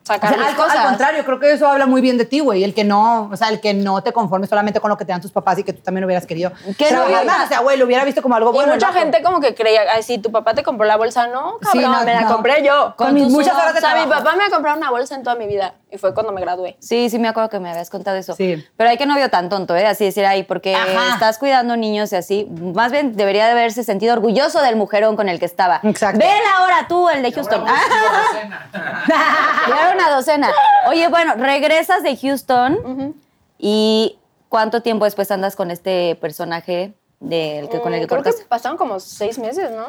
[SPEAKER 3] O
[SPEAKER 4] sacar
[SPEAKER 3] sea,
[SPEAKER 4] las
[SPEAKER 3] al,
[SPEAKER 4] cosas?
[SPEAKER 3] al contrario, creo que eso habla muy bien de ti, güey. El que no, o sea, el que no te conformes solamente con lo que te dan tus papás y que tú también hubieras querido
[SPEAKER 2] Que
[SPEAKER 3] trabajar
[SPEAKER 2] no.
[SPEAKER 3] más. O sea, güey, lo hubiera visto como algo
[SPEAKER 4] Y
[SPEAKER 3] bueno. el
[SPEAKER 4] mucha
[SPEAKER 3] vato.
[SPEAKER 4] gente como que creía, ay, si tu papá te compró la bolsa, no, cabrón,
[SPEAKER 3] Sí, no,
[SPEAKER 4] me la
[SPEAKER 3] no.
[SPEAKER 4] compré yo.
[SPEAKER 3] Con mis
[SPEAKER 4] tu
[SPEAKER 3] muchas
[SPEAKER 4] sudor.
[SPEAKER 3] horas de
[SPEAKER 4] O sea, mi
[SPEAKER 3] trabajo.
[SPEAKER 4] papá me ha comprado una bolsa en toda mi vida y fue cuando me gradué.
[SPEAKER 2] Sí, sí me acuerdo que me habías contado eso.
[SPEAKER 3] Sí.
[SPEAKER 2] Pero hay que novio tan tonto, ¿eh? Así decir, ay, porque
[SPEAKER 3] Ajá.
[SPEAKER 2] estás cuidando niños y así. Más bien debería de haberse sentido orgulloso del mujerón con el que estaba.
[SPEAKER 3] Exacto.
[SPEAKER 2] Ven ahora tú, el de Houston. <laughs> Y ahora una docena. Oye, bueno, regresas de Houston y ¿cuánto tiempo después andas con este personaje del que, con el
[SPEAKER 4] Mm,
[SPEAKER 2] que
[SPEAKER 4] Creo que
[SPEAKER 2] cortaste?
[SPEAKER 4] pasaron como seis meses, ¿no?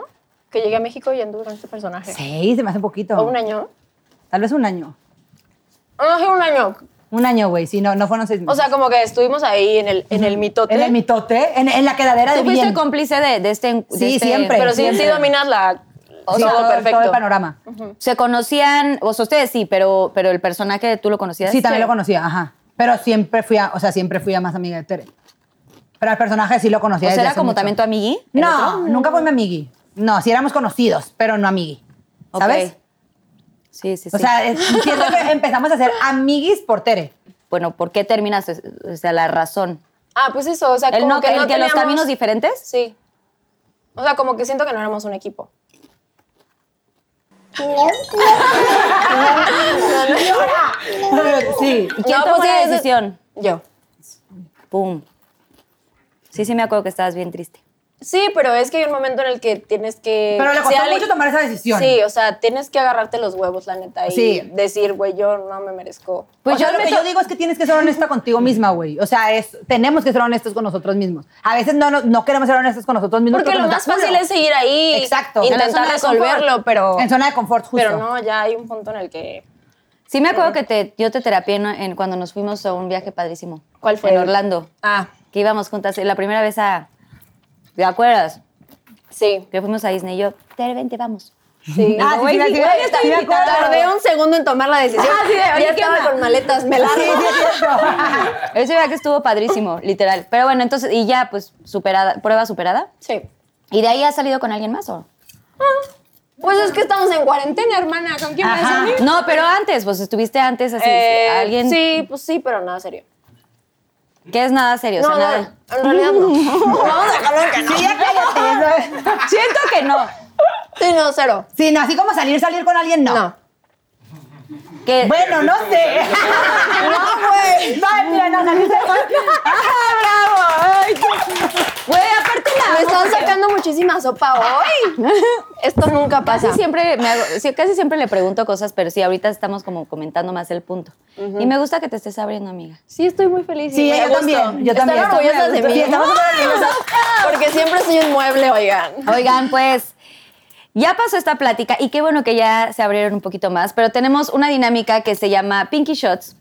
[SPEAKER 4] Que llegué a México y anduve con este personaje.
[SPEAKER 3] Sí, se me hace un poquito.
[SPEAKER 4] ¿O un año?
[SPEAKER 3] Tal vez un año.
[SPEAKER 4] Ah, sí, un año.
[SPEAKER 3] Un año, güey. Sí, no, no fueron seis meses.
[SPEAKER 4] O sea, como que estuvimos ahí en el, en el mitote.
[SPEAKER 3] en el mitote, en, en la quedadera de
[SPEAKER 2] ¿Tú fuiste
[SPEAKER 3] bien.
[SPEAKER 2] cómplice de, de este... de
[SPEAKER 3] Sí,
[SPEAKER 2] este-
[SPEAKER 3] siempre.
[SPEAKER 4] pero sí, sí
[SPEAKER 3] siempre.
[SPEAKER 4] dominas la,
[SPEAKER 3] Sí,
[SPEAKER 4] todo,
[SPEAKER 3] todo,
[SPEAKER 4] perfecto.
[SPEAKER 3] todo el panorama.
[SPEAKER 2] Se conocían, o sea, ustedes sí, pero, pero el personaje tú lo conocías.
[SPEAKER 3] Sí, también lo conocía, ajá. Pero siempre fui a, o sea, siempre fui a más amiga de Tere. Pero al personaje sí lo conocía.
[SPEAKER 2] O sea,
[SPEAKER 3] desde
[SPEAKER 2] era
[SPEAKER 3] hace
[SPEAKER 2] como
[SPEAKER 3] mucho.
[SPEAKER 2] también tu amigui. el
[SPEAKER 3] No,
[SPEAKER 2] otro.
[SPEAKER 3] nunca fue mi amigui. No, sí éramos conocidos, pero no amigui.
[SPEAKER 2] Ok.
[SPEAKER 3] ¿Sabes?
[SPEAKER 2] Sí, sí, sí.
[SPEAKER 3] O sea, es- siento
[SPEAKER 4] <laughs>
[SPEAKER 3] que empezamos a ser amiguis por Tere.
[SPEAKER 2] bueno, ¿por qué terminas? O sea, la razón.
[SPEAKER 4] Ah, pues eso, o sea,
[SPEAKER 2] El
[SPEAKER 4] como
[SPEAKER 2] no-
[SPEAKER 4] que
[SPEAKER 2] el
[SPEAKER 4] no
[SPEAKER 2] que los
[SPEAKER 4] teníamos-
[SPEAKER 2] caminos diferentes.
[SPEAKER 4] Sí. O sea, como que siento que no éramos un equipo.
[SPEAKER 3] Sí.
[SPEAKER 2] ¿Quién
[SPEAKER 4] No,
[SPEAKER 2] tomó
[SPEAKER 4] pues
[SPEAKER 2] la
[SPEAKER 4] sí, es-
[SPEAKER 2] decisión?
[SPEAKER 4] Yo.
[SPEAKER 2] Pum. Sí, sí me acuerdo que estabas bien triste.
[SPEAKER 4] Sí, pero es que hay un momento en el que tienes que.
[SPEAKER 3] Pero le
[SPEAKER 4] si
[SPEAKER 3] costó
[SPEAKER 4] alguien-
[SPEAKER 3] mucho tomar esa decisión.
[SPEAKER 4] Sí, o sea, tienes que agarrarte los huevos, la neta, y
[SPEAKER 3] Sí.
[SPEAKER 4] decir, güey, yo no me merezco.
[SPEAKER 3] Pues
[SPEAKER 4] O sea,
[SPEAKER 3] yo lo
[SPEAKER 4] me
[SPEAKER 3] que
[SPEAKER 4] to-
[SPEAKER 3] yo digo es que tienes que ser honesta contigo misma, güey. O sea, es, tenemos que ser honestos con nosotros mismos. A veces no, no, no queremos ser honestos con nosotros mismos.
[SPEAKER 4] Porque lo
[SPEAKER 3] nos da
[SPEAKER 4] más fácil
[SPEAKER 3] culo.
[SPEAKER 4] es seguir ahí.
[SPEAKER 3] Exacto. En la
[SPEAKER 4] Intentar
[SPEAKER 3] zona de
[SPEAKER 4] resolverlo,
[SPEAKER 3] confort.
[SPEAKER 4] pero.
[SPEAKER 3] En zona de confort, justo.
[SPEAKER 4] Pero no, ya hay un punto en el que.
[SPEAKER 2] Sí me acuerdo que te, yo te terapié en, en cuando nos fuimos a un viaje padrísimo.
[SPEAKER 4] ¿Cuál fue?
[SPEAKER 2] En Orlando.
[SPEAKER 4] Ah,
[SPEAKER 2] Que íbamos juntas eh, la primera vez a... ¿Te acuerdas?
[SPEAKER 4] sí.
[SPEAKER 2] Que fuimos a Disney y yo, Tere, vente, vamos.
[SPEAKER 4] Sí.
[SPEAKER 3] Ah, sí, sí, sí, sí,
[SPEAKER 4] güey,
[SPEAKER 3] sí,
[SPEAKER 4] estoy
[SPEAKER 3] sí, me
[SPEAKER 4] invitada.
[SPEAKER 3] acuerdo.
[SPEAKER 4] Tardé un segundo en tomar la decisión.
[SPEAKER 3] Ah, sí, de, oye,
[SPEAKER 4] ya
[SPEAKER 3] ¿qué
[SPEAKER 4] estaba
[SPEAKER 3] onda?
[SPEAKER 4] con maletas, me largo.
[SPEAKER 3] Sí, sí, es cierto.
[SPEAKER 2] Ese viaje estuvo padrísimo, literal. Pero bueno, entonces, y ya, pues, superada, prueba superada.
[SPEAKER 4] Sí.
[SPEAKER 2] ¿Y de ahí has salido con alguien más o...?
[SPEAKER 4] Pues es que estamos en cuarentena, hermana. ¿Con quién vas a
[SPEAKER 2] Ajá.
[SPEAKER 4] salir?
[SPEAKER 2] No, pero antes, pues estuviste antes así,
[SPEAKER 4] Eh,
[SPEAKER 2] alguien
[SPEAKER 4] Sí, pues sí, pero nada serio.
[SPEAKER 2] que es nada serio, o sea,
[SPEAKER 4] no, no,
[SPEAKER 2] nada.
[SPEAKER 4] en realidad no. Vamos a dejarlo en que no.
[SPEAKER 3] Sí, ya cállate, eso es.
[SPEAKER 2] Siento que no.
[SPEAKER 4] <laughs> Sí, no, cero.
[SPEAKER 3] Sí, no, así como salir, salir con alguien, no.
[SPEAKER 4] No.
[SPEAKER 2] Que
[SPEAKER 3] Bueno, no
[SPEAKER 4] <laughs>
[SPEAKER 3] sé. no, güey. No, mira, no, salir, salir con-
[SPEAKER 2] güey, aparte la
[SPEAKER 4] Me
[SPEAKER 2] amo,
[SPEAKER 4] están
[SPEAKER 2] porque
[SPEAKER 4] sacando muchísima sopa hoy. Esto nunca pasa.
[SPEAKER 2] casi siempre me hago- sí, casi siempre le pregunto cosas, pero sí ahorita estamos como comentando más el punto. Y me gusta que te estés abriendo, amiga.
[SPEAKER 4] Sí, estoy muy feliz. y
[SPEAKER 3] Sí,
[SPEAKER 4] muy a
[SPEAKER 3] yo
[SPEAKER 4] gusto.
[SPEAKER 3] también, yo también.
[SPEAKER 4] Están orgullosas de mí.
[SPEAKER 3] Sí, estamos súper <laughs> orgullosas.
[SPEAKER 4] <laughs> Porque siempre soy un mueble, oigan.
[SPEAKER 2] Oigan, pues ya pasó esta plática y qué bueno que ya se abrieron un poquito más, pero tenemos una dinámica que se llama Pinky Shots.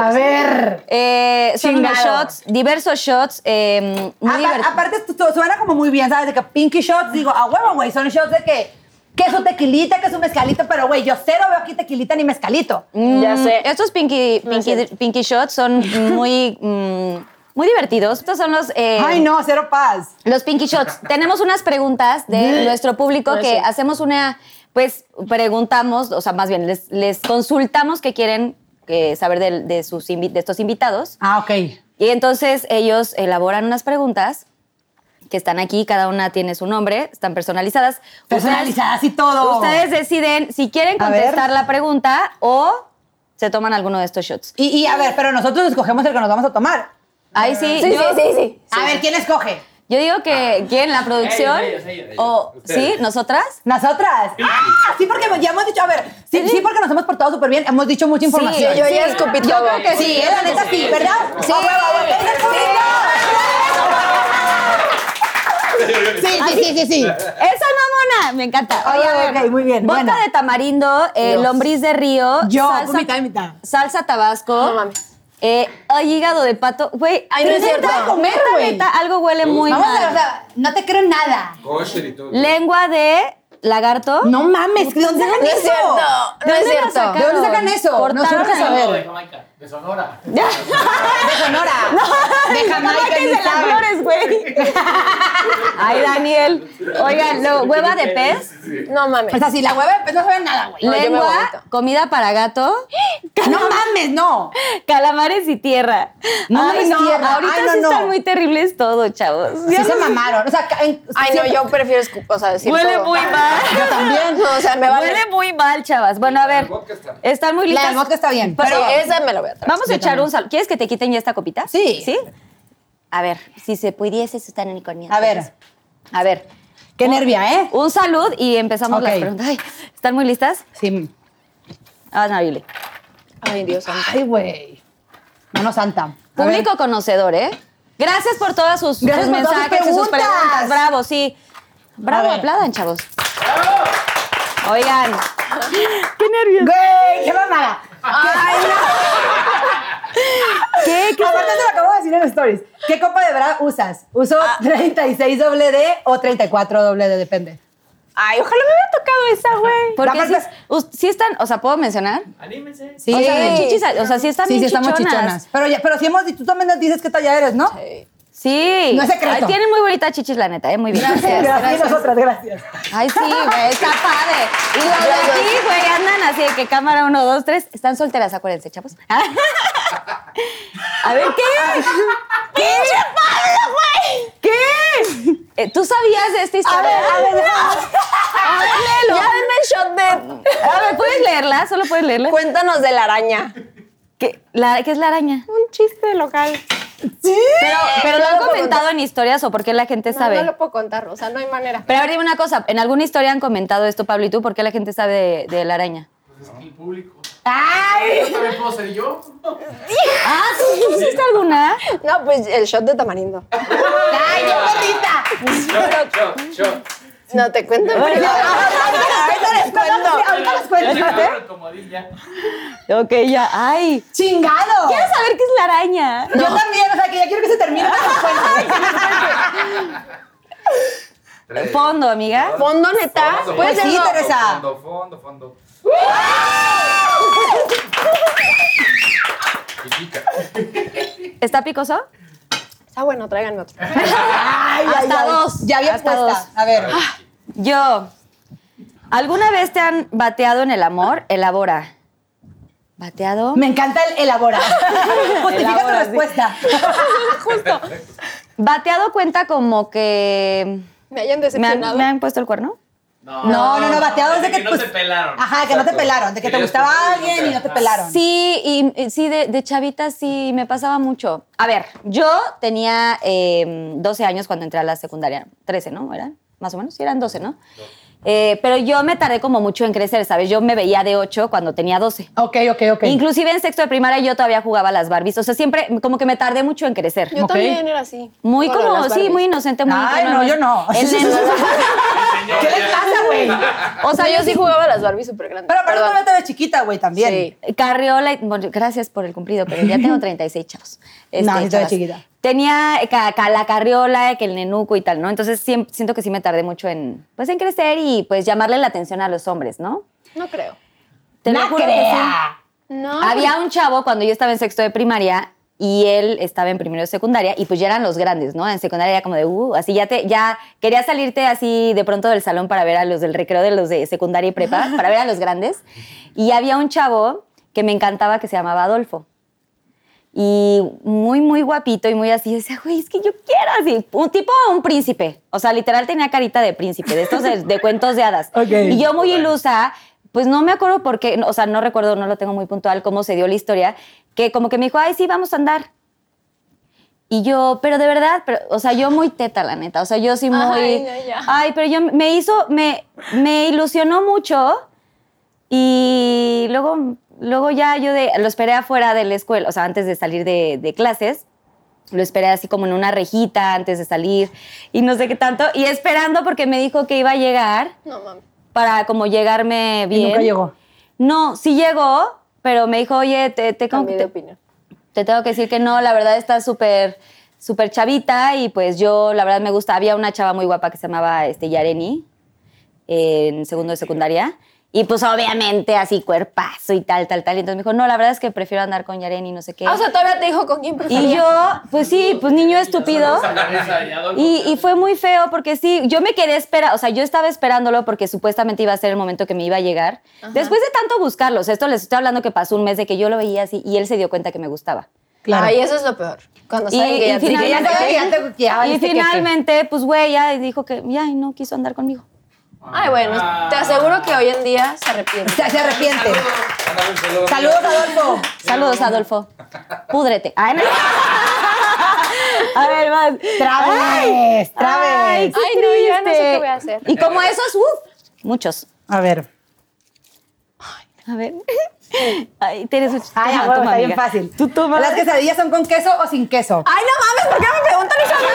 [SPEAKER 3] A ver.
[SPEAKER 2] Eh, son unos
[SPEAKER 3] Chingado.
[SPEAKER 2] shots, diversos shots, eh, muy
[SPEAKER 3] Apa-
[SPEAKER 2] divertidos.
[SPEAKER 3] aparte, esto su- suena como muy bien, ¿sabes? De que pinky shots, digo, a huevo, güey, son shots de que, que es un tequilita, que es un mezcalito, pero, güey, yo cero veo aquí tequilita ni mezcalito.
[SPEAKER 4] Ya
[SPEAKER 2] Mm,
[SPEAKER 4] sé.
[SPEAKER 2] Estos pinky, pinky, pinky shots son muy, mm, muy divertidos. Estos son los, eh,
[SPEAKER 3] Ay, no, cero paz.
[SPEAKER 2] los pinky shots. Tenemos unas preguntas
[SPEAKER 3] <laughs>
[SPEAKER 2] de nuestro público
[SPEAKER 4] No,
[SPEAKER 2] que
[SPEAKER 4] sí.
[SPEAKER 2] hacemos una, pues preguntamos, o sea, más bien les, les consultamos qué quieren eh, saber del- de, sus invi- de estos invitados.
[SPEAKER 3] Ah, ok.
[SPEAKER 2] Y entonces ellos elaboran unas preguntas que están aquí, cada una tiene su nombre, están personalizadas.
[SPEAKER 3] Personalizadas y todo.
[SPEAKER 2] Ustedes deciden si quieren
[SPEAKER 3] Oh. A ver.
[SPEAKER 2] contestar la pregunta o se toman alguno de estos shots.
[SPEAKER 3] Y, y, a ver, pero nosotros escogemos el que nos vamos a tomar.
[SPEAKER 2] Ahí sí,
[SPEAKER 4] Sí,
[SPEAKER 2] yo,
[SPEAKER 4] sí, sí, sí.
[SPEAKER 3] a ver, ¿quién escoge?
[SPEAKER 2] yo digo que ¿quién? ¿La producción?
[SPEAKER 5] Ah. Ellos, ellos, ellos.
[SPEAKER 2] ¿O sí?
[SPEAKER 5] Ustedes. <laughs>
[SPEAKER 2] ¿Nosotras?
[SPEAKER 3] ¿Nosotras? Ah, sí, porque ya hemos dicho, a ver, sí, sí, porque nos hemos portado súper bien, hemos dicho mucha información.
[SPEAKER 4] yo ya escupí
[SPEAKER 2] Yo
[SPEAKER 4] todo.
[SPEAKER 2] creo que sí.
[SPEAKER 3] Sí, eh, la neta sí, ¿verdad?
[SPEAKER 2] Sí.
[SPEAKER 3] A huevo, a huevo. ¡Es el público! Sí, sí, sí, sí, sí.
[SPEAKER 2] ¡Eso, mamona! Me encanta. Oye, a ver,
[SPEAKER 3] Ok, muy bien,
[SPEAKER 2] Boca
[SPEAKER 3] bueno.
[SPEAKER 2] de tamarindo, eh,
[SPEAKER 3] Dios.
[SPEAKER 2] lombriz de río,
[SPEAKER 3] Yo,
[SPEAKER 2] salsa,
[SPEAKER 3] mitad y mitad.
[SPEAKER 2] salsa tabasco,
[SPEAKER 4] No mames.
[SPEAKER 2] eh, ay, hígado de pato. Güey,
[SPEAKER 4] Ay, no es
[SPEAKER 2] neta,
[SPEAKER 4] cierto.
[SPEAKER 3] Comer,
[SPEAKER 2] neta,
[SPEAKER 3] güey.
[SPEAKER 2] neta, algo huele muy
[SPEAKER 3] Vamos a ver, o
[SPEAKER 2] mal.
[SPEAKER 3] sea, no te creo en nada.
[SPEAKER 5] Kosher y todo.
[SPEAKER 2] Lengua de lagarto.
[SPEAKER 3] No mames, ¿de dónde sacan
[SPEAKER 4] No es
[SPEAKER 3] eso?
[SPEAKER 4] cierto. No es
[SPEAKER 2] dónde la
[SPEAKER 4] cierto.
[SPEAKER 2] sacaron?
[SPEAKER 3] ¿De dónde sacan eso?
[SPEAKER 2] Cortaron
[SPEAKER 3] Nosotros
[SPEAKER 2] ahí.
[SPEAKER 3] a ver.
[SPEAKER 5] De Sonora.
[SPEAKER 3] De <laughs> Sonora. de Jamaica.
[SPEAKER 2] Sáquense
[SPEAKER 3] ni
[SPEAKER 2] las
[SPEAKER 3] saben.
[SPEAKER 2] flores, güey. <laughs> Ay, Daniel. Oigan, luego, hueva de pez,
[SPEAKER 4] No mames.
[SPEAKER 3] O sea, si la hueva pues no saben nada, güey.
[SPEAKER 4] No, yo me
[SPEAKER 2] lengua,
[SPEAKER 4] vomito.
[SPEAKER 2] comida para gato, <gasps>
[SPEAKER 3] No mames, no.
[SPEAKER 2] calamares y tierra.
[SPEAKER 3] No mames, tierra.
[SPEAKER 2] Ahorita
[SPEAKER 3] Ay, no,
[SPEAKER 2] sí
[SPEAKER 3] no.
[SPEAKER 2] están muy terribles todos, chavos.
[SPEAKER 3] Sí se mamaron. O sea, ca- en-
[SPEAKER 4] Ay, no,
[SPEAKER 3] siempre-
[SPEAKER 4] yo prefiero escupir, o sea, decir
[SPEAKER 2] Huele
[SPEAKER 4] todo.
[SPEAKER 2] muy mal.
[SPEAKER 3] Yo también.
[SPEAKER 4] No, o sea, me vale.
[SPEAKER 2] Huele muy mal, chavas. Bueno, a ver,
[SPEAKER 5] El vodka está.
[SPEAKER 2] están muy
[SPEAKER 3] La
[SPEAKER 2] listas.
[SPEAKER 3] del vodka está bien.
[SPEAKER 4] Pero
[SPEAKER 3] Pero
[SPEAKER 4] esa me la voy a traer.
[SPEAKER 2] Vamos a echar un saludo. ¿Quieres que te quiten ya esta copita?
[SPEAKER 3] Sí.
[SPEAKER 2] ¿Sí? A ver, si se pudiese, se están unicorniando.
[SPEAKER 3] A ver.
[SPEAKER 2] A ver,
[SPEAKER 3] Qué nervia, ¿eh?
[SPEAKER 2] un salud y empezamos las
[SPEAKER 3] Ok.
[SPEAKER 2] preguntas. Ay, ¿Están muy listas?
[SPEAKER 3] Sí.
[SPEAKER 2] Ah, no, Yuli.
[SPEAKER 4] Ay, Dios santo.
[SPEAKER 3] Ay, güey. Mano santa. A ver.
[SPEAKER 2] Público conocedor, ¿eh? Gracias por todas sus,
[SPEAKER 3] Gracias
[SPEAKER 2] sus
[SPEAKER 3] por todas sus
[SPEAKER 2] mensajes y sus
[SPEAKER 3] preguntas.
[SPEAKER 2] preguntas. Bravo, sí. Bravo,
[SPEAKER 3] A ver.
[SPEAKER 2] aplaudan, chavos. Oigan,
[SPEAKER 3] Güey, qué mamada. Ay, no.
[SPEAKER 2] ¿qué? qué-
[SPEAKER 3] Aparte se lo acabo de decir en stories. ¿Qué copa de bra usas? ¿Uso 36 doble D o 34 doble D? Depende.
[SPEAKER 4] Ay, ojalá me hubiera tocado esa, güey.
[SPEAKER 2] Porque
[SPEAKER 3] La
[SPEAKER 2] sí,
[SPEAKER 3] parte-
[SPEAKER 2] us- sí están, o sea, ¿puedo mencionar?
[SPEAKER 5] Anímense.
[SPEAKER 3] Sí.
[SPEAKER 2] O sea, de chichis, o sea, sí están
[SPEAKER 3] Sí,
[SPEAKER 2] bien
[SPEAKER 3] sí, estamos chichonas. Pero, ya, pero si hemos dicho, tú también nos dices qué talla eres, ¿no?
[SPEAKER 2] Sí.
[SPEAKER 3] No es secreto.
[SPEAKER 2] Ay, tienen muy bonita chichis, la neta, ¿eh? Muy bien.
[SPEAKER 3] Gracias, nosotras, gracias.
[SPEAKER 2] Ay, sí, güey, está padre. Y los de aquí, güey, andan así de que cámara uno, dos, tres. Están solteras, acuérdense, chavos. <laughs> A ver, ¿qué? ¿Qué? Pablo, güey! ¿Qué? Eh, ¿Tú sabías de esta historia?
[SPEAKER 3] A ver, a ver,
[SPEAKER 2] A ver, léelo.
[SPEAKER 4] <laughs> Ya denme el shot de...
[SPEAKER 2] A ver, ¿puedes leerla? Solo puedes leerla.
[SPEAKER 4] Cuéntanos de la araña.
[SPEAKER 2] ¿Qué, la, ¿qué es la araña?
[SPEAKER 4] Un chiste local.
[SPEAKER 3] Sí.
[SPEAKER 2] Pero, pero lo han
[SPEAKER 4] Luego
[SPEAKER 2] comentado en historias o por qué la gente
[SPEAKER 4] No,
[SPEAKER 2] sabe?
[SPEAKER 4] No lo puedo contar, o sea, no hay manera.
[SPEAKER 2] Pero a ver, dime una cosa. ¿En alguna historia han comentado esto, Pablo y tú? ¿Por qué la gente sabe de, de la araña?
[SPEAKER 5] Pues es que el público.
[SPEAKER 3] ¡Ay!
[SPEAKER 5] Yo también puedo ser yo.
[SPEAKER 2] ¿Ah, tú hiciste alguna?
[SPEAKER 4] No, pues el shot de tamarindo.
[SPEAKER 3] ¡Ay, yo gordita!
[SPEAKER 5] Yo, yo, yo.
[SPEAKER 4] No, te cuento. pero-
[SPEAKER 3] Ahorita les cuento. Ahorita les
[SPEAKER 5] Yo
[SPEAKER 3] cuento.
[SPEAKER 5] creo que comodilla.
[SPEAKER 2] Ok, ya. ¡Ay!
[SPEAKER 3] ¡Chingado!
[SPEAKER 2] Quiero saber qué es la araña.
[SPEAKER 3] Yo también, o sea, que ya quiero que se termine.
[SPEAKER 2] <laughs>
[SPEAKER 6] Tres.
[SPEAKER 2] Fondo, amiga.
[SPEAKER 4] Fondo neta.
[SPEAKER 6] Fondo.
[SPEAKER 4] Puede
[SPEAKER 3] Pues
[SPEAKER 4] ser
[SPEAKER 3] sí,
[SPEAKER 4] no.
[SPEAKER 3] Teresa.
[SPEAKER 6] Fondo, fondo,
[SPEAKER 3] <laughs>
[SPEAKER 6] fondo. Y pica.
[SPEAKER 2] ¿Está picoso?
[SPEAKER 4] Está Ah, bueno, tráiganme otro.
[SPEAKER 3] Ay,
[SPEAKER 2] Hasta dos,
[SPEAKER 3] Ya bien
[SPEAKER 2] hasta
[SPEAKER 3] puesta.
[SPEAKER 2] dos. Ah.
[SPEAKER 3] A ver.
[SPEAKER 2] Yo. ¿Alguna vez te han bateado en el amor? Elabora. ¿Bateado?
[SPEAKER 3] Me encanta el
[SPEAKER 2] <laughs>
[SPEAKER 3] elaborar. Justifica tu
[SPEAKER 2] Elabora, sí.
[SPEAKER 3] respuesta.
[SPEAKER 2] ¿Bateado cuenta como que
[SPEAKER 4] Me hayan
[SPEAKER 2] me han,
[SPEAKER 4] decepcionado.
[SPEAKER 2] me han puesto el cuerno?
[SPEAKER 3] No, no, no, bateado es de que,
[SPEAKER 5] no
[SPEAKER 3] pues,
[SPEAKER 5] te pelaron.
[SPEAKER 3] Ajá, que no te
[SPEAKER 6] Exacto.
[SPEAKER 3] pelaron, de que te
[SPEAKER 6] Querías
[SPEAKER 3] gustaba
[SPEAKER 6] comer y no
[SPEAKER 3] alguien
[SPEAKER 6] te-
[SPEAKER 3] y no te
[SPEAKER 6] Ah.
[SPEAKER 3] pelaron.
[SPEAKER 2] Sí, y y sí, de, de chavita sí me pasaba mucho. A ver, yo tenía eh, 12 años cuando entré a la secundaria. 13, ¿no? ¿Eran? Más o menos, sí, eran 12, ¿no? Eh, pero yo me tardé como mucho en crecer, ¿sabes? Yo me veía de 8 cuando tenía 12.
[SPEAKER 3] Ok, ok, ok.
[SPEAKER 2] Inclusive en sexto de primaria yo todavía jugaba a las Barbies. O sea, siempre como que me tardé mucho en crecer.
[SPEAKER 4] Yo
[SPEAKER 3] Ok.
[SPEAKER 4] también era así.
[SPEAKER 2] Muy
[SPEAKER 4] con lo de
[SPEAKER 2] como,
[SPEAKER 4] las
[SPEAKER 2] sí,
[SPEAKER 4] Barbies.
[SPEAKER 2] muy inocente, muy
[SPEAKER 3] Ay,
[SPEAKER 2] ingenua,
[SPEAKER 3] no, yo no.
[SPEAKER 2] El nene.
[SPEAKER 3] <laughs> ¿Qué les
[SPEAKER 2] <laughs>
[SPEAKER 3] pasa, güey?
[SPEAKER 2] o
[SPEAKER 4] O sea, yo sí jugaba a las Barbies súper grandes.
[SPEAKER 3] Pero aparte todavía te ves chiquita, güey, también.
[SPEAKER 4] Sí.
[SPEAKER 2] Carriola, y- bueno, gracias por el cumplido, pero ya
[SPEAKER 3] <laughs>
[SPEAKER 2] tengo 36 chavos.
[SPEAKER 3] No, sí te ves
[SPEAKER 2] chavas.
[SPEAKER 3] chiquita.
[SPEAKER 2] Tenía eh, ca- ca- la carriola, eh, que el nenuco y tal, ¿no? Entonces siem- siento que sí me tardé mucho en, pues, en crecer y pues llamarle la atención a los hombres, ¿no?
[SPEAKER 4] No creo.
[SPEAKER 2] Te lo
[SPEAKER 3] No
[SPEAKER 2] juro que
[SPEAKER 3] crea.
[SPEAKER 4] No.
[SPEAKER 2] Había un chavo cuando yo estaba en sexto de primaria y él estaba en primero de secundaria y pues ya eran los grandes, ¿no? En secundaria ya como de, uh, así ya te, ya quería salirte así de pronto del salón para ver a los del recreo de los de secundaria y prepa, para ver a los grandes. Y había un chavo que me encantaba que se llamaba Adolfo. Y muy, muy guapito y muy así. Yo decía, güey, es que yo quiero así. Un tipo, un príncipe. O sea, literal tenía carita de príncipe, de estos de,
[SPEAKER 3] <laughs>
[SPEAKER 2] de cuentos de hadas.
[SPEAKER 3] Ok.
[SPEAKER 2] Y yo muy ilusa, pues no me acuerdo por qué, o sea, no recuerdo, no lo tengo muy puntual cómo se dio la historia, que como que me dijo, ay, sí, vamos a andar. Y yo, pero de verdad, pero, o sea, yo muy teta, la neta. O sea, yo sí muy.
[SPEAKER 4] Ay, no, ya.
[SPEAKER 2] Ay, pero yo me hizo, me, me ilusionó mucho. Y luego, luego ya yo de- lo esperé afuera de la escuela, o sea, antes de salir de, de clases. Lo esperé así como en una rejita antes de salir y no sé qué tanto. Y esperando porque me dijo que iba a llegar
[SPEAKER 4] No mames.
[SPEAKER 2] para como llegarme
[SPEAKER 3] Y
[SPEAKER 2] bien.
[SPEAKER 3] nunca llegó.
[SPEAKER 2] No, sí llegó, pero me dijo, oye, te, te, como que
[SPEAKER 4] Cambié de
[SPEAKER 2] te-
[SPEAKER 4] opinión.
[SPEAKER 2] te tengo que decir que no, la verdad está súper súper chavita y pues yo la verdad me gusta. Había una chava muy guapa que se llamaba este, Yareni en segundo de secundaria y pues obviamente así cuerpazo y tal, tal, tal. Y entonces me dijo, no, la verdad es que prefiero andar con Yareni, no sé qué.
[SPEAKER 4] Ah, o sea, todavía te dijo con quién
[SPEAKER 2] y
[SPEAKER 4] prefería.
[SPEAKER 2] yo, pues sí, pues niño estúpido. Y, y fue muy feo porque sí, yo me quedé espera, o sea, yo estaba esperándolo porque supuestamente iba a ser el momento que me iba a llegar. Después de tanto buscarlos, esto les estoy hablando que pasó un mes de que yo lo veía así y él se dio cuenta que me gustaba.
[SPEAKER 3] Claro.
[SPEAKER 4] Ay, eso es lo peor. Cuando
[SPEAKER 2] Y-
[SPEAKER 4] saben
[SPEAKER 2] y
[SPEAKER 4] que ya te-
[SPEAKER 2] finalmente-
[SPEAKER 4] ya saben que ya
[SPEAKER 2] <laughs>
[SPEAKER 4] te-
[SPEAKER 3] ¿eh? ya
[SPEAKER 2] y
[SPEAKER 3] valiste que- que-
[SPEAKER 2] finalmente, pues güey, ya dijo que ya y no quiso andar conmigo.
[SPEAKER 5] Ah.
[SPEAKER 4] Ay, bueno,
[SPEAKER 6] Ah.
[SPEAKER 4] te aseguro que hoy en día se arrepiente. <laughs>
[SPEAKER 3] Se, se arrepiente.
[SPEAKER 6] Mándale un saludo.
[SPEAKER 3] Saludos, Adolfo.
[SPEAKER 2] Saludos, Adolfo. Púdrete. Ay, no. <laughs> A ver, más.
[SPEAKER 3] Traves, traves.
[SPEAKER 2] qué
[SPEAKER 4] Ay, no, ya no sé
[SPEAKER 2] triste.
[SPEAKER 4] qué voy a hacer.
[SPEAKER 2] Y como esos, uff, muchos.
[SPEAKER 3] A ver.
[SPEAKER 2] A ver. Ay, tienes un
[SPEAKER 3] Ay, a Ah, huevo, está bien fácil.
[SPEAKER 2] Tú tomas.
[SPEAKER 3] ¿Las quesadillas son con queso o sin queso?
[SPEAKER 2] Ay, no mames, ¿por qué me preguntan eso a
[SPEAKER 3] <laughs>
[SPEAKER 2] mí?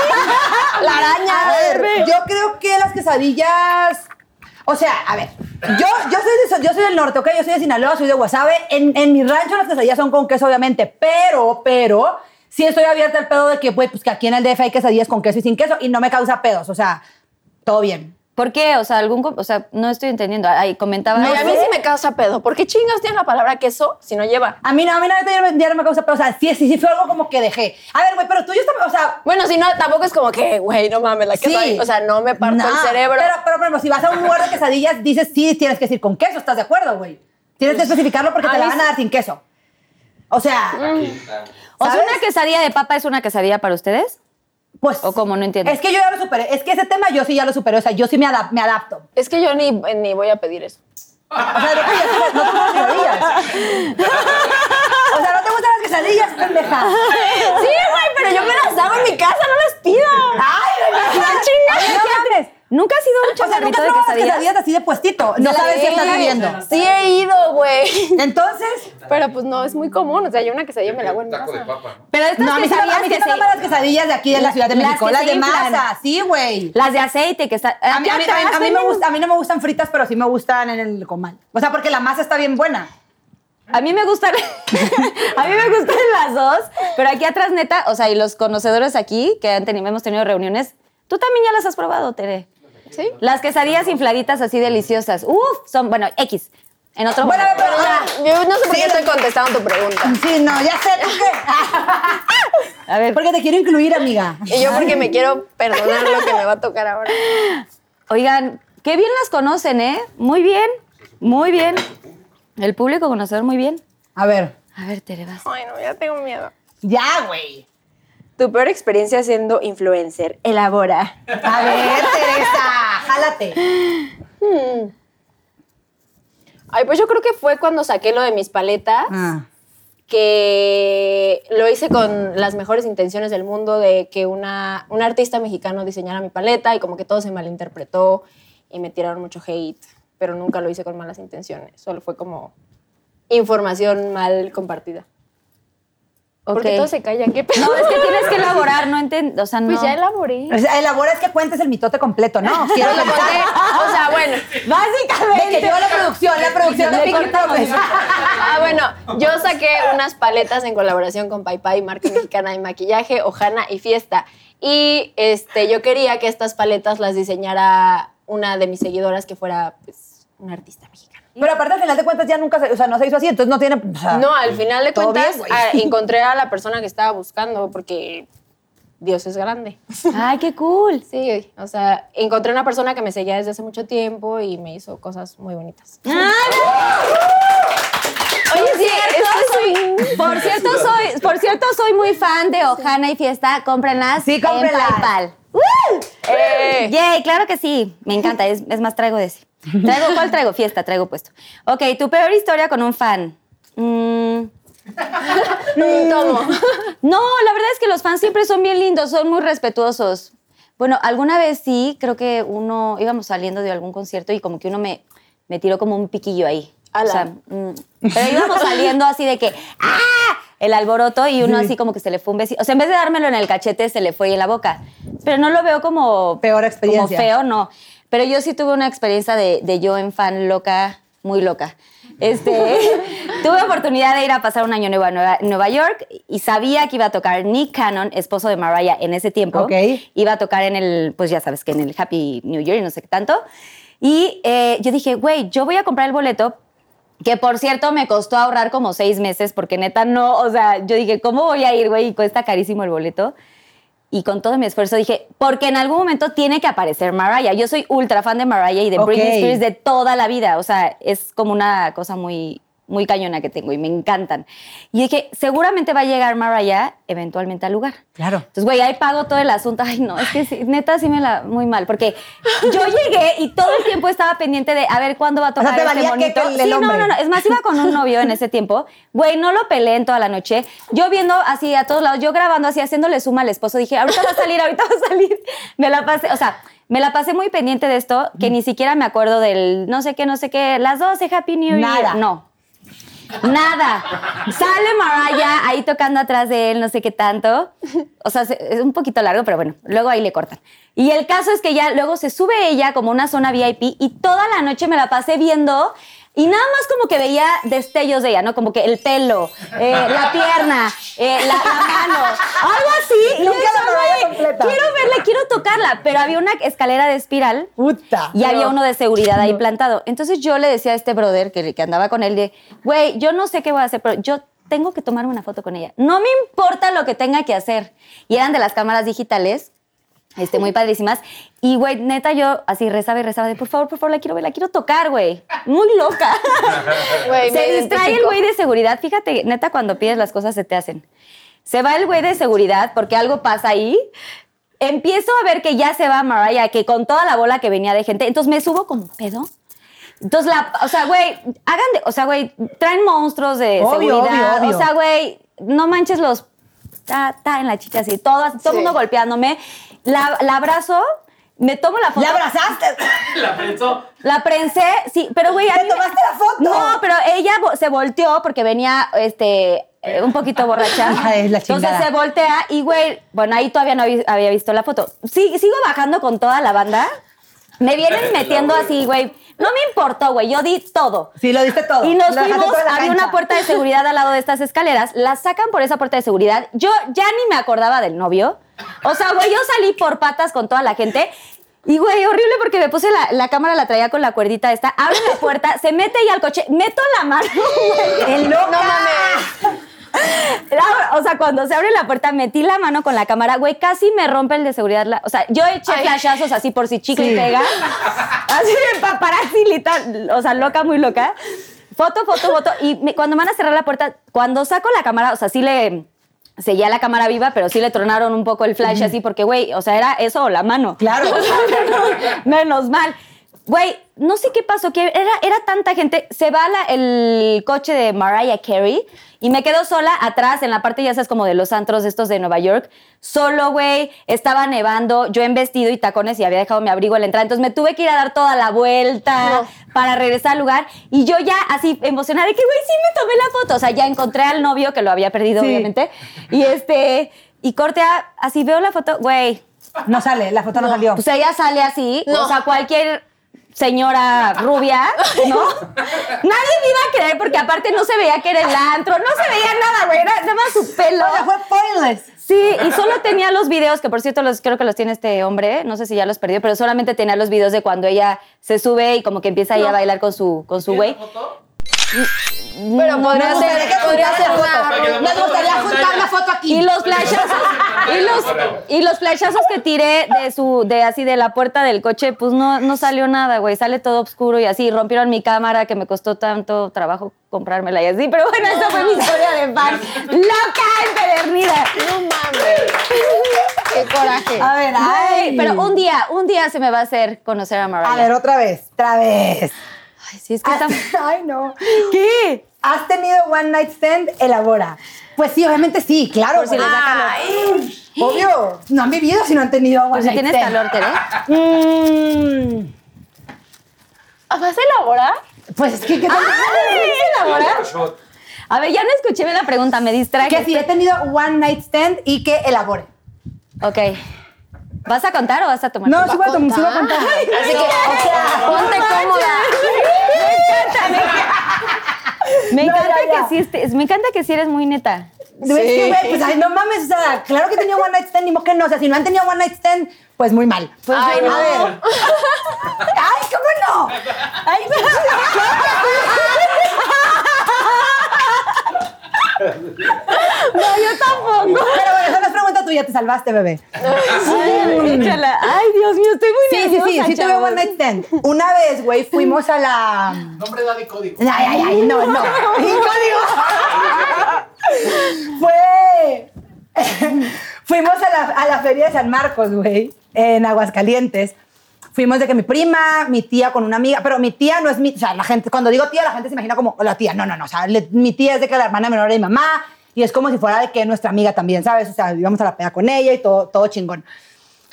[SPEAKER 2] La araña.
[SPEAKER 3] A ver, yo creo que las quesadillas. O sea, a ver, yo, yo, soy de- yo soy del norte, ¿ok? Yo soy de Sinaloa, soy de Guasave. En, en mi rancho las quesadillas son con queso, obviamente, pero, pero, sí estoy abierta al pedo de que, güey, pues que aquí en el DF hay quesadillas con queso y sin queso y no me causa pedos, o sea, todo bien.
[SPEAKER 2] ¿Por qué? O sea, algún, com- o sea, no estoy entendiendo. Ay, comentaba.
[SPEAKER 4] Ay, a mí
[SPEAKER 3] sé.
[SPEAKER 4] sí me causa pedo. ¿Por qué chingas tiene la palabra queso si no lleva?
[SPEAKER 3] A mí no, a mí no, ahorita ya no me- ya no me causa pedos, o sea, sí, sí, sí, fue algo como que dejé. A ver, güey, pero tú yo estaba, o sea...
[SPEAKER 4] Bueno, si no, tampoco es como que, güey, no mames, la queso.
[SPEAKER 3] Sí.
[SPEAKER 4] O sea, no me parto el
[SPEAKER 3] Nah,
[SPEAKER 4] cerebro.
[SPEAKER 3] Pero, pero, por ejemplo, si vas a un lugar de quesadillas, dices sí, tienes que decir con queso, ¿estás de acuerdo, güey? Tienes
[SPEAKER 4] Pues,
[SPEAKER 3] que especificarlo porque
[SPEAKER 4] a
[SPEAKER 3] te la
[SPEAKER 4] mí
[SPEAKER 3] van a
[SPEAKER 4] sí.
[SPEAKER 3] dar sin queso. O sea,
[SPEAKER 2] O sea,
[SPEAKER 3] ¿sabes?
[SPEAKER 2] una quesadilla de papa es una quesadilla para ustedes.
[SPEAKER 3] pues.
[SPEAKER 2] ¿O cómo? No entiendo.
[SPEAKER 3] Es que yo ya lo superé. Es que ese tema yo sí ya lo superé. O sea, yo sí me, adap- me adapto.
[SPEAKER 4] Es que yo ni, ni voy a pedir eso.
[SPEAKER 3] O sea, de que yo no como quesadillas. O sea, no te gustan las quesadillas, pendeja.
[SPEAKER 2] <laughs>
[SPEAKER 4] Sí, güey, pero yo me las hago en mi casa, no las pido.
[SPEAKER 2] Ah, quesadillas?
[SPEAKER 3] quesadillas así de puestito. No
[SPEAKER 2] la
[SPEAKER 3] sabes si
[SPEAKER 2] de-
[SPEAKER 3] estás viviendo.
[SPEAKER 4] Sí he ido, güey. <laughs>
[SPEAKER 3] Entonces,
[SPEAKER 4] Pero pues no, es muy común. O sea, yo una quesadilla me la hago en mi
[SPEAKER 6] Taco de
[SPEAKER 4] casa.
[SPEAKER 6] papa, ¿no?
[SPEAKER 2] Pero estas
[SPEAKER 3] no, a mí sí me-
[SPEAKER 2] quesadillas
[SPEAKER 3] a mí sí
[SPEAKER 2] que
[SPEAKER 3] me
[SPEAKER 2] se...
[SPEAKER 3] maman las quesadillas de aquí de la
[SPEAKER 2] La-
[SPEAKER 3] Ciudad de
[SPEAKER 2] las
[SPEAKER 3] México.
[SPEAKER 2] que
[SPEAKER 3] Las
[SPEAKER 2] se
[SPEAKER 3] de
[SPEAKER 2] inflan.
[SPEAKER 3] masa, sí, güey.
[SPEAKER 2] Las de aceite que están...
[SPEAKER 3] A mí, a mí también- a mí me gusta- a mí no me gustan fritas, pero sí me gustan en el comal. O sea, porque la masa está bien buena.
[SPEAKER 2] A mí me gustan, <laughs> a mí me gustan las dos, pero aquí atrás neta, o sea, y los conocedores aquí que han tenido, hemos tenido reuniones, tú también ya las has probado, Tere.
[SPEAKER 4] Sí.
[SPEAKER 2] Las quesadillas infladitas así deliciosas, uf, son bueno X. En otro
[SPEAKER 3] Bueno,
[SPEAKER 2] momento.
[SPEAKER 3] pero-
[SPEAKER 4] Ah, Yo no sé por
[SPEAKER 3] Sí,
[SPEAKER 4] qué estoy
[SPEAKER 3] no-
[SPEAKER 4] contestando tu pregunta.
[SPEAKER 3] Sí, no, ya sé. ¿tú qué?
[SPEAKER 2] a ver,
[SPEAKER 3] Porque te quiero incluir, amiga.
[SPEAKER 4] Y yo porque me quiero perdonar lo que me va a tocar ahora.
[SPEAKER 2] oigan, qué bien las conocen, ¿eh? Muy bien, muy bien. El público conocedor muy bien.
[SPEAKER 3] A ver.
[SPEAKER 2] A ver, Tere, vas.
[SPEAKER 4] <laughs> Ay, no, ya tengo miedo.
[SPEAKER 3] Ya, güey.
[SPEAKER 4] Tu peor experiencia siendo influencer. Elabora.
[SPEAKER 3] A ver, Teresa, jálate.
[SPEAKER 4] Ay, pues yo creo que fue cuando saqué lo de mis paletas.
[SPEAKER 2] Ah.
[SPEAKER 3] Ah.
[SPEAKER 4] que lo hice con las mejores intenciones del mundo de que una, un artista mexicano diseñara mi paleta y como que todo se malinterpretó y me tiraron mucho hate, pero nunca lo hice con malas intenciones, solo fue como información mal compartida. Porque
[SPEAKER 2] Ok.
[SPEAKER 4] todos se callan, ¿qué pedo?
[SPEAKER 2] No, <laughs> es que tienes que elaborar, no entiendo, o sea, no.
[SPEAKER 4] Pues ya elaboré.
[SPEAKER 3] O sea, elabora es que cuentes el mitote completo, ¿no? Quiero
[SPEAKER 4] Yo
[SPEAKER 3] <laughs>
[SPEAKER 4] lo conté,
[SPEAKER 3] contar.
[SPEAKER 4] <laughs> o sea, bueno,
[SPEAKER 3] Básicamente. De que yo la producción, la producción de
[SPEAKER 2] Le cortamos.
[SPEAKER 3] Pinky
[SPEAKER 4] Ah, bueno, yo saqué unas paletas en colaboración con Pai Pai, marca mexicana de maquillaje, Ojana y Fiesta. Y este, yo quería que estas paletas las diseñara una de mis seguidoras que fuera pues, una artista mexicana.
[SPEAKER 3] Pero aparte, al final de cuentas, ya nunca se, o sea, no se hizo así, entonces no tiene. o sea,
[SPEAKER 4] No, al final de
[SPEAKER 3] Ah, todo
[SPEAKER 4] cuentas
[SPEAKER 3] bien, güey.
[SPEAKER 4] a- encontré a la persona que estaba buscando porque Dios es grande.
[SPEAKER 2] Ay, qué cool.
[SPEAKER 4] Sí, o sea, encontré una persona que me seguía desde hace mucho tiempo y me hizo cosas muy bonitas.
[SPEAKER 3] Ah,
[SPEAKER 2] Oye, sí, esto soy, por cierto, soy, por cierto, soy muy fan de Ojana y Fiesta. Cómprenlas
[SPEAKER 3] Sí, cómprenlas.
[SPEAKER 2] en PayPal.
[SPEAKER 4] Eh.
[SPEAKER 2] Yay, claro que sí. Me encanta. Es, es más, traigo de ese. Traigo, ¿Cuál traigo? Fiesta, traigo puesto. Ok, tu peor historia con un fan. Mm,
[SPEAKER 4] Tomo.
[SPEAKER 2] no, la verdad es que los fans siempre son bien lindos, son muy respetuosos. Bueno, alguna vez sí, creo que uno íbamos saliendo de algún concierto y como que uno me, me tiró como un piquillo ahí.
[SPEAKER 4] Ala.
[SPEAKER 2] O sea, mm, pero íbamos saliendo así de que ¡ah! El alboroto y uno así como que se le fue un besito. O sea, en vez de dármelo en el cachete, se le fue en la boca. Pero no lo veo como...
[SPEAKER 3] Peor
[SPEAKER 2] Como
[SPEAKER 3] experiencia.
[SPEAKER 2] feo, no. Pero yo sí tuve una experiencia de, de yo en fan loca, muy loca. Este, <laughs> tuve oportunidad de ir a pasar un año nuevo a Nueva, Nueva York y sabía que iba a tocar Nick Cannon, esposo de Mariah en ese tiempo.
[SPEAKER 3] Ok.
[SPEAKER 2] Iba a tocar en el, pues ya sabes que en el Happy New Year y no sé qué tanto. Y eh, yo dije, güey, yo voy a comprar el boleto, que por cierto me costó ahorrar como seis meses, porque neta no, o sea, yo dije, ¿cómo voy a ir, güey? Y cuesta carísimo el boleto. Y con todo mi esfuerzo dije, porque en algún momento tiene que aparecer Mariah. Yo soy ultra fan de Mariah y de
[SPEAKER 3] Ok.
[SPEAKER 2] Britney Spears de toda la vida. O sea, es como una cosa muy, muy cañona que tengo y me encantan. Y dije, seguramente va a llegar Mariah eventualmente al lugar.
[SPEAKER 3] Claro.
[SPEAKER 2] Entonces, güey, ahí pago todo el asunto. Ay, no, es que sí, neta sí me la muy mal, porque yo llegué y todo el tiempo estaba pendiente de a ver cuándo va a
[SPEAKER 3] sea,
[SPEAKER 2] tocar
[SPEAKER 3] te
[SPEAKER 2] este
[SPEAKER 3] valía
[SPEAKER 2] bonito.
[SPEAKER 3] que- que el- el
[SPEAKER 2] sí, no,
[SPEAKER 3] hombre.
[SPEAKER 2] no, no, es más iba con un novio en ese tiempo. Güey, no lo peleé en toda la noche. Yo viendo así a todos lados, yo grabando así haciéndole suma al esposo, dije, "Ahorita va a salir, ahorita va a salir." Me la pasé, o sea, me la pasé muy pendiente de esto, que ni siquiera me acuerdo del no sé qué, no sé qué, las 12 Happy New
[SPEAKER 3] Nada.
[SPEAKER 2] Year. No. Nada. Sale Mariah ahí tocando atrás de él, no sé qué tanto. O sea, se- es un poquito largo, pero bueno, luego ahí le cortan. Y el caso es que ya luego se sube ella como una zona VIP y toda la noche me la pasé viendo y nada más como que veía destellos de ella, ¿no? Como que el pelo, eh, la pierna, eh, la, la mano, algo así. Y yo
[SPEAKER 3] Nunca la
[SPEAKER 2] decía,
[SPEAKER 3] Mariah
[SPEAKER 2] "Güey,
[SPEAKER 3] completa".
[SPEAKER 2] Quiero verla, quiero tocarla, pero había una escalera de espiral
[SPEAKER 3] Puta.
[SPEAKER 2] y había uno de seguridad ahí plantado. Entonces yo le decía a este brother que, que andaba con él, de, güey, yo no sé qué voy a hacer, pero yo tengo que tomarme una foto con ella. No me importa lo que tenga que hacer. Y eran de las cámaras digitales, este, muy padrísimas. Y, güey, neta, yo así rezaba y rezaba de, por favor, por favor, la quiero ver, la quiero tocar, güey. Muy loca.
[SPEAKER 4] Güey, me
[SPEAKER 2] se distrae el
[SPEAKER 4] identifico.
[SPEAKER 2] güey de seguridad. Fíjate, neta, cuando pides las cosas se te hacen. Se va el güey de seguridad porque algo pasa ahí. Empiezo a ver que ya se va Mariah, que con toda la bola que venía de gente. Entonces me subo como pedo. Entonces, la, o sea, güey, hagan de, o sea, güey, traen monstruos de
[SPEAKER 3] Obvio,
[SPEAKER 2] seguridad.
[SPEAKER 3] obvio, obvio.
[SPEAKER 2] O sea, güey, no manches los, ta, ta, en la chicha así, todo, así, todo el
[SPEAKER 4] Sí.
[SPEAKER 2] mundo golpeándome. La, la abrazo, Me tomo la foto.
[SPEAKER 3] ¿La abrazaste?
[SPEAKER 5] <laughs> La pensó.
[SPEAKER 2] La prensé, sí, pero güey, a
[SPEAKER 3] ¿Te
[SPEAKER 2] mí me-
[SPEAKER 3] tomaste la foto?
[SPEAKER 2] No, pero ella vo- se volteó porque venía este eh, un poquito
[SPEAKER 3] <laughs>
[SPEAKER 2] borracha.
[SPEAKER 3] Hija de Ah, la
[SPEAKER 2] Entonces
[SPEAKER 3] chingada.
[SPEAKER 2] se voltea y güey, bueno, ahí todavía no habí- había visto la foto. Sí, sigo bajando con toda la banda. Me vienen metiendo así, güey. No me importó, güey. Yo di todo.
[SPEAKER 3] Sí, lo diste todo.
[SPEAKER 2] Y
[SPEAKER 3] Lo
[SPEAKER 2] nos
[SPEAKER 3] dejaste
[SPEAKER 2] fuimos,
[SPEAKER 3] todo en la
[SPEAKER 2] había
[SPEAKER 3] cancha.
[SPEAKER 2] una puerta de seguridad al lado de estas escaleras, la sacan por esa puerta de seguridad. Yo ya ni me acordaba del novio. O sea, güey, yo salí por patas con toda la gente. Y, güey, horrible porque me puse la, la cámara, la traía con la cuerdita esta. Abre la puerta, se mete ya al coche, meto la mano,
[SPEAKER 3] <laughs>
[SPEAKER 2] güey.
[SPEAKER 3] ¡Qué loca! No mames.
[SPEAKER 2] La- O sea, cuando se abre la puerta, metí la mano con la cámara, güey, casi me rompe el de seguridad. la- o sea, yo eché flashazos así por si chicle
[SPEAKER 3] Sí.
[SPEAKER 2] y pega. Así de paparazzi, literal, o sea, loca, muy loca. Foto, foto, foto. Y me- cuando me van a cerrar la puerta, cuando saco la cámara, o sea, sí le seguía la cámara viva, pero sí le tronaron un poco el flash así, porque, güey, o sea, era eso o la mano.
[SPEAKER 3] Claro.
[SPEAKER 2] O sea, menos, <laughs> menos mal. Güey, no sé qué pasó, que era, era tanta gente. Se va la- el coche de Mariah Carey y me quedo sola atrás en la parte, ya sabes, como de los antros estos de Nueva York. Solo, güey, estaba nevando, yo en vestido y tacones y había dejado mi abrigo en la entrada. Entonces me tuve que ir a dar toda la vuelta para regresar al lugar. Y yo ya así emocionada de que, güey, sí me tomé la foto. O sea, ya encontré al novio que lo había perdido,
[SPEAKER 3] Sí.
[SPEAKER 2] obviamente. Y este, y corte a- así veo la foto, güey.
[SPEAKER 3] No sale, la foto no, salió.
[SPEAKER 2] Pues ella sale así,
[SPEAKER 4] No.
[SPEAKER 2] o sea, cualquier señora rubia,
[SPEAKER 4] <laughs>
[SPEAKER 2] ¿no? Nadie me iba a creer porque aparte no se veía que era el antro, no se veía nada, güey, era nada más su pelo.
[SPEAKER 3] O sea, fue pointless.
[SPEAKER 2] Sí, y solo tenía los videos, que por cierto los, creo que los tiene este hombre, no sé si ya los perdió, pero solamente tenía los videos de cuando ella se sube y como que empieza ahí a bailar con su, con su güey.
[SPEAKER 5] foto?
[SPEAKER 4] Pero podría
[SPEAKER 3] Nos
[SPEAKER 4] ser,
[SPEAKER 3] gustaría que
[SPEAKER 4] podría ser
[SPEAKER 3] juntaran la
[SPEAKER 4] una
[SPEAKER 3] foto.
[SPEAKER 5] ruta.
[SPEAKER 3] Nos gustaría juntar la foto aquí.
[SPEAKER 2] Y los flashazos, y los, y los flashazos que tiré de su, de así de la puerta del coche, pues no, no salió nada, güey. Sale todo oscuro y así. Rompieron mi cámara que me costó tanto trabajo comprármela y así. Pero bueno, esa fue mi historia de fan. Loca, empedernida.
[SPEAKER 4] No mames. Qué coraje.
[SPEAKER 3] A ver, ay.
[SPEAKER 2] Güey, Pero un día, un día se me va a hacer conocer a Mariah.
[SPEAKER 3] A ver, otra vez, otra vez.
[SPEAKER 2] Ay, sí, es que está- <laughs>
[SPEAKER 3] Ay, no. <laughs> ¿Qué? ¿Has tenido one night stand? Elabora. Pues sí, obviamente sí, claro.
[SPEAKER 2] Por si les da calor.
[SPEAKER 3] Ay, Obvio. No han vivido si no han tenido one
[SPEAKER 2] Pues si
[SPEAKER 3] night
[SPEAKER 2] tienes
[SPEAKER 3] stand.
[SPEAKER 2] calor, te ve.
[SPEAKER 3] Mm,
[SPEAKER 4] ¿Vas a elaborar?
[SPEAKER 3] pues es que, ¿qué tal?
[SPEAKER 6] Shot.
[SPEAKER 2] A ver, ya no escuché bien la pregunta, me distraje.
[SPEAKER 3] Que sí, he tenido one night stand y que elabore.
[SPEAKER 2] Ok. ¿Vas a contar o vas a tomar?
[SPEAKER 3] No, sí voy a tom- sí voy a
[SPEAKER 4] contar.
[SPEAKER 3] contar.
[SPEAKER 4] Así que, o sea, ponte cómoda.
[SPEAKER 2] Me
[SPEAKER 3] No,
[SPEAKER 2] encanta,
[SPEAKER 3] ya, ya.
[SPEAKER 2] que sí estés- me encanta que sí eres muy neta.
[SPEAKER 3] Sí. güey, pues ay, no mames, o sea, claro que he tenido one night stand, ni modo que no. O sea, si no han tenido one night stand, pues muy mal. Pues
[SPEAKER 4] Ay,
[SPEAKER 3] yo
[SPEAKER 4] no.
[SPEAKER 3] A ver. ¡Ay, cómo no! ¡Ay,
[SPEAKER 2] No, yo tampoco.
[SPEAKER 3] Pero bueno, esa no es pregunta tuya, te salvaste, bebé.
[SPEAKER 2] Ay, échala. Ay, Dios mío, estoy muy
[SPEAKER 3] Sí, sí,
[SPEAKER 2] nerviosa.
[SPEAKER 3] sí, sí tuve
[SPEAKER 2] chavos.
[SPEAKER 3] one night stand. Una vez, güey, fuimos a la...
[SPEAKER 5] Nombre, edad y código.
[SPEAKER 3] Ay, ay, ay, no, no. Y código. <laughs> Fue. Fuimos a la, a la Feria de San Marcos, güey, en Aguascalientes. Fuimos de que mi prima, mi tía con una amiga, pero mi tía no es mi. O sea, la gente, cuando digo tía, la gente se imagina como la tía. No, no, no. O sea, le- mi tía es de que la hermana menor de mi mamá y es como si fuera de que nuestra amiga también, ¿sabes? O sea, íbamos a la peda con ella y todo, todo chingón.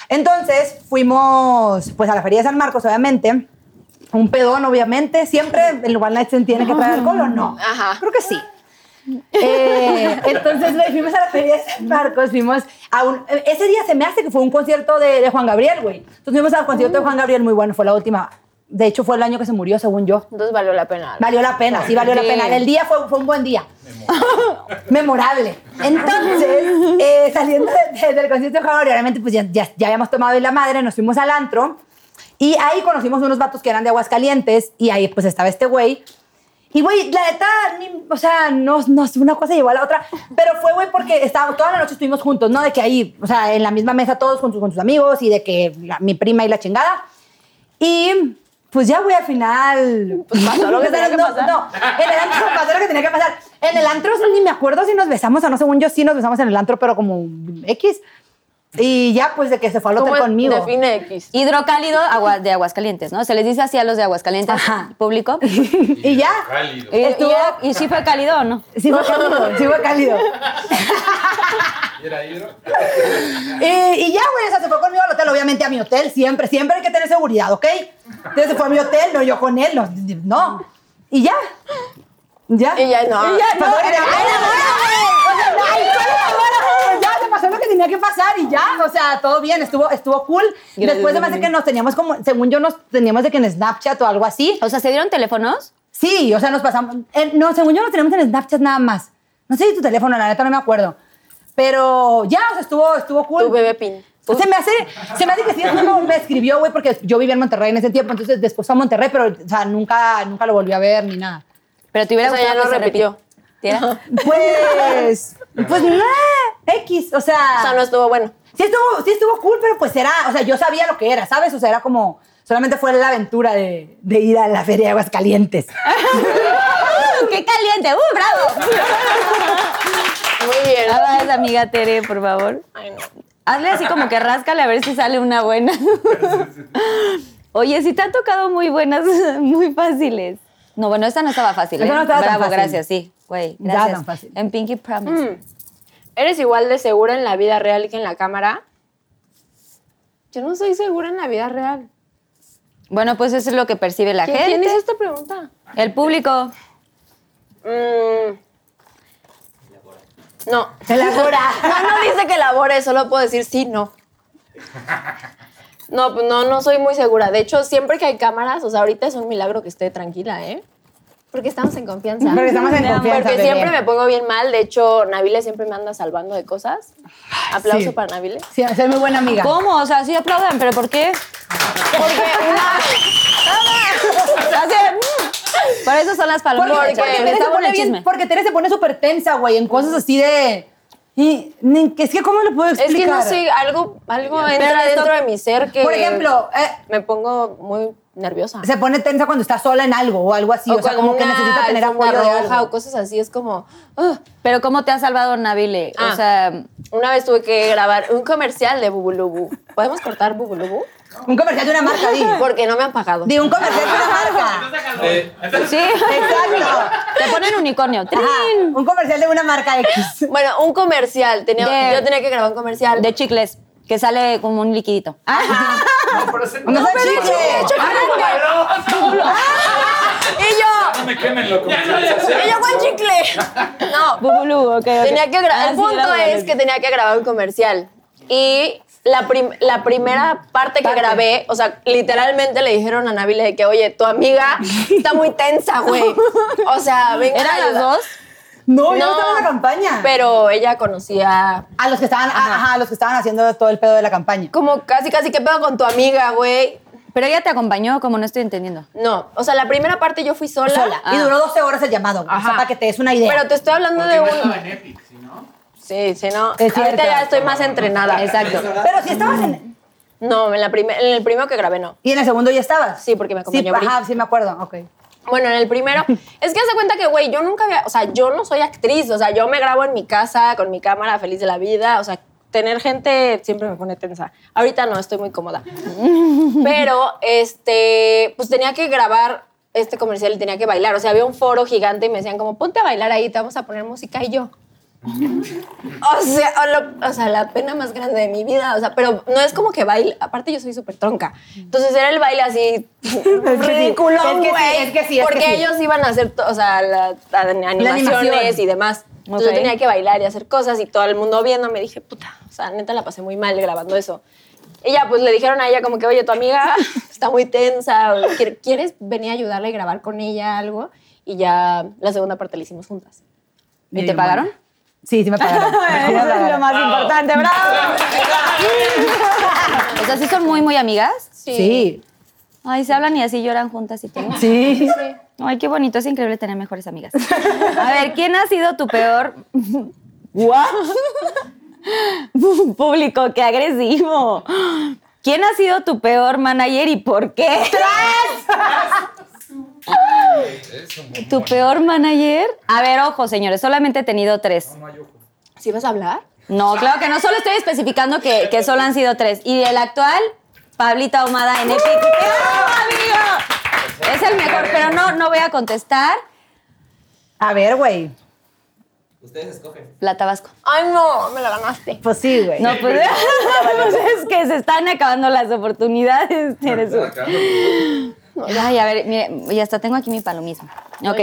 [SPEAKER 3] Entonces fuimos pues a la Feria de San Marcos, obviamente. Un pedón, obviamente. Siempre el One Night Stand tiene que traer alcohol o no.
[SPEAKER 4] Ajá.
[SPEAKER 3] Creo que sí. Eh, entonces güey, fuimos a la Feria de San Marcos, fuimos a un... Ese día se me hace que fue un concierto de, de Juan Gabriel, güey. Entonces fuimos al concierto de Juan Gabriel, muy bueno, fue la última. De hecho, fue el año que se murió, según yo.
[SPEAKER 4] Entonces valió la pena.
[SPEAKER 3] Valió la pena, sí, valió la pena. El día fue, fue un buen día. <laughs> Memorable. Entonces, eh, saliendo de- de- del concierto de Juan Gabriel, obviamente, pues ya, ya- ya habíamos tomado de la madre, nos fuimos al antro. Y ahí conocimos unos vatos que eran de Aguascalientes. Y ahí, pues, estaba este güey. Y, güey, la neta, ni- o sea, no, no, una cosa llevó a la otra. Pero fue, güey, porque estábamos, toda la noche estuvimos juntos, ¿no? De que ahí, o sea, en la misma mesa todos con, sus- con sus amigos y de que la- mi prima y la chingada. Y pues ya, güey, al final. Pues
[SPEAKER 4] pasó lo que <laughs> tenía que
[SPEAKER 3] no,
[SPEAKER 4] pasar.
[SPEAKER 3] No, en el antro pasó lo que tenía que pasar. En el antro ni me acuerdo si nos besamos o no, según yo sí nos besamos en el antro, pero como X. Y ya, pues de que se fue al hotel
[SPEAKER 4] ¿Cómo
[SPEAKER 3] conmigo.
[SPEAKER 4] define X?
[SPEAKER 2] Hidrocálido agua, de Aguascalientes, ¿no? Se les dice así a los de Aguascalientes,
[SPEAKER 3] Ajá.
[SPEAKER 2] <laughs> público. ¿Y,
[SPEAKER 3] <laughs> Y ya.
[SPEAKER 6] Cálido.
[SPEAKER 2] y- y sí fue cálido o no?
[SPEAKER 3] Sí fue cálido, sí fue cálido.
[SPEAKER 6] Era hidro.
[SPEAKER 3] Y, y ya, Eh, güey, o sea, se fue conmigo al hotel. llevándolo obviamente a mi hotel, siempre, siempre hay que tener seguridad, ¿ok? Entonces se fue a mi hotel, no yo con él, no. no. Y ya. Ya.
[SPEAKER 4] Y ya no.
[SPEAKER 3] Y ya no.
[SPEAKER 4] Ay,
[SPEAKER 3] Ay,
[SPEAKER 4] enamórame.
[SPEAKER 3] enamórame. O sea, ay, ¿cuál enamórame? Ya se pasó lo que tenía que pasar y ya, o sea, todo bien, estuvo, estuvo cool. Después se me hace que nos teníamos como, según yo, nos teníamos de que en Snapchat o algo así.
[SPEAKER 2] O sea, ¿se dieron teléfonos?
[SPEAKER 3] Sí, o sea, nos pasamos. eh, no, según yo nos teníamos en Snapchat nada más. No sé si tu teléfono, la neta no me acuerdo. Pero ya, o sea, estuvo, estuvo cool.
[SPEAKER 4] Tu bebé pin.
[SPEAKER 3] Se me hace, se me hace que sí, es como me escribió, güey, porque yo vivía en Monterrey en ese tiempo, entonces después fue a Monterrey, pero, o sea, nunca, nunca lo volví a ver ni nada.
[SPEAKER 2] Pero te hubiera
[SPEAKER 4] O sea, ya
[SPEAKER 2] gustado
[SPEAKER 4] lo
[SPEAKER 2] que se
[SPEAKER 4] repitió.
[SPEAKER 2] repitiera.
[SPEAKER 3] Pues, pues nada, X, o sea.
[SPEAKER 4] O sea, no estuvo bueno.
[SPEAKER 3] Sí estuvo, sí estuvo cool, pero pues era, o sea, yo sabía lo que era, ¿sabes? O sea, era como, solamente fue la aventura de, de ir a la feria de Aguascalientes.
[SPEAKER 4] Ah,
[SPEAKER 2] ¡Qué caliente! ¡Uh,
[SPEAKER 4] <laughs>
[SPEAKER 2] bravo!
[SPEAKER 4] Muy bien.
[SPEAKER 2] Ah, vas, amiga Tere, por favor.
[SPEAKER 4] Ay, no.
[SPEAKER 2] Hazle así como que ráscale a ver si sale una buena. Oye, si te han tocado muy buenas, <laughs> muy fáciles. No, bueno, esta no estaba fácil.
[SPEAKER 3] Esa
[SPEAKER 2] ¿eh?
[SPEAKER 3] no estaba tan
[SPEAKER 2] Bravo,
[SPEAKER 3] fácil.
[SPEAKER 2] gracias, sí. Güey,
[SPEAKER 3] No estaba
[SPEAKER 2] gracias.
[SPEAKER 3] tan fácil.
[SPEAKER 2] En Pinky Promise.
[SPEAKER 4] ¿Eres igual de segura en la vida real que en la cámara? Yo no soy segura en la vida real.
[SPEAKER 2] Bueno, pues eso es lo que percibe la
[SPEAKER 4] ¿Quién,
[SPEAKER 2] gente.
[SPEAKER 4] quién hizo esta pregunta?
[SPEAKER 2] El público.
[SPEAKER 4] Mm. No.
[SPEAKER 3] Elabora.
[SPEAKER 4] <laughs> No, no dice que elabore, solo puedo decir sí, no. No, pues no, no soy muy segura. De hecho, siempre que hay cámaras, o sea, ahorita es un milagro que esté tranquila, ¿eh? Porque estamos en confianza.
[SPEAKER 3] Porque estamos en confianza,
[SPEAKER 4] Porque
[SPEAKER 3] bebé.
[SPEAKER 4] siempre me pongo bien mal. De hecho, Nabile siempre me anda salvando de cosas. Aplauso
[SPEAKER 3] sí.
[SPEAKER 4] para Nabile.
[SPEAKER 3] Sí, soy muy buena amiga.
[SPEAKER 2] ¿Cómo? O sea, sí aplaudan, pero ¿por qué?
[SPEAKER 4] Porque una-
[SPEAKER 2] Hace- Por eso son las palomas.
[SPEAKER 4] Porque-
[SPEAKER 2] chavos.
[SPEAKER 4] porque
[SPEAKER 2] Está
[SPEAKER 3] Tere se
[SPEAKER 2] bueno
[SPEAKER 3] pone
[SPEAKER 2] el
[SPEAKER 3] bien-
[SPEAKER 2] chisme.
[SPEAKER 3] porque Tere se pone súper tensa, güey, en cosas así de... Y, ni- es que, ¿cómo lo puedo
[SPEAKER 4] es
[SPEAKER 3] explicar?
[SPEAKER 4] que no sé, algo, algo entra
[SPEAKER 3] esto-
[SPEAKER 4] dentro de mi ser que.
[SPEAKER 3] Por ejemplo, eh,
[SPEAKER 4] me pongo muy nerviosa.
[SPEAKER 3] se pone tensa cuando está sola en algo o algo así. O, sea,
[SPEAKER 4] cuando
[SPEAKER 3] como que
[SPEAKER 4] una
[SPEAKER 3] necesita tener
[SPEAKER 4] alfombra
[SPEAKER 3] apoyo de
[SPEAKER 4] roja
[SPEAKER 3] algo.
[SPEAKER 4] o cosas así, es como. "Ugh".
[SPEAKER 2] Pero ¿cómo te ha salvado Nabile?
[SPEAKER 4] Ah.
[SPEAKER 2] O sea,
[SPEAKER 4] Una vez tuve que grabar un comercial de Bubulubu. ¿Podemos cortar Bubulubu?
[SPEAKER 3] Un comercial de una marca,
[SPEAKER 4] <laughs>
[SPEAKER 3] di.
[SPEAKER 4] Porque no me han pagado.
[SPEAKER 3] Di, un comercial de
[SPEAKER 4] <laughs>
[SPEAKER 3] una marca.
[SPEAKER 6] Eh, <laughs>
[SPEAKER 2] sí.
[SPEAKER 3] Exacto.
[SPEAKER 2] Te ponen unicornio.
[SPEAKER 3] Ajá,
[SPEAKER 2] ¡Trin!
[SPEAKER 3] un comercial de una marca X.
[SPEAKER 4] Bueno, un comercial. Tenía,
[SPEAKER 2] De-
[SPEAKER 4] yo tenía que grabar un comercial.
[SPEAKER 2] De chicles, que sale como un liquidito.
[SPEAKER 6] no, pero ese-
[SPEAKER 3] Ah, No, pero chicle.
[SPEAKER 6] No me quemen, loco.
[SPEAKER 4] ¡Ella el chicle! No.
[SPEAKER 2] Bubulú, ok, ok.
[SPEAKER 4] Tenía que gra-
[SPEAKER 2] Ah,
[SPEAKER 4] el
[SPEAKER 2] sí,
[SPEAKER 4] punto
[SPEAKER 2] era bueno.
[SPEAKER 4] es que tenía que grabar un comercial. Y la, prim- la primera parte que grabé, o sea, literalmente le dijeron a Nabile de que, oye, tu amiga está muy tensa, güey. O sea, venga.
[SPEAKER 2] ¿Eran
[SPEAKER 4] a
[SPEAKER 2] las
[SPEAKER 4] ayudar".
[SPEAKER 2] dos?
[SPEAKER 3] No, yo no estaba en la campaña.
[SPEAKER 4] Pero ella conocía.
[SPEAKER 3] a los que estaban, ajá. ajá, a los que estaban haciendo todo el pedo de la campaña.
[SPEAKER 4] Como casi, casi, ¿qué pedo con tu amiga, güey?
[SPEAKER 2] Pero ella te acompañó, como no estoy entendiendo.
[SPEAKER 4] No, o sea, la primera parte yo fui sola.
[SPEAKER 3] Sola.
[SPEAKER 4] Ah.
[SPEAKER 3] Y duró 12 horas el llamado, güey. O sea,
[SPEAKER 4] Ajá.
[SPEAKER 3] para que te des una idea.
[SPEAKER 4] Pero te estoy hablando
[SPEAKER 5] Porque
[SPEAKER 4] de
[SPEAKER 5] no
[SPEAKER 4] un.
[SPEAKER 5] estaba en Epic, ¿sí, no?
[SPEAKER 4] Sí, sí, no.
[SPEAKER 3] Es
[SPEAKER 4] Ahorita
[SPEAKER 3] cierto.
[SPEAKER 4] ya estoy más entrenada. Exacto.
[SPEAKER 3] Pero si estabas en.
[SPEAKER 4] No, en, la prime- en el primero que grabé no.
[SPEAKER 3] ¿Y en el segundo ya estabas?
[SPEAKER 4] Sí, porque me acompañó
[SPEAKER 3] Sí,
[SPEAKER 4] Bri.
[SPEAKER 3] ajá, sí me acuerdo. Ok.
[SPEAKER 4] Bueno, en el primero. es que hace cuenta que, güey, yo nunca había. O sea, yo no soy actriz. O sea, yo me grabo en mi casa con mi cámara, feliz de la vida. O sea, tener gente siempre me pone tensa. Ahorita no, estoy muy cómoda.
[SPEAKER 3] <laughs>
[SPEAKER 4] Pero, este. Pues tenía que grabar este comercial y tenía que bailar. O sea, había un foro gigante y me decían, como, ponte a bailar ahí, te vamos a poner música y yo. O sea, o lo- o sea, la pena más grande de mi vida. O sea, pero no es como que baile. Aparte, yo soy súper tronca. Entonces era el
[SPEAKER 3] <laughs>
[SPEAKER 4] baile así ridículo,
[SPEAKER 3] Es que sí,
[SPEAKER 4] güey.
[SPEAKER 3] es que sí, es que
[SPEAKER 4] porque
[SPEAKER 3] sí.
[SPEAKER 4] ellos iban a hacer, to- o sea, la- la- animaciones
[SPEAKER 3] animación.
[SPEAKER 4] y demás. Entonces
[SPEAKER 2] Ok.
[SPEAKER 4] yo tenía que bailar y hacer cosas y todo el mundo viendo. Me dije, puta, o sea, neta la pasé muy mal grabando eso. Y ya, pues le dijeron a ella como que, oye, tu amiga <laughs> está muy tensa. o ¿quier- ¿Quieres venir a ayudarla y grabar con ella algo? Y ya la segunda parte la hicimos juntas.
[SPEAKER 2] ¿Y te pagaron?
[SPEAKER 3] Sí, sí me <laughs> pagaron. Sí me pagaron.
[SPEAKER 2] más importante, bravo. <laughs> o sea, sí son muy, muy amigas.
[SPEAKER 3] Sí.
[SPEAKER 2] Ay, se hablan y así lloran juntas y todo.
[SPEAKER 3] Sí.
[SPEAKER 2] Ay, qué bonito, es increíble tener mejores amigas. A ver, ¿quién ha sido tu peor <laughs> Guau. público? ¡Qué agresivo! ¿Quién ha sido tu peor manager y por qué? ¿Tu peor manager? A ver, ojo, señores, solamente he tenido tres.
[SPEAKER 4] ¿Sí vas a hablar?
[SPEAKER 2] No, claro que no, solo estoy especificando que, que solo han sido tres. Y el actual, Pablita Ahumada en Epic. ¡Te amo, amigo! Es el mejor, pero no, no voy a contestar.
[SPEAKER 3] A ver, güey.
[SPEAKER 7] Ustedes escogen.
[SPEAKER 2] La Tabasco.
[SPEAKER 4] Ay, no, me la ganaste.
[SPEAKER 3] Pues sí, güey.
[SPEAKER 2] No, pues, <laughs> pues es que se están acabando las oportunidades. Eres un-
[SPEAKER 7] Acá, ¿no?
[SPEAKER 2] Ay, a ver, mire, y hasta tengo aquí mi palomismo. Ok.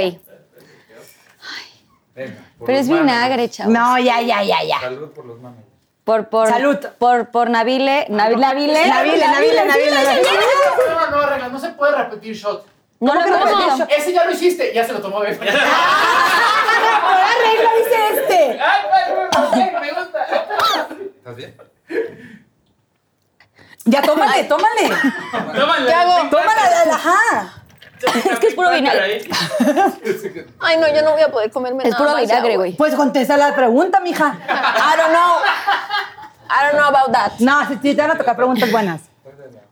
[SPEAKER 6] Venga, por
[SPEAKER 2] Pero
[SPEAKER 6] los
[SPEAKER 2] es
[SPEAKER 6] mames.
[SPEAKER 2] vinagre, chavos.
[SPEAKER 3] No, ya, ya, ya, ya.
[SPEAKER 6] Salud por los mames.
[SPEAKER 2] Por, por,
[SPEAKER 3] Salud.
[SPEAKER 2] Por, por Navile. Navi- Navile.
[SPEAKER 3] Navile, Navile, Navile, Navile.
[SPEAKER 5] Esa prueba no arregla, no se puede repetir shot.
[SPEAKER 2] No lo
[SPEAKER 3] ¿Cómo que no
[SPEAKER 2] puedo.
[SPEAKER 3] repetir shot?
[SPEAKER 5] Ese ya lo hiciste, ya se lo
[SPEAKER 6] <laughs>
[SPEAKER 5] tomó Bebe. ¡Ay,
[SPEAKER 3] Ah, Ahora regla dice este.
[SPEAKER 5] ay, ay, me gusta!
[SPEAKER 7] ¿Estás bien?
[SPEAKER 3] Ya tómale, tómale.
[SPEAKER 6] Tómala.
[SPEAKER 4] ¿Qué hago?
[SPEAKER 3] Tómala, la- ajá.
[SPEAKER 6] Es
[SPEAKER 2] que es puro vinagre.
[SPEAKER 4] Ay, no, yo no voy a poder comerme
[SPEAKER 2] Es
[SPEAKER 4] nada
[SPEAKER 2] puro
[SPEAKER 4] más de
[SPEAKER 2] vinagre,
[SPEAKER 4] agua.
[SPEAKER 2] güey.
[SPEAKER 3] Pues contesta la pregunta, mija.
[SPEAKER 4] I don't know. I don't know about that.
[SPEAKER 3] No, si, si te van a tocar preguntas buenas.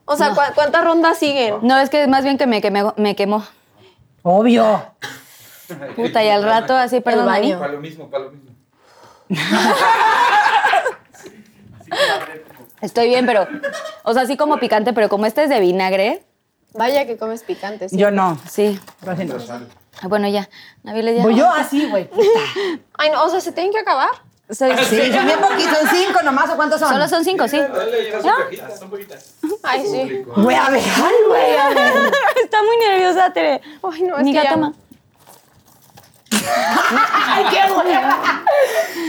[SPEAKER 4] O sea, ¿cu- ¿cuántas rondas siguen?
[SPEAKER 2] No, es que más bien que me, que me, me quemó.
[SPEAKER 3] Obvio.
[SPEAKER 2] Puta, y al rato así, perdón, Dani.
[SPEAKER 4] baño.
[SPEAKER 6] Para lo mismo, para lo mismo.
[SPEAKER 2] Estoy bien, pero. O sea, así como picante, pero como este es de vinagre,
[SPEAKER 4] Vaya que comes picantes.
[SPEAKER 3] Yo no.
[SPEAKER 2] sí.
[SPEAKER 3] lo siento.
[SPEAKER 2] Ah, Bueno, ya. Navile ya.
[SPEAKER 3] Voy yo así,
[SPEAKER 2] <laughs>
[SPEAKER 3] güey.
[SPEAKER 4] Ay, no, o sea, ¿se tienen que acabar?
[SPEAKER 2] Soy-
[SPEAKER 3] Sí, son bien poquitos, son cinco nomás, ¿o cuántos son?
[SPEAKER 2] Solo son cinco, sí.
[SPEAKER 6] Ah, Dale, lleva su
[SPEAKER 2] ¿No?
[SPEAKER 6] cajita. Son poquitas.
[SPEAKER 4] Ay, sí.
[SPEAKER 6] Público.
[SPEAKER 3] Güey, a ver, ay, güey, a ver.
[SPEAKER 2] <laughs> Está muy nerviosa, Tere.
[SPEAKER 4] Ay, no, es
[SPEAKER 2] Ni
[SPEAKER 4] que
[SPEAKER 2] la
[SPEAKER 4] ya-
[SPEAKER 2] toma.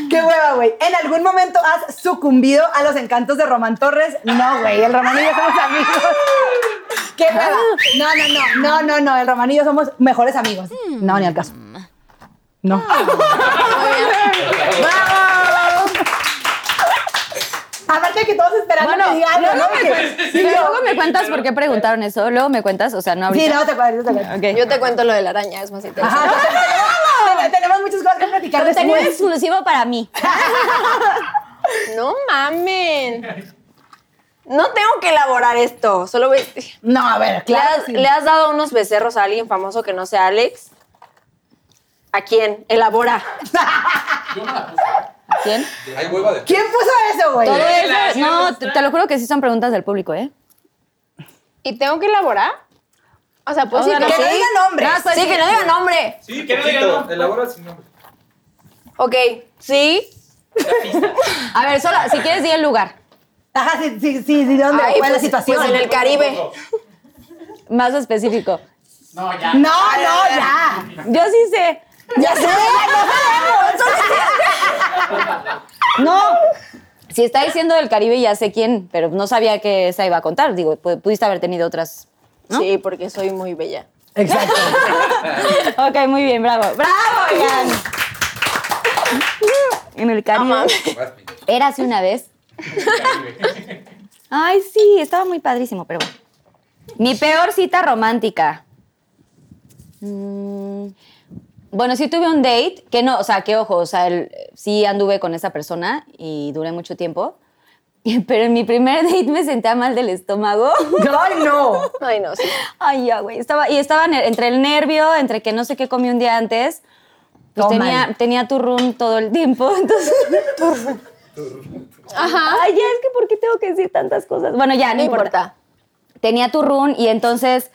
[SPEAKER 3] Qué hueva, güey. ¿En algún momento has sucumbido a los encantos de Román Torres? No, güey. El Román y yo somos amigos. Qué hueva.
[SPEAKER 2] Ah.
[SPEAKER 3] No, no, no, no, no, no. El Román y yo somos mejores amigos.
[SPEAKER 2] Mm.
[SPEAKER 3] No, ni al caso. No.
[SPEAKER 2] Ah.
[SPEAKER 3] ¡Bravo! Aparte de que todos esperando
[SPEAKER 2] Bueno,
[SPEAKER 3] que diga algo,
[SPEAKER 2] luego
[SPEAKER 3] ¿no?
[SPEAKER 2] me
[SPEAKER 3] Que-
[SPEAKER 2] cuentas,
[SPEAKER 3] sí, yo-
[SPEAKER 2] luego me cuentas por qué preguntaron eso. Luego me cuentas, o sea, no
[SPEAKER 3] Sí,
[SPEAKER 2] ahorita.
[SPEAKER 3] no, te acuerdas, te acuerdas.
[SPEAKER 2] Ok.
[SPEAKER 4] Yo te cuento lo de la araña, es más interesante.
[SPEAKER 3] Ajá, tenemos- Tenemos muchas cosas que platicar
[SPEAKER 2] Contenido
[SPEAKER 3] después.
[SPEAKER 2] exclusivo para mí.
[SPEAKER 4] No mamen. No tengo que elaborar esto. Solo voy.
[SPEAKER 3] No, a ver,
[SPEAKER 4] ¿Le
[SPEAKER 3] claro.
[SPEAKER 4] has,
[SPEAKER 3] sí.
[SPEAKER 4] le has dado unos becerros a alguien famoso que no sea Alex? ¿A quién? Elabora.
[SPEAKER 2] ¿Quién?
[SPEAKER 7] Hay hueva de
[SPEAKER 3] ¿Quién puso eso, güey?
[SPEAKER 2] Todo eso. No, te te lo juro que sí son preguntas del público, ¿eh?
[SPEAKER 4] ¿Y tengo que elaborar? O sea,
[SPEAKER 2] O
[SPEAKER 4] pues sí,
[SPEAKER 2] sea,
[SPEAKER 4] que,
[SPEAKER 2] no
[SPEAKER 3] Que no pues diga nombre.
[SPEAKER 2] No, pues, soy-
[SPEAKER 4] sí, que no diga nombre.
[SPEAKER 6] Sí,
[SPEAKER 7] ¿Qué
[SPEAKER 6] poquito. Elabora sin nombre.
[SPEAKER 4] Ok, sí.
[SPEAKER 2] A ver, sola, si quieres, di el lugar.
[SPEAKER 3] Ajá, sí, sí, sí, sí, ¿de dónde?
[SPEAKER 4] Ay,
[SPEAKER 3] ¿Cuál es
[SPEAKER 4] pues-
[SPEAKER 3] la situación?
[SPEAKER 4] pues en el Caribe.
[SPEAKER 2] Más específico.
[SPEAKER 5] No, ya.
[SPEAKER 3] No, no, ya.
[SPEAKER 2] Yo sí sé.
[SPEAKER 3] Ya sé, ya sabemos.
[SPEAKER 2] No. Si está diciendo del Caribe, ya sé quién, pero no sabía que esa iba a contar. Digo, pu- pudiste haber tenido otras.
[SPEAKER 4] Sí, porque soy muy bella.
[SPEAKER 3] <laughs> Exacto.
[SPEAKER 2] Ok, muy bien, bravo. ¡Bravo, Ian! En el Caribe.
[SPEAKER 7] Vas, mi.
[SPEAKER 2] Érase una vez. Ay, sí, estaba muy padrísimo, pero bueno. Mi peor cita romántica. Mm, Bueno, sí tuve un date, que no, o sea, que ojo, o sea, el- sí anduve con esa persona y duré mucho tiempo, <laughs> pero en mi primer date me sentía mal del estómago. <laughs>
[SPEAKER 3] Ay, no.
[SPEAKER 4] Ay, no, sí.
[SPEAKER 2] Ay, ya, güey. Estaba, y estaba ne- entre el nervio, entre que no sé qué comí un día antes. Pues
[SPEAKER 3] Todo
[SPEAKER 2] tenía,
[SPEAKER 3] mal.
[SPEAKER 2] tenía turrón todo el tiempo, <laughs> entonces... Ajá. Ay, ya, es que ¿por qué tengo que decir tantas cosas? Bueno, ya, no,
[SPEAKER 4] No importa.
[SPEAKER 2] Tenía turrón y entonces,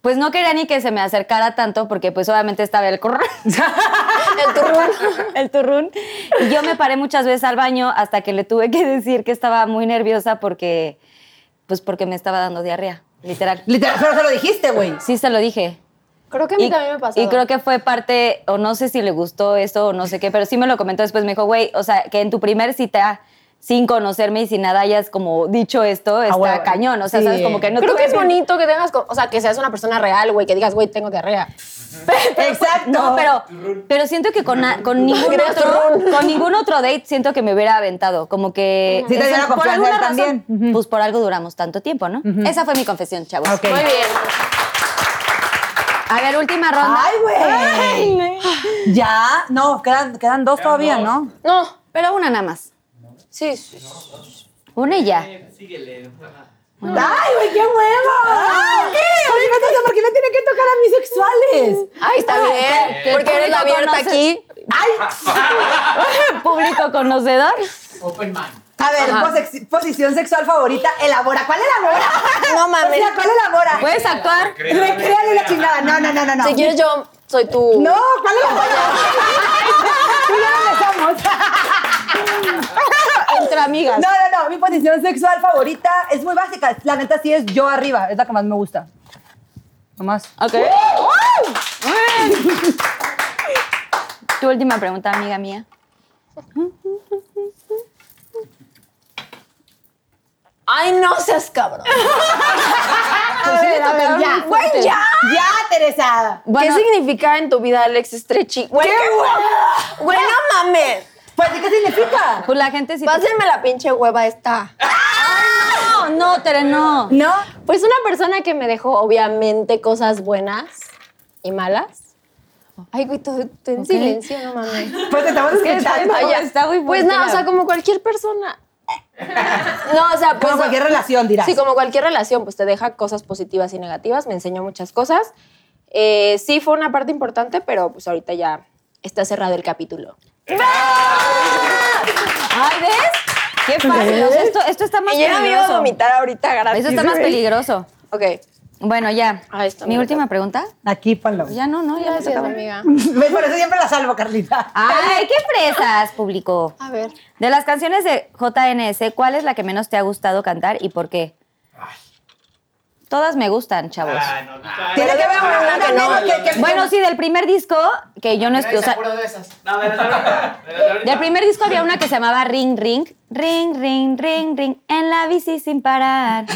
[SPEAKER 2] pues no quería ni que se me acercara tanto porque pues obviamente estaba el...
[SPEAKER 4] <laughs>
[SPEAKER 2] curr-
[SPEAKER 4] El turrón.
[SPEAKER 2] el turrún. Y yo me paré muchas veces al baño hasta que le tuve que decir que estaba muy nerviosa porque, pues porque me estaba dando diarrea, literal.
[SPEAKER 3] Literal, pero se lo dijiste, güey.
[SPEAKER 2] Sí, se lo dije.
[SPEAKER 4] Creo que a mí también me pasó.
[SPEAKER 2] y creo que fue parte, o no sé si le gustó esto o no sé qué, pero sí me lo comentó después. Me dijo, güey, o sea, que en tu primer cita, sin conocerme y sin nada, hayas como dicho esto, está
[SPEAKER 3] huevo.
[SPEAKER 2] cañón. O sea,
[SPEAKER 3] Sí.
[SPEAKER 2] sabes, como que no
[SPEAKER 4] Ah, Creo
[SPEAKER 2] tuve
[SPEAKER 4] que es
[SPEAKER 2] ni-
[SPEAKER 4] bonito que tengas, co- o sea, que seas una persona real, güey, que digas, güey, tengo diarrea. pues,
[SPEAKER 3] Exacto.
[SPEAKER 2] No, pero, pero siento que con, na- con ningún
[SPEAKER 4] Gracias,
[SPEAKER 2] otro, con ningún otro date siento que me hubiera aventado. Como que
[SPEAKER 3] Sí, te dio la
[SPEAKER 2] por
[SPEAKER 3] confianza
[SPEAKER 2] alguna
[SPEAKER 3] él
[SPEAKER 2] razón,
[SPEAKER 3] también. Ujú.
[SPEAKER 2] pues por algo duramos tanto tiempo, ¿no? Esa fue mi confesión, chavos.
[SPEAKER 3] Ok.
[SPEAKER 4] Muy bien.
[SPEAKER 2] A ver, última ronda.
[SPEAKER 3] Ay, güey. Ya. No, quedan, quedan dos todavía, ¿no?
[SPEAKER 4] No,
[SPEAKER 2] Pero una nada más.
[SPEAKER 4] sí, sí.
[SPEAKER 2] Una y ya.
[SPEAKER 5] Síguele.
[SPEAKER 3] Ay, güey, qué
[SPEAKER 4] Ah,
[SPEAKER 3] hueva. ¿Qué? Oye, no entiendo ¿Por qué me tienen que tocar a mis sexuales?
[SPEAKER 4] Ay, está
[SPEAKER 2] que- que
[SPEAKER 4] bien. Porque
[SPEAKER 2] tú
[SPEAKER 4] eres
[SPEAKER 2] lo
[SPEAKER 4] la abierta
[SPEAKER 2] conoces.
[SPEAKER 4] aquí.
[SPEAKER 2] <laughs>
[SPEAKER 3] <laughs>
[SPEAKER 2] Público conocedor.
[SPEAKER 5] Open mind.
[SPEAKER 3] A ver, posex- posición sexual favorita, elabora. ¿Cuál elabora?
[SPEAKER 4] No
[SPEAKER 3] O
[SPEAKER 4] mames.
[SPEAKER 3] sea, ¿cuál elabora?
[SPEAKER 2] Puedes actuar.
[SPEAKER 3] Recréale la chingada. No, no, no, no, no.
[SPEAKER 4] Si quieres, yo soy tu.
[SPEAKER 3] No, ¿cuál elabora? Tú ya no le sabes. O sea,
[SPEAKER 2] Entre amigas.
[SPEAKER 3] No, no, no. Mi posición sexual favorita es muy básica. La neta sí es yo arriba. Es la que más me gusta. Nomás.
[SPEAKER 2] Ok. Tu última pregunta, amiga mía.
[SPEAKER 4] Ay, no seas cabrón.
[SPEAKER 3] A ver, a ver, ya. Güey, ya. Ya, Teresa.
[SPEAKER 2] Bueno.
[SPEAKER 4] ¿Qué significa en tu vida Alex Estrechi? Güey,
[SPEAKER 3] ¡Qué hueva!
[SPEAKER 4] Güey, no mames.
[SPEAKER 3] Pues, ¿qué significa?
[SPEAKER 2] Pues la gente sí.
[SPEAKER 4] Pásenme la pinche hueva esta.
[SPEAKER 2] No, no, Tere, no.
[SPEAKER 3] ¿No?
[SPEAKER 4] Pues una persona que me dejó, obviamente, cosas buenas y malas. Ay, güey, todo, todo en silencio, no mames.
[SPEAKER 3] Pues te estamos escuchando.
[SPEAKER 4] Ay, ya.
[SPEAKER 2] está muy
[SPEAKER 4] Pues
[SPEAKER 2] fuerte
[SPEAKER 4] no,
[SPEAKER 2] la-
[SPEAKER 4] o sea, como cualquier persona. <laughs> No, o sea, pues.
[SPEAKER 3] Como cualquier relación, dirás.
[SPEAKER 4] Sí, como cualquier relación, pues te deja cosas positivas y negativas, me enseñó muchas cosas. Eh, sí, fue una parte importante, pero pues ahorita ya está cerrado el capítulo.
[SPEAKER 2] Ay, ¿ves? Qué fácil. o sea, esto, esto está más
[SPEAKER 4] Y yo me iba a
[SPEAKER 2] peligroso.
[SPEAKER 4] vomitar ahorita, gratis.
[SPEAKER 2] Eso está más peligroso.
[SPEAKER 4] Ok.
[SPEAKER 2] Bueno, ya.
[SPEAKER 4] Ahí está,
[SPEAKER 2] Mi
[SPEAKER 4] mira.
[SPEAKER 2] última pregunta.
[SPEAKER 3] Aquí, ponlo.
[SPEAKER 2] Ya no, no, ya me
[SPEAKER 4] Gracias,
[SPEAKER 2] tocaba.
[SPEAKER 4] amiga.
[SPEAKER 3] ¿Ves? <laughs> Por eso siempre la salvo, Carlita.
[SPEAKER 2] Ay, qué fresas, público.
[SPEAKER 4] A ver.
[SPEAKER 2] De las canciones de JNS, ¿cuál es la que menos te ha gustado cantar y por qué? Todas me gustan, chavos.
[SPEAKER 5] Ah, no, no.
[SPEAKER 3] Tiene que haber una,
[SPEAKER 4] que
[SPEAKER 3] menos
[SPEAKER 4] no.
[SPEAKER 3] que- que-
[SPEAKER 2] Bueno, sí, del primer disco, que yo no estoy. O
[SPEAKER 5] Nadie se
[SPEAKER 2] sea,
[SPEAKER 5] acuerda de esas. No, de las de ahorita, de las de ahorita.
[SPEAKER 2] del primer disco había una que se llamaba Ring Ring. Ring, ring, ring, ring. En la bici sin parar.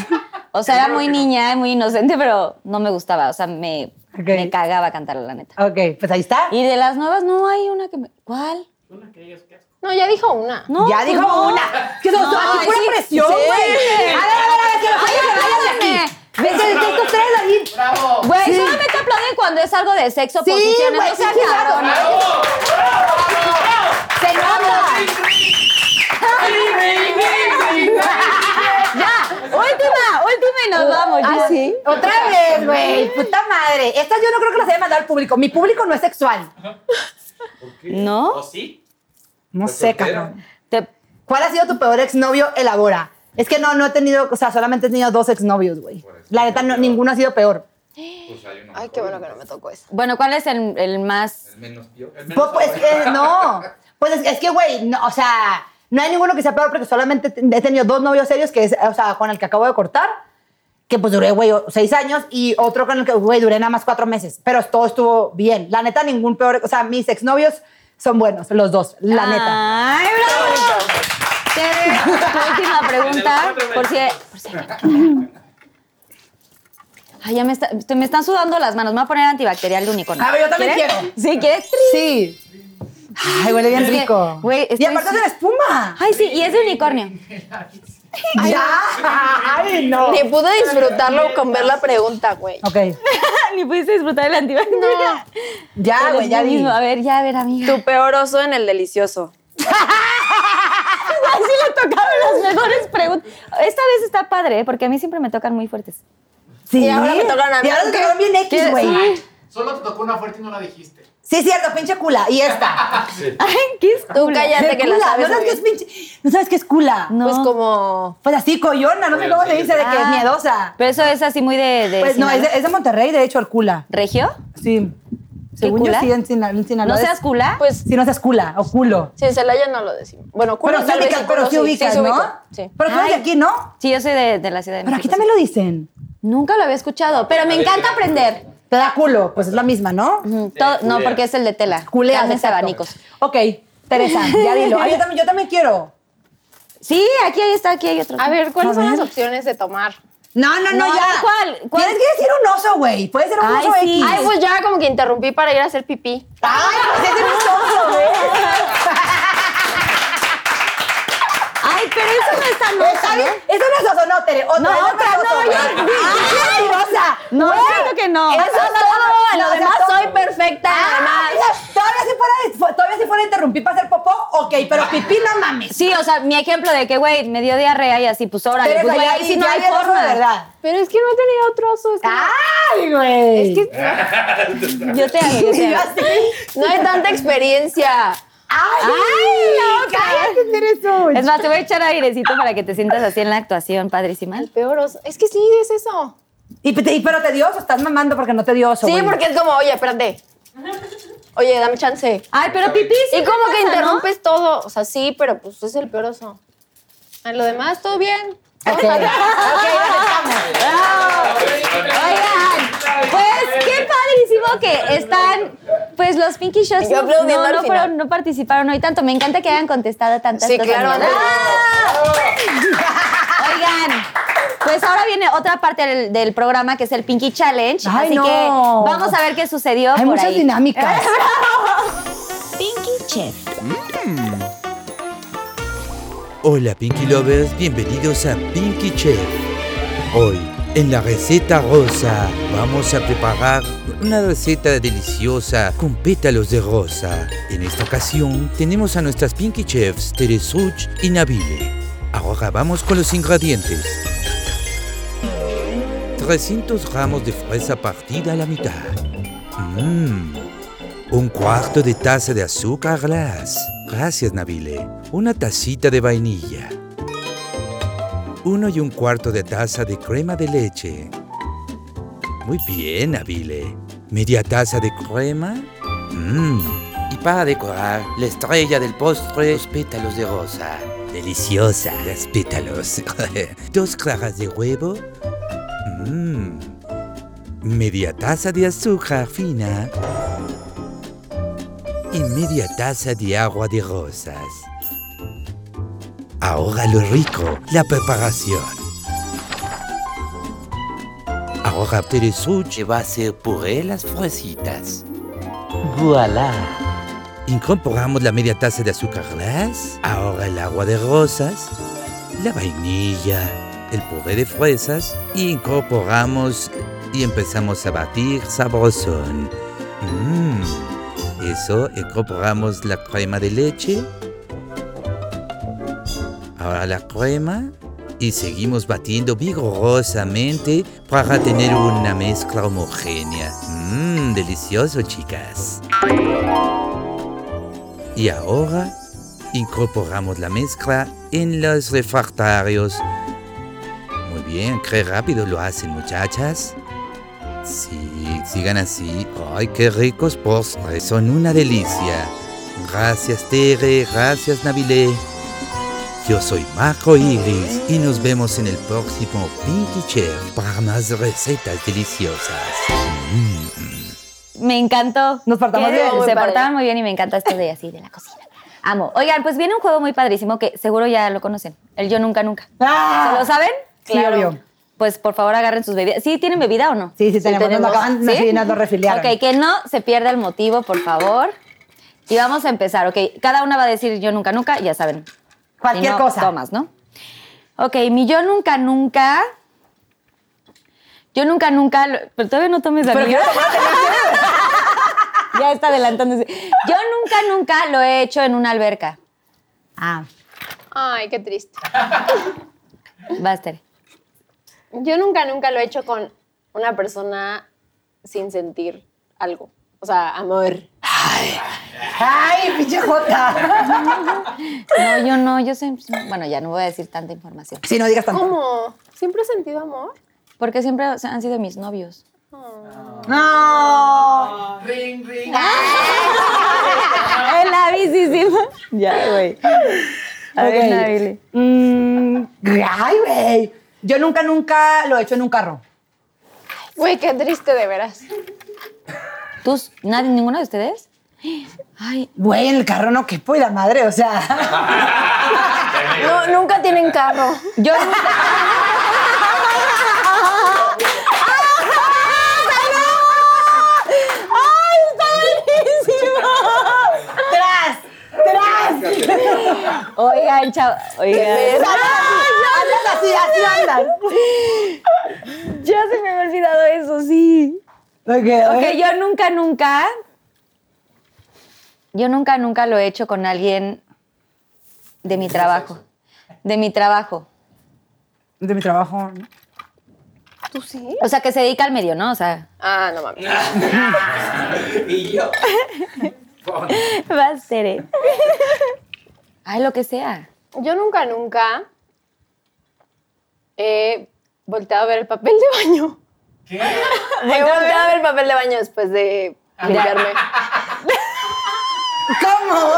[SPEAKER 2] O sea, era muy niña, muy inocente, pero no me gustaba. O sea, me,
[SPEAKER 3] Ok.
[SPEAKER 2] me cagaba cantarla, la neta.
[SPEAKER 3] Ok, pues ahí está.
[SPEAKER 2] Y de las nuevas, no hay una que me. ¿Cuál?
[SPEAKER 5] Una que digas, ¿qué asco.
[SPEAKER 4] No, ya dijo una.
[SPEAKER 2] No,
[SPEAKER 3] ya
[SPEAKER 2] pues
[SPEAKER 3] dijo
[SPEAKER 2] no.
[SPEAKER 3] una. Que son
[SPEAKER 2] No,
[SPEAKER 3] aquí pura
[SPEAKER 2] sí,
[SPEAKER 3] presión,
[SPEAKER 2] sí.
[SPEAKER 3] güey. A ver, a ver, a ver, que los
[SPEAKER 2] Ay,
[SPEAKER 3] hombres se vayan de aquí. Ves, de de estos tres ahí.
[SPEAKER 5] ¡Bravo!
[SPEAKER 2] Güey, solamente aplauden cuando es algo de sexo,
[SPEAKER 3] Sí,
[SPEAKER 2] posiciones,
[SPEAKER 3] güey,
[SPEAKER 2] no sean
[SPEAKER 3] sí, sí,
[SPEAKER 2] cabrones.
[SPEAKER 3] Se nota.
[SPEAKER 2] Ya, última, última y
[SPEAKER 3] Ah,
[SPEAKER 2] nos vamos. ya.
[SPEAKER 3] Otra vez, güey. Puta madre. Estas yo no creo que las haya mandado al público. Mi público no es sexual.
[SPEAKER 2] ¿No?
[SPEAKER 5] ¿O sí?
[SPEAKER 3] No sé, cabrón.
[SPEAKER 2] Te-
[SPEAKER 3] ¿Cuál ha sido tu peor exnovio? Elabora. Es que no, no he tenido, o sea, solamente he tenido dos exnovios, güey. La neta, no- ninguno ha sido peor.
[SPEAKER 7] Pues hay uno
[SPEAKER 4] Ay,
[SPEAKER 7] mejor,
[SPEAKER 4] qué bueno
[SPEAKER 7] ¿no?
[SPEAKER 4] que no me tocó esa.
[SPEAKER 2] bueno, ¿cuál es el, el más...?
[SPEAKER 7] El menos peor. El
[SPEAKER 3] Pues, pues, es que, no. Pues es, es que, güey, no, o sea, no hay ninguno que sea peor porque solamente te- he tenido dos novios serios, que es, o sea, con el que acabo de cortar, que pues duré, güey, o- seis años, y otro con el que, güey, duré nada más cuatro meses. Pero todo estuvo bien. La neta, ningún peor. O sea, mis exnovios son buenos, los dos, la neta.
[SPEAKER 2] ¡Ay, bravo! Te- tu última pregunta, por si... por si- Ay, ya me, está- te- me están sudando las manos. Me voy a poner antibacterial de unicornio.
[SPEAKER 3] A ver, yo también
[SPEAKER 2] ¿Quieres?
[SPEAKER 3] quiero.
[SPEAKER 2] ¿Sí? ¿Quieres?
[SPEAKER 3] Sí. Ay, huele bien
[SPEAKER 2] Es que,
[SPEAKER 3] rico.
[SPEAKER 2] güey,
[SPEAKER 3] y
[SPEAKER 2] estoy-
[SPEAKER 3] aparte de la espuma.
[SPEAKER 2] Ay, sí, y es de unicornio.
[SPEAKER 3] ¡Ya! ¡Ay, no!
[SPEAKER 4] Ni pude disfrutarlo con ver la pregunta, güey.
[SPEAKER 3] Ok.
[SPEAKER 2] Ni pudiste disfrutar del antibacterial. Pero
[SPEAKER 3] Ya, Ah, güey,
[SPEAKER 2] es
[SPEAKER 3] ya
[SPEAKER 2] lo
[SPEAKER 3] di.
[SPEAKER 2] mismo. A ver, ya, a ver, amiga.
[SPEAKER 4] Tu peor oso en el delicioso.
[SPEAKER 2] Así le tocaron las mejores preguntas. Esta vez está padre, ¿eh? porque a mí siempre me tocan muy fuertes.
[SPEAKER 3] Sí.
[SPEAKER 4] Y ahora me tocaron a mí,
[SPEAKER 3] Y ahora te
[SPEAKER 4] ¿ok?
[SPEAKER 3] tocaron bien X,
[SPEAKER 2] ¿Quieres?
[SPEAKER 3] güey.
[SPEAKER 2] Sí.
[SPEAKER 5] Solo te tocó una fuerte y no la dijiste.
[SPEAKER 3] Sí, es cierto, pinche cula. Y esta.
[SPEAKER 2] Ay, qué
[SPEAKER 4] Tú
[SPEAKER 2] estúpida.
[SPEAKER 4] cállate
[SPEAKER 3] De
[SPEAKER 4] que la
[SPEAKER 3] cula.
[SPEAKER 4] sabes.
[SPEAKER 3] ¿No sabes
[SPEAKER 4] muy
[SPEAKER 3] qué es
[SPEAKER 4] bien.
[SPEAKER 3] pinche? ¿No sabes qué es cula?
[SPEAKER 2] No.
[SPEAKER 4] Pues como.
[SPEAKER 3] Pues así, coyona, no sé
[SPEAKER 7] Bueno,
[SPEAKER 3] cómo se
[SPEAKER 7] sí.
[SPEAKER 3] dice, de que es
[SPEAKER 2] Ah.
[SPEAKER 3] miedosa.
[SPEAKER 2] Pero eso es así muy de... de
[SPEAKER 3] Pues no, es
[SPEAKER 2] Sinaloa.
[SPEAKER 3] de, es de Monterrey, de hecho, el cula.
[SPEAKER 2] ¿Regio?
[SPEAKER 3] Sí. Según
[SPEAKER 2] cula?
[SPEAKER 3] yo, sí, en Sina- en Sinaloa.
[SPEAKER 2] ¿No
[SPEAKER 3] es-
[SPEAKER 2] seas cula?
[SPEAKER 4] Pues
[SPEAKER 3] Si no seas cula o culo.
[SPEAKER 4] sí, en Celaya no lo decimos. Bueno, culo
[SPEAKER 3] Pero sí
[SPEAKER 4] tal vez
[SPEAKER 3] ubicas,
[SPEAKER 4] sí,
[SPEAKER 3] pero
[SPEAKER 4] culo
[SPEAKER 3] sí ubicas,
[SPEAKER 4] sí,
[SPEAKER 3] ¿no?
[SPEAKER 4] ubico, Sí.
[SPEAKER 3] Pero tú eres de
[SPEAKER 2] Ay.
[SPEAKER 3] aquí, ¿no?
[SPEAKER 2] Sí, yo soy de, de la Ciudad de
[SPEAKER 3] Pero aquí
[SPEAKER 2] México,
[SPEAKER 3] también lo dicen.
[SPEAKER 2] sí. Nunca lo había escuchado, pero me encanta aprender.
[SPEAKER 3] Te da culo, pues es la misma, ¿no?
[SPEAKER 2] Mm, todo- no, porque es el de tela.
[SPEAKER 3] Culeas,
[SPEAKER 2] Carnes
[SPEAKER 3] exacto.
[SPEAKER 2] abanicos.
[SPEAKER 3] Ok, Teresa, ya dilo. Ay, yo también, yo también quiero.
[SPEAKER 2] Sí, aquí ahí está, aquí hay otro.
[SPEAKER 4] A ver, ¿cuáles
[SPEAKER 3] A
[SPEAKER 4] son
[SPEAKER 3] ver.
[SPEAKER 4] las opciones de tomar?
[SPEAKER 3] No, no, no,
[SPEAKER 2] No,
[SPEAKER 3] ya.
[SPEAKER 2] ¿cuál? ¿Cuál?
[SPEAKER 3] Tienes que decir un oso, güey. Puede ser un
[SPEAKER 2] Ay,
[SPEAKER 3] oso
[SPEAKER 2] sí.
[SPEAKER 3] X.
[SPEAKER 4] Ay, pues ya como que interrumpí para ir a hacer pipí.
[SPEAKER 3] Ay, pues ese no es oso, güey.
[SPEAKER 2] Ay, pero eso no está no.
[SPEAKER 3] Está bien. Eso no es oso, no, Tere. Otra,
[SPEAKER 2] No,
[SPEAKER 3] eso
[SPEAKER 2] otra,
[SPEAKER 3] es oso,
[SPEAKER 2] no,
[SPEAKER 3] güey.
[SPEAKER 2] yo-
[SPEAKER 3] Ah, Ay, mentirosa.
[SPEAKER 2] No,
[SPEAKER 3] Güey,
[SPEAKER 2] claro que no.
[SPEAKER 3] eso
[SPEAKER 2] ¿Eh? Eso
[SPEAKER 3] es
[SPEAKER 2] es
[SPEAKER 3] todo.
[SPEAKER 2] todo,
[SPEAKER 3] No,
[SPEAKER 2] lo
[SPEAKER 3] o sea,
[SPEAKER 2] demás
[SPEAKER 3] todo.
[SPEAKER 2] soy perfecta,
[SPEAKER 3] Ah, mira, Todavía se fuera, todavía se fuera a interrumpir para hacer popó, ok, pero pipí no mames.
[SPEAKER 2] Sí, o sea, mi ejemplo de que, güey, me dio diarrea y así, pues órale,
[SPEAKER 3] Teresa,
[SPEAKER 2] pues güey,
[SPEAKER 3] ya
[SPEAKER 2] ahí
[SPEAKER 3] di-
[SPEAKER 2] sí no
[SPEAKER 3] ya
[SPEAKER 2] hay
[SPEAKER 3] di el oso
[SPEAKER 2] forma.
[SPEAKER 3] de verdad.
[SPEAKER 4] Pero es que no tenía otro oso. es que
[SPEAKER 3] Ay, güey.
[SPEAKER 4] Ah,
[SPEAKER 3] <laughs>
[SPEAKER 4] Es que
[SPEAKER 2] Yo te hago, yo te hago.
[SPEAKER 4] no hay tanta experiencia.
[SPEAKER 3] Ay,
[SPEAKER 2] Ay, loca.
[SPEAKER 3] cállate, Teresa.
[SPEAKER 2] Es más, te voy a echar airecito para que te sientas así en la actuación, padrísima.
[SPEAKER 4] El peor oso. Es que sí, es eso.
[SPEAKER 3] Y, te- y- pero te dio oso, estás mamando porque no te dio oso.
[SPEAKER 4] Sí,
[SPEAKER 3] güey.
[SPEAKER 4] porque es como, oye, espérate. Oye, dame chance.
[SPEAKER 8] Ay, pero pipis.
[SPEAKER 4] Y como que
[SPEAKER 8] pasa, no?
[SPEAKER 4] interrumpes todo. O sea, sí, pero pues es el peor oso. A lo demás, todo bien.
[SPEAKER 3] Ok, ok,
[SPEAKER 2] Oigan, pues qué padrísimo que están, pues los Pinky Shots
[SPEAKER 4] Yo
[SPEAKER 2] no,
[SPEAKER 4] aplaudiendo
[SPEAKER 2] no,
[SPEAKER 4] al
[SPEAKER 2] no
[SPEAKER 4] final.
[SPEAKER 2] fueron- no participaron hoy tanto. Me encanta que hayan contestado tantas
[SPEAKER 4] Sí,
[SPEAKER 2] cosas.
[SPEAKER 4] claro,
[SPEAKER 2] ¿verdad? Oigan, pues ahora viene otra parte del, del programa que es el Pinky Challenge.
[SPEAKER 3] Ay,
[SPEAKER 2] así
[SPEAKER 3] no.
[SPEAKER 2] que vamos a ver qué sucedió.
[SPEAKER 3] Hay
[SPEAKER 2] por
[SPEAKER 3] muchas
[SPEAKER 2] ahí. <laughs>
[SPEAKER 3] dinámicas.
[SPEAKER 2] Pinky Chef.
[SPEAKER 1] Hola Pinky Lovers, bienvenidos a Pinky Chef. Hoy, en la receta rosa, vamos a preparar una receta deliciosa con pétalos de rosa. En esta ocasión tenemos a nuestras Pinky Chefs Teresuch y Nabile. Ahora vamos con los ingredientes. 300 gramos de fresa partida a la mitad. Mmm. Un cuarto de taza de azúcar glass. Gracias, Nabile. Una tacita de vainilla. Uno y un cuarto de taza de crema de leche. Muy bien, Nabile. Media taza de crema. Mmm.
[SPEAKER 9] Y para decorar, la estrella del postre, los pétalos de rosa.
[SPEAKER 1] Deliciosa. Los pétalos. <laughs> Dos claras de huevo. Mmm. Media taza de azúcar fina. Y media taza de agua de rosas. Ahora lo rico, la preparación. Ahora Teresuch
[SPEAKER 9] Que va a ser puré las fresitas. Voilà.
[SPEAKER 1] Incorporamos la media taza de azúcar glass, ahora el agua de rosas, la vainilla, el puré de fresas y incorporamos y empezamos a batir sabrosón. Mm. Eso, incorporamos la crema de leche, ahora la crema y seguimos batiendo vigorosamente para tener una mezcla homogénea. Mmm, delicioso chicas. Y ahora incorporamos la mezcla en los refractarios. Muy bien, qué rápido lo hacen muchachas. Sí, sigan así. ¡Ay, qué ricos postres! Son una delicia. Gracias Tere, gracias Nabilé. Yo soy Marco Iris y nos vemos en el próximo Pinky Chef para más recetas deliciosas.
[SPEAKER 2] Me encantó.
[SPEAKER 3] Nos portamos
[SPEAKER 2] Que
[SPEAKER 3] bien.
[SPEAKER 2] Se
[SPEAKER 4] Muy padre.
[SPEAKER 2] portaban muy bien y me encanta esto de así, de la cocina. Amo. Oigan, pues viene un juego muy padrísimo que seguro ya lo conocen. El Yo Nunca Nunca.
[SPEAKER 3] Ah,
[SPEAKER 2] ¿Se lo saben?
[SPEAKER 3] Sí, obvio.
[SPEAKER 2] Pues por favor agarren sus bebidas. ¿Sí tienen bebida o no?
[SPEAKER 3] Sí, sí, tenemos. Nos lo
[SPEAKER 4] tenemos.
[SPEAKER 3] acaban, nos-
[SPEAKER 2] ¿Sí?
[SPEAKER 3] sí, nos lo refiliaron.
[SPEAKER 2] Ok, que no se pierda el motivo, por favor. Y vamos a empezar, ok. Cada una va a decir yo nunca, nunca, ya saben.
[SPEAKER 3] Ah, Cualquier
[SPEAKER 2] Si no,
[SPEAKER 3] cosa.
[SPEAKER 2] Tomas, ¿no? Ok, mi yo nunca, nunca. Yo nunca, nunca. lo- Pero todavía no tomes la
[SPEAKER 3] Pero
[SPEAKER 2] mía. <laughs> ya está adelantándose. Yo nunca, nunca lo he hecho en una alberca.
[SPEAKER 3] Ah,
[SPEAKER 4] Ay, qué triste.
[SPEAKER 2] Vas, Tere.
[SPEAKER 4] Yo nunca, nunca lo he hecho con una persona sin sentir algo. O sea, amor.
[SPEAKER 3] ¡Ay, pinche Jota!
[SPEAKER 2] <laughs> No, yo no, yo siempre. Bueno, ya no voy a decir tanta información.
[SPEAKER 3] Sí, no digas tanto.
[SPEAKER 4] ¿Cómo? ¿Siempre he sentido amor?
[SPEAKER 2] Porque siempre han sido mis
[SPEAKER 3] <laughs>
[SPEAKER 2] novios.
[SPEAKER 3] ¡No!
[SPEAKER 5] Ring, ring.
[SPEAKER 2] En la bicísima. Ya, güey. A ver,
[SPEAKER 3] Ok.
[SPEAKER 2] Nabile.
[SPEAKER 3] Mm, ¡Ay, güey! Yo nunca, nunca lo he hecho en un carro.
[SPEAKER 4] Güey, qué triste de veras.
[SPEAKER 2] ¿Tú, nadie, ninguno de ustedes? Ay,
[SPEAKER 3] Güey, en el carro no quepo y la madre,
[SPEAKER 2] <laughs>
[SPEAKER 3] o sea.
[SPEAKER 4] No, nunca tienen carro.
[SPEAKER 2] yo
[SPEAKER 3] <laughs>
[SPEAKER 2] nunca.
[SPEAKER 3] ¡Tras! ¡Tras!
[SPEAKER 2] Oigan, chao.
[SPEAKER 3] <laughs>
[SPEAKER 2] Oigan.
[SPEAKER 3] Andas
[SPEAKER 2] <laughs>
[SPEAKER 3] así, así andas.
[SPEAKER 2] Ya se me había olvidado eso, sí.
[SPEAKER 3] Ok,
[SPEAKER 2] Ok,
[SPEAKER 3] ok.
[SPEAKER 2] yo nunca, nunca. Yo nunca, nunca lo he hecho con alguien de mi trabajo. De mi trabajo.
[SPEAKER 3] De mi trabajo. ¿no?
[SPEAKER 4] ¿Tú sí?
[SPEAKER 2] O sea, que se dedica al medio, ¿no? O sea.
[SPEAKER 4] Ah, no mames.
[SPEAKER 10] Y yo.
[SPEAKER 2] <laughs> Va a ser. eh. Ay, lo que sea.
[SPEAKER 4] Yo nunca, nunca he volteado a ver el papel de baño.
[SPEAKER 5] ¿Qué?
[SPEAKER 4] <laughs> He volteado a ver el papel de baño después de limpiarme.
[SPEAKER 3] ¿Cómo? <laughs>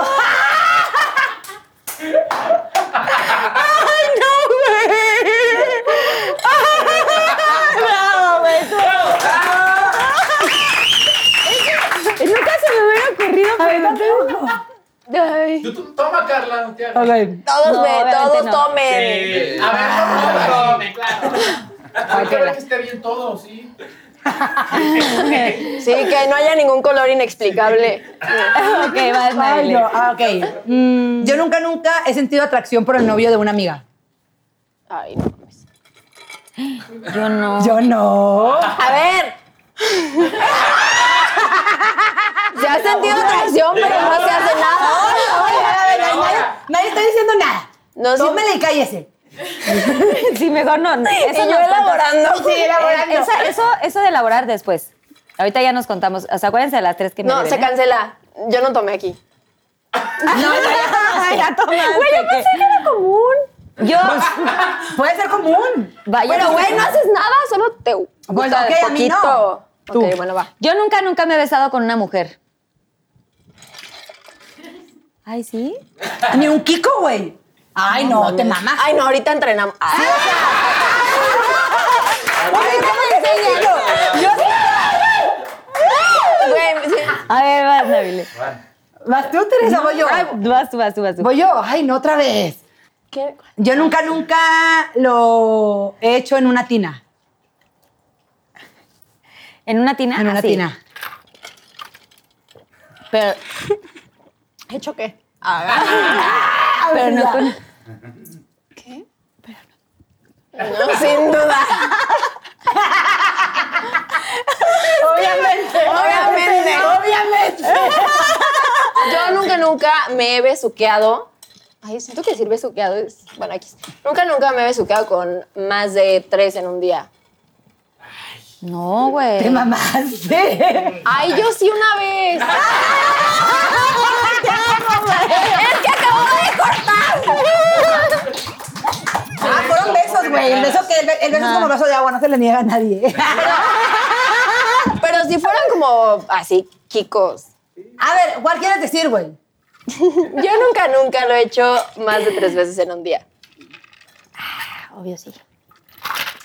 [SPEAKER 3] <laughs> <laughs>
[SPEAKER 2] Nunca se me hubiera ocurrido.
[SPEAKER 3] A ver, date uno.
[SPEAKER 5] Yo- tú- Toma, Carla, no te hagas.
[SPEAKER 3] Ok.
[SPEAKER 4] Todos,
[SPEAKER 2] No,
[SPEAKER 4] ve-
[SPEAKER 2] obviamente
[SPEAKER 4] todos
[SPEAKER 2] no.
[SPEAKER 4] tomen.
[SPEAKER 5] Eh, A ver, no, no, no, claro. Hay que ver que esté bien todo, sí.
[SPEAKER 4] Sí, que no haya ningún color inexplicable.
[SPEAKER 2] ok, vas,
[SPEAKER 3] Ay,
[SPEAKER 2] Mayle.
[SPEAKER 3] no. Ah, ok. Mm, Yo nunca, nunca he sentido atracción por el novio de una amiga.
[SPEAKER 4] <laughs> Ay, no mames.
[SPEAKER 2] Yo no.
[SPEAKER 3] Yo no.
[SPEAKER 4] A <laughs> ver. Se ha sentido atracción, pero no se hace nada.
[SPEAKER 3] Oye, a ver, nadie- Nadie está diciendo nada.
[SPEAKER 4] No, sí.
[SPEAKER 3] Tómele y cállese.
[SPEAKER 2] Sí, mejor no. no.
[SPEAKER 4] Y
[SPEAKER 2] Eso
[SPEAKER 4] yo
[SPEAKER 2] nos cuentas.
[SPEAKER 4] elaborando.
[SPEAKER 2] Eh, esa- eso, eso de elaborar después. Ahorita ya nos contamos. O sea, acuérdense de las tres que me
[SPEAKER 4] No,
[SPEAKER 2] deben,
[SPEAKER 4] se
[SPEAKER 2] ¿eh?
[SPEAKER 4] cancela. Yo no tomé aquí.
[SPEAKER 2] Ay, ya tomaste.
[SPEAKER 4] Güey, yo pensé que era común.
[SPEAKER 2] Yo.
[SPEAKER 3] <laughs> Puede ser común.
[SPEAKER 2] Vaya,
[SPEAKER 4] Pero, güey, no haces nada, solo te.
[SPEAKER 2] Pues
[SPEAKER 3] Bueno,
[SPEAKER 4] gusta
[SPEAKER 3] ok, a mí no.
[SPEAKER 4] poquito.
[SPEAKER 3] Tú.
[SPEAKER 4] Ok, bueno, va.
[SPEAKER 2] Yo nunca, nunca me he besado con una mujer. Ay, ¿sí?
[SPEAKER 3] Ni un Kiko, güey. Ay, no, te mamas.
[SPEAKER 4] Ay, no, ahorita entrenamos. Ay,
[SPEAKER 3] Oye, ¿cómo te enseño?
[SPEAKER 4] Güey, sí.
[SPEAKER 2] A ver, vas, Nabile.
[SPEAKER 3] ¿Vas tú, Teresa? Voy yo.
[SPEAKER 2] Ay, Vas tú, vas tú, vas tú.
[SPEAKER 3] Voy yo. Ay, no, otra vez.
[SPEAKER 4] ¿Qué?
[SPEAKER 3] Yo nunca, nunca lo he hecho en una tina.
[SPEAKER 2] ¿En una tina?
[SPEAKER 3] En una
[SPEAKER 2] Así.
[SPEAKER 3] tina.
[SPEAKER 2] Pero,
[SPEAKER 4] ¿Hecho qué?
[SPEAKER 2] pero no con...
[SPEAKER 4] No, sin duda.
[SPEAKER 3] Obviamente.
[SPEAKER 4] obviamente.
[SPEAKER 3] Obviamente.
[SPEAKER 4] Yo nunca, nunca me he besuqueado. Ay, siento que decir besuqueado es. Bueno, aquí. Nunca, nunca me he besuqueado con más de tres en un día.
[SPEAKER 2] No, güey.
[SPEAKER 3] Te mamaste.
[SPEAKER 4] Ay, yo sí
[SPEAKER 2] <laughs>
[SPEAKER 4] una vez. es que acabo de cortar.
[SPEAKER 3] Ah, fueron besos, güey. El beso, que, el be- el beso es como vaso de agua, no se le niega a nadie.
[SPEAKER 4] Pero si fueran como así, Kikos.
[SPEAKER 3] A ver, ¿cuál quieres decir, güey?
[SPEAKER 4] Yo nunca, nunca lo he hecho más de tres veces en un día.
[SPEAKER 2] Obvio sí.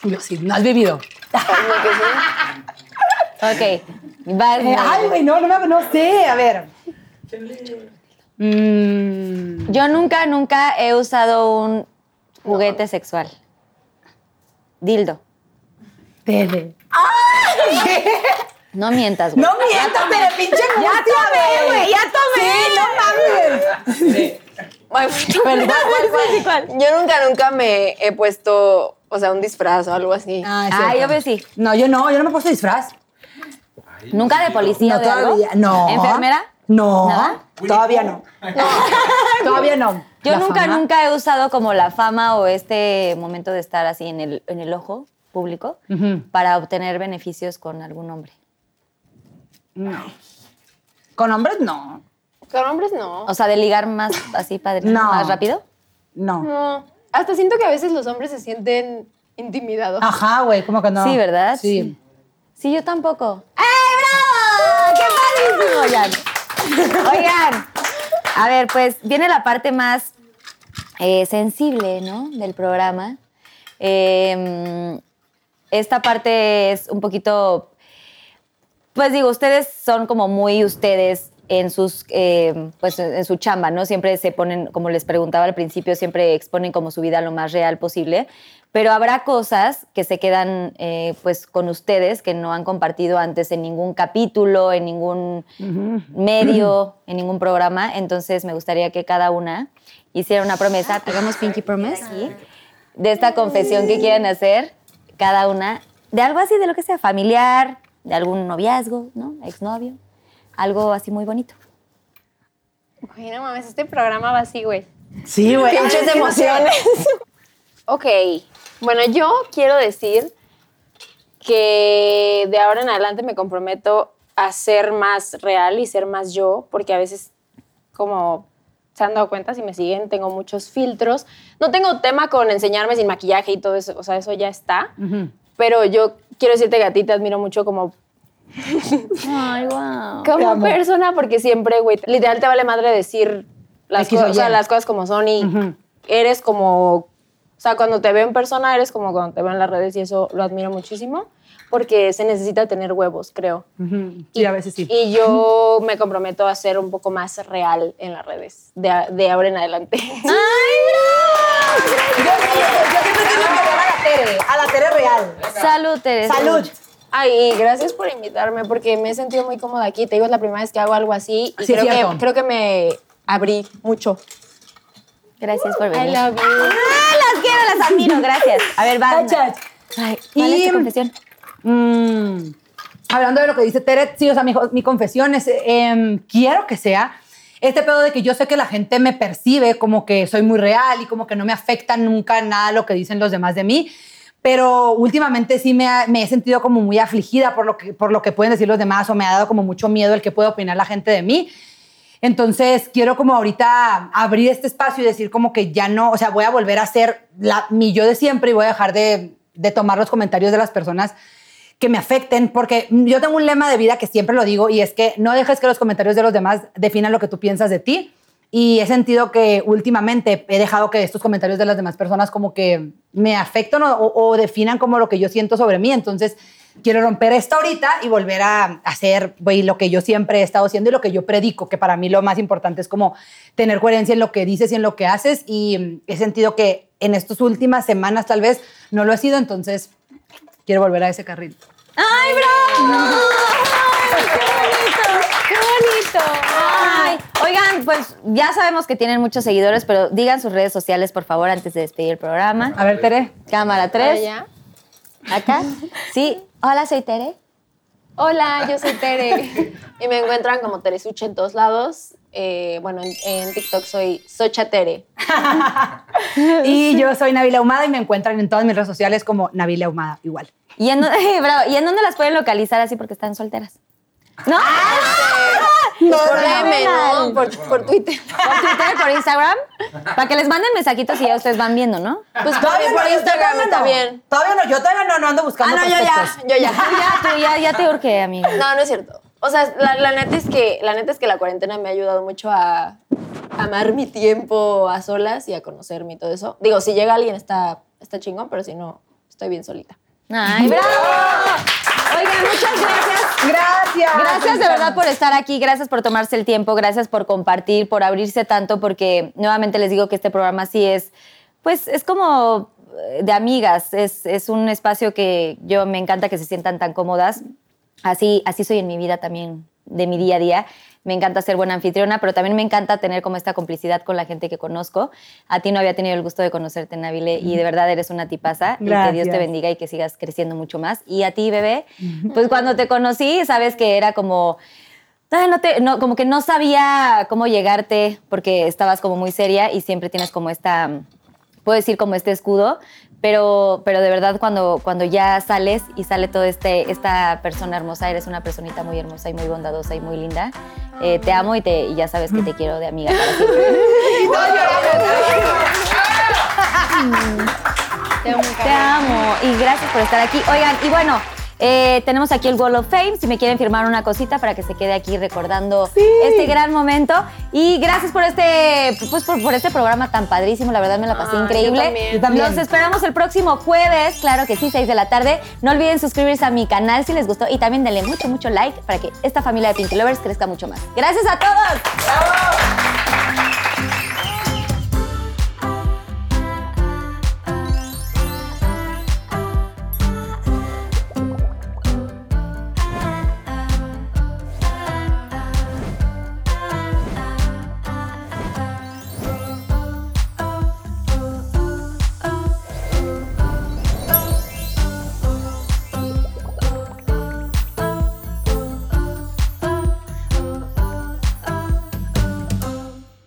[SPEAKER 3] Yo sí, no has vivido.
[SPEAKER 4] Como que sí.
[SPEAKER 2] Ok, vas,
[SPEAKER 3] Eh, ay,
[SPEAKER 2] Nabile.
[SPEAKER 3] güey, no, no, me- no sé. A ver. Mm,
[SPEAKER 2] Yo nunca, nunca he usado un juguete sexual. Dildo.
[SPEAKER 3] tele.
[SPEAKER 2] No mientas, güey.
[SPEAKER 3] No mientas, Tere, pinche Ya
[SPEAKER 2] tomé, güey, ya tomé.
[SPEAKER 3] Sí, no mames.
[SPEAKER 4] Ay,
[SPEAKER 3] Pero, <laughs> ¿cuál, cuál, cuál?
[SPEAKER 4] <laughs> Yo nunca, nunca me he puesto, o sea, un disfraz o algo así.
[SPEAKER 3] Ah, es
[SPEAKER 2] Ay,
[SPEAKER 3] cierto.
[SPEAKER 2] obvio sí.
[SPEAKER 3] No, yo no, yo no me he puesto disfraz.
[SPEAKER 2] ¿Nunca de policía
[SPEAKER 3] No,
[SPEAKER 2] o de algo?
[SPEAKER 3] todavía. No.
[SPEAKER 2] ¿Enfermera?
[SPEAKER 3] No.
[SPEAKER 2] ¿Nada?
[SPEAKER 3] Todavía no.
[SPEAKER 2] <laughs>
[SPEAKER 3] todavía no.
[SPEAKER 2] Yo
[SPEAKER 3] La
[SPEAKER 2] nunca,
[SPEAKER 3] fama.
[SPEAKER 2] nunca he usado como la fama o este momento de estar así en el, en el ojo público
[SPEAKER 3] Ujú.
[SPEAKER 2] para obtener beneficios con algún hombre.
[SPEAKER 3] Con hombres, no.
[SPEAKER 4] Con hombres no.
[SPEAKER 2] O sea, de ligar más así padre,
[SPEAKER 3] No.
[SPEAKER 2] más rápido. Mm.
[SPEAKER 3] No.
[SPEAKER 4] No. Hasta siento que a veces los hombres se sienten intimidados.
[SPEAKER 3] Ajá, güey, como que no.
[SPEAKER 2] Sí, ¿verdad?
[SPEAKER 3] Sí.
[SPEAKER 2] Sí, yo tampoco. ¡Ay, bravo! ¡Qué padrísimo! Oigan, oigan. A ver, pues viene la parte más eh, sensible, ¿no? Del programa. Eh, esta parte es un poquito pues digo, ustedes son como muy ustedes en sus eh, pues en su chamba, ¿no? Siempre se ponen, como les preguntaba al principio, siempre exponen como su vida lo más real posible. Pero habrá cosas que se quedan eh, pues con ustedes que no han compartido antes en ningún capítulo, en ningún medio, en ningún programa. Entonces me gustaría que cada una hiciera una promesa. Hagamos Pinky Promise. Sí. De esta confesión que quieren hacer, cada una, de algo así, de lo que sea, familiar, de algún noviazgo, ¿no? Exnovio. Algo así muy bonito.
[SPEAKER 4] Güey, no mames, este programa va así, güey.
[SPEAKER 3] Sí, güey.
[SPEAKER 4] Pinches emociones. ok. Bueno, yo quiero decir que de ahora en adelante me comprometo a ser más real y ser más yo, porque a veces, como se han dado cuenta, si me siguen, tengo muchos filtros. No tengo tema con enseñarme sin maquillaje y todo eso, o sea, eso ya está. Pero yo quiero decirte que a ti te admiro mucho como
[SPEAKER 2] Ay, wow.
[SPEAKER 3] Te
[SPEAKER 4] Como
[SPEAKER 3] amo.
[SPEAKER 4] persona, porque siempre, güey, literal te vale madre decir las,
[SPEAKER 3] X o
[SPEAKER 4] cosas, o sea,
[SPEAKER 3] Y.
[SPEAKER 4] las cosas como son y
[SPEAKER 3] Ujú.
[SPEAKER 4] eres como, o sea, cuando te veo en persona eres como cuando te veo en las redes y eso lo admiro muchísimo porque se necesita tener huevos, creo.
[SPEAKER 3] Ujú. Sí, a veces sí.
[SPEAKER 4] Y yo me comprometo a ser un poco más real en las redes, de, a- de ahora
[SPEAKER 3] <laughs>
[SPEAKER 4] en adelante.
[SPEAKER 3] Yo siempre, yo siempre tengo que llevar a la Tere, a la Tere real.
[SPEAKER 2] Salud, Teresa.
[SPEAKER 3] Salud.
[SPEAKER 4] Ay, y gracias por invitarme porque me he sentido muy cómoda aquí. Te digo, es la primera vez que hago algo así y
[SPEAKER 3] Sí, es
[SPEAKER 4] creo, que,
[SPEAKER 3] cierto.
[SPEAKER 4] creo que me abrí mucho.
[SPEAKER 2] Gracias por
[SPEAKER 4] I
[SPEAKER 2] venir.
[SPEAKER 4] love you.
[SPEAKER 2] Ah, las quiero, las admiro. Gracias. A ver, va.
[SPEAKER 3] Cachas.
[SPEAKER 2] Ay, ¿cuál es
[SPEAKER 3] Y-
[SPEAKER 2] tu confesión?
[SPEAKER 3] Mm, hablando de lo que dice Tere, sí, o sea, mi, mi confesión es, eh, em, quiero que sea este pedo de que yo sé que la gente me percibe como que soy muy real y como que no me afecta nunca nada lo que dicen los demás de mí. Pero últimamente sí me, ha- me he sentido como muy afligida por lo, que, por lo que pueden decir los demás o me ha dado como mucho miedo el que puede opinar la gente de mí. Entonces, quiero como ahorita abrir este espacio y decir como que ya no, o sea, voy a volver a ser la, mi yo de siempre y voy a dejar de, de tomar los comentarios de las personas que me afecten, porque yo tengo un lema de vida que siempre lo digo y es que no dejes que los comentarios de los demás definan lo que tú piensas de ti. Y he sentido que últimamente he dejado que estos comentarios de las demás personas como que me afectan o, o- o definan como lo que yo siento sobre mí. Entonces quiero romper esto ahorita y volver a hacer güey, lo que yo siempre he estado haciendo y lo que yo predico, que para mí lo más importante es como tener coherencia en lo que dices y en lo que haces. Y mm, he sentido que en estas últimas semanas tal vez no lo he sido, entonces quiero volver a ese carril.
[SPEAKER 2] ¡Ay, bravo! ¡Ay, ¡Qué bonito! ¡Qué bonito! Ay, oigan, pues ya sabemos que tienen muchos seguidores, pero digan sus redes sociales, por favor, antes de despedir el programa.
[SPEAKER 3] A ver, Tere.
[SPEAKER 2] Cámara 3.
[SPEAKER 4] Allá.
[SPEAKER 2] Acá. Sí. Hola, soy Tere.
[SPEAKER 4] Hola, yo soy Tere. <laughs> y me encuentran como Teresuche en todos lados. Eh, bueno, en, en TikTok soy Socha Tere.
[SPEAKER 3] <laughs> Y yo soy Navila Humada y me encuentran en todas mis redes sociales como Navila Humada, igual.
[SPEAKER 2] ¿Y en, dónde- <laughs> bravo, ¿Y en dónde las pueden localizar así porque están solteras? ¡No!
[SPEAKER 4] Ah. Pues por
[SPEAKER 2] no,
[SPEAKER 4] DM,
[SPEAKER 2] no.
[SPEAKER 4] ¿no? Por, por Twitter.
[SPEAKER 2] Por Twitter, por Instagram, para que les manden mensajitos y ya ustedes van viendo, ¿no?
[SPEAKER 4] Pues por, por
[SPEAKER 3] Ah, yo
[SPEAKER 4] Instagram
[SPEAKER 3] todavía
[SPEAKER 4] está
[SPEAKER 3] no.
[SPEAKER 4] bien.
[SPEAKER 3] Todavía no, yo todavía no, no ando
[SPEAKER 4] Ah,
[SPEAKER 3] buscando
[SPEAKER 4] no, yo
[SPEAKER 3] prospectos.
[SPEAKER 4] ya, yo ya.
[SPEAKER 2] Tú ya, tú ya, ya te urge, amiga.
[SPEAKER 4] No, no es cierto. O sea, la, la neta es que, la neta es que la cuarentena me ha ayudado mucho a amar mi tiempo a solas y a conocerme y todo eso. Digo, si llega alguien está, está chingón, pero si no, estoy bien solita.
[SPEAKER 2] ¡Ay, bravo! Oigan, muchas gracias.
[SPEAKER 3] Gracias.
[SPEAKER 2] Gracias de verdad por estar aquí, gracias por tomarse el tiempo, gracias por compartir, por abrirse tanto, porque nuevamente les digo que este programa sí es, pues es como eh, de amigas, es, es un espacio que yo me encanta que se sientan tan cómodas. Así, así soy en mi vida también, de mi día a día. Me encanta ser buena anfitriona, pero también me encanta tener como esta complicidad con la gente que conozco. A ti no había tenido el gusto de conocerte, Nabile, y de verdad eres una tipaza. Y que Dios te
[SPEAKER 3] Gracias.
[SPEAKER 2] bendiga bendiga y que sigas creciendo mucho más. Y a ti, bebé, pues cuando te conocí, sabes que era como, "Ay, no te, no, como que no sabía cómo llegarte porque estabas como muy seria y siempre tienes como esta, mm, puedo decir como este escudo, pero, pero de verdad cuando, cuando ya sales y sale toda este, esta persona hermosa, eres una personita muy hermosa y muy bondadosa y muy linda. Eh, te amo y, te, y ya sabes que te quiero de amiga para siempre. Te amo y gracias por estar aquí. Oigan, y bueno, eh, tenemos aquí el Wall of Fame, si me quieren firmar una cosita para que se quede aquí recordando este gran momento. Y gracias por este, pues, por, por este programa tan padrísimo, la verdad me la pasé
[SPEAKER 4] Ay, yo
[SPEAKER 2] increíble.
[SPEAKER 4] también.
[SPEAKER 3] Yo también.
[SPEAKER 2] Los esperamos el próximo jueves, claro que sí, 6 de la tarde. No olviden suscribirse a mi canal si les gustó y también denle mucho, mucho like para que esta familia de Pinky Lovers crezca mucho más. Gracias a todos.
[SPEAKER 3] ¡Bravo!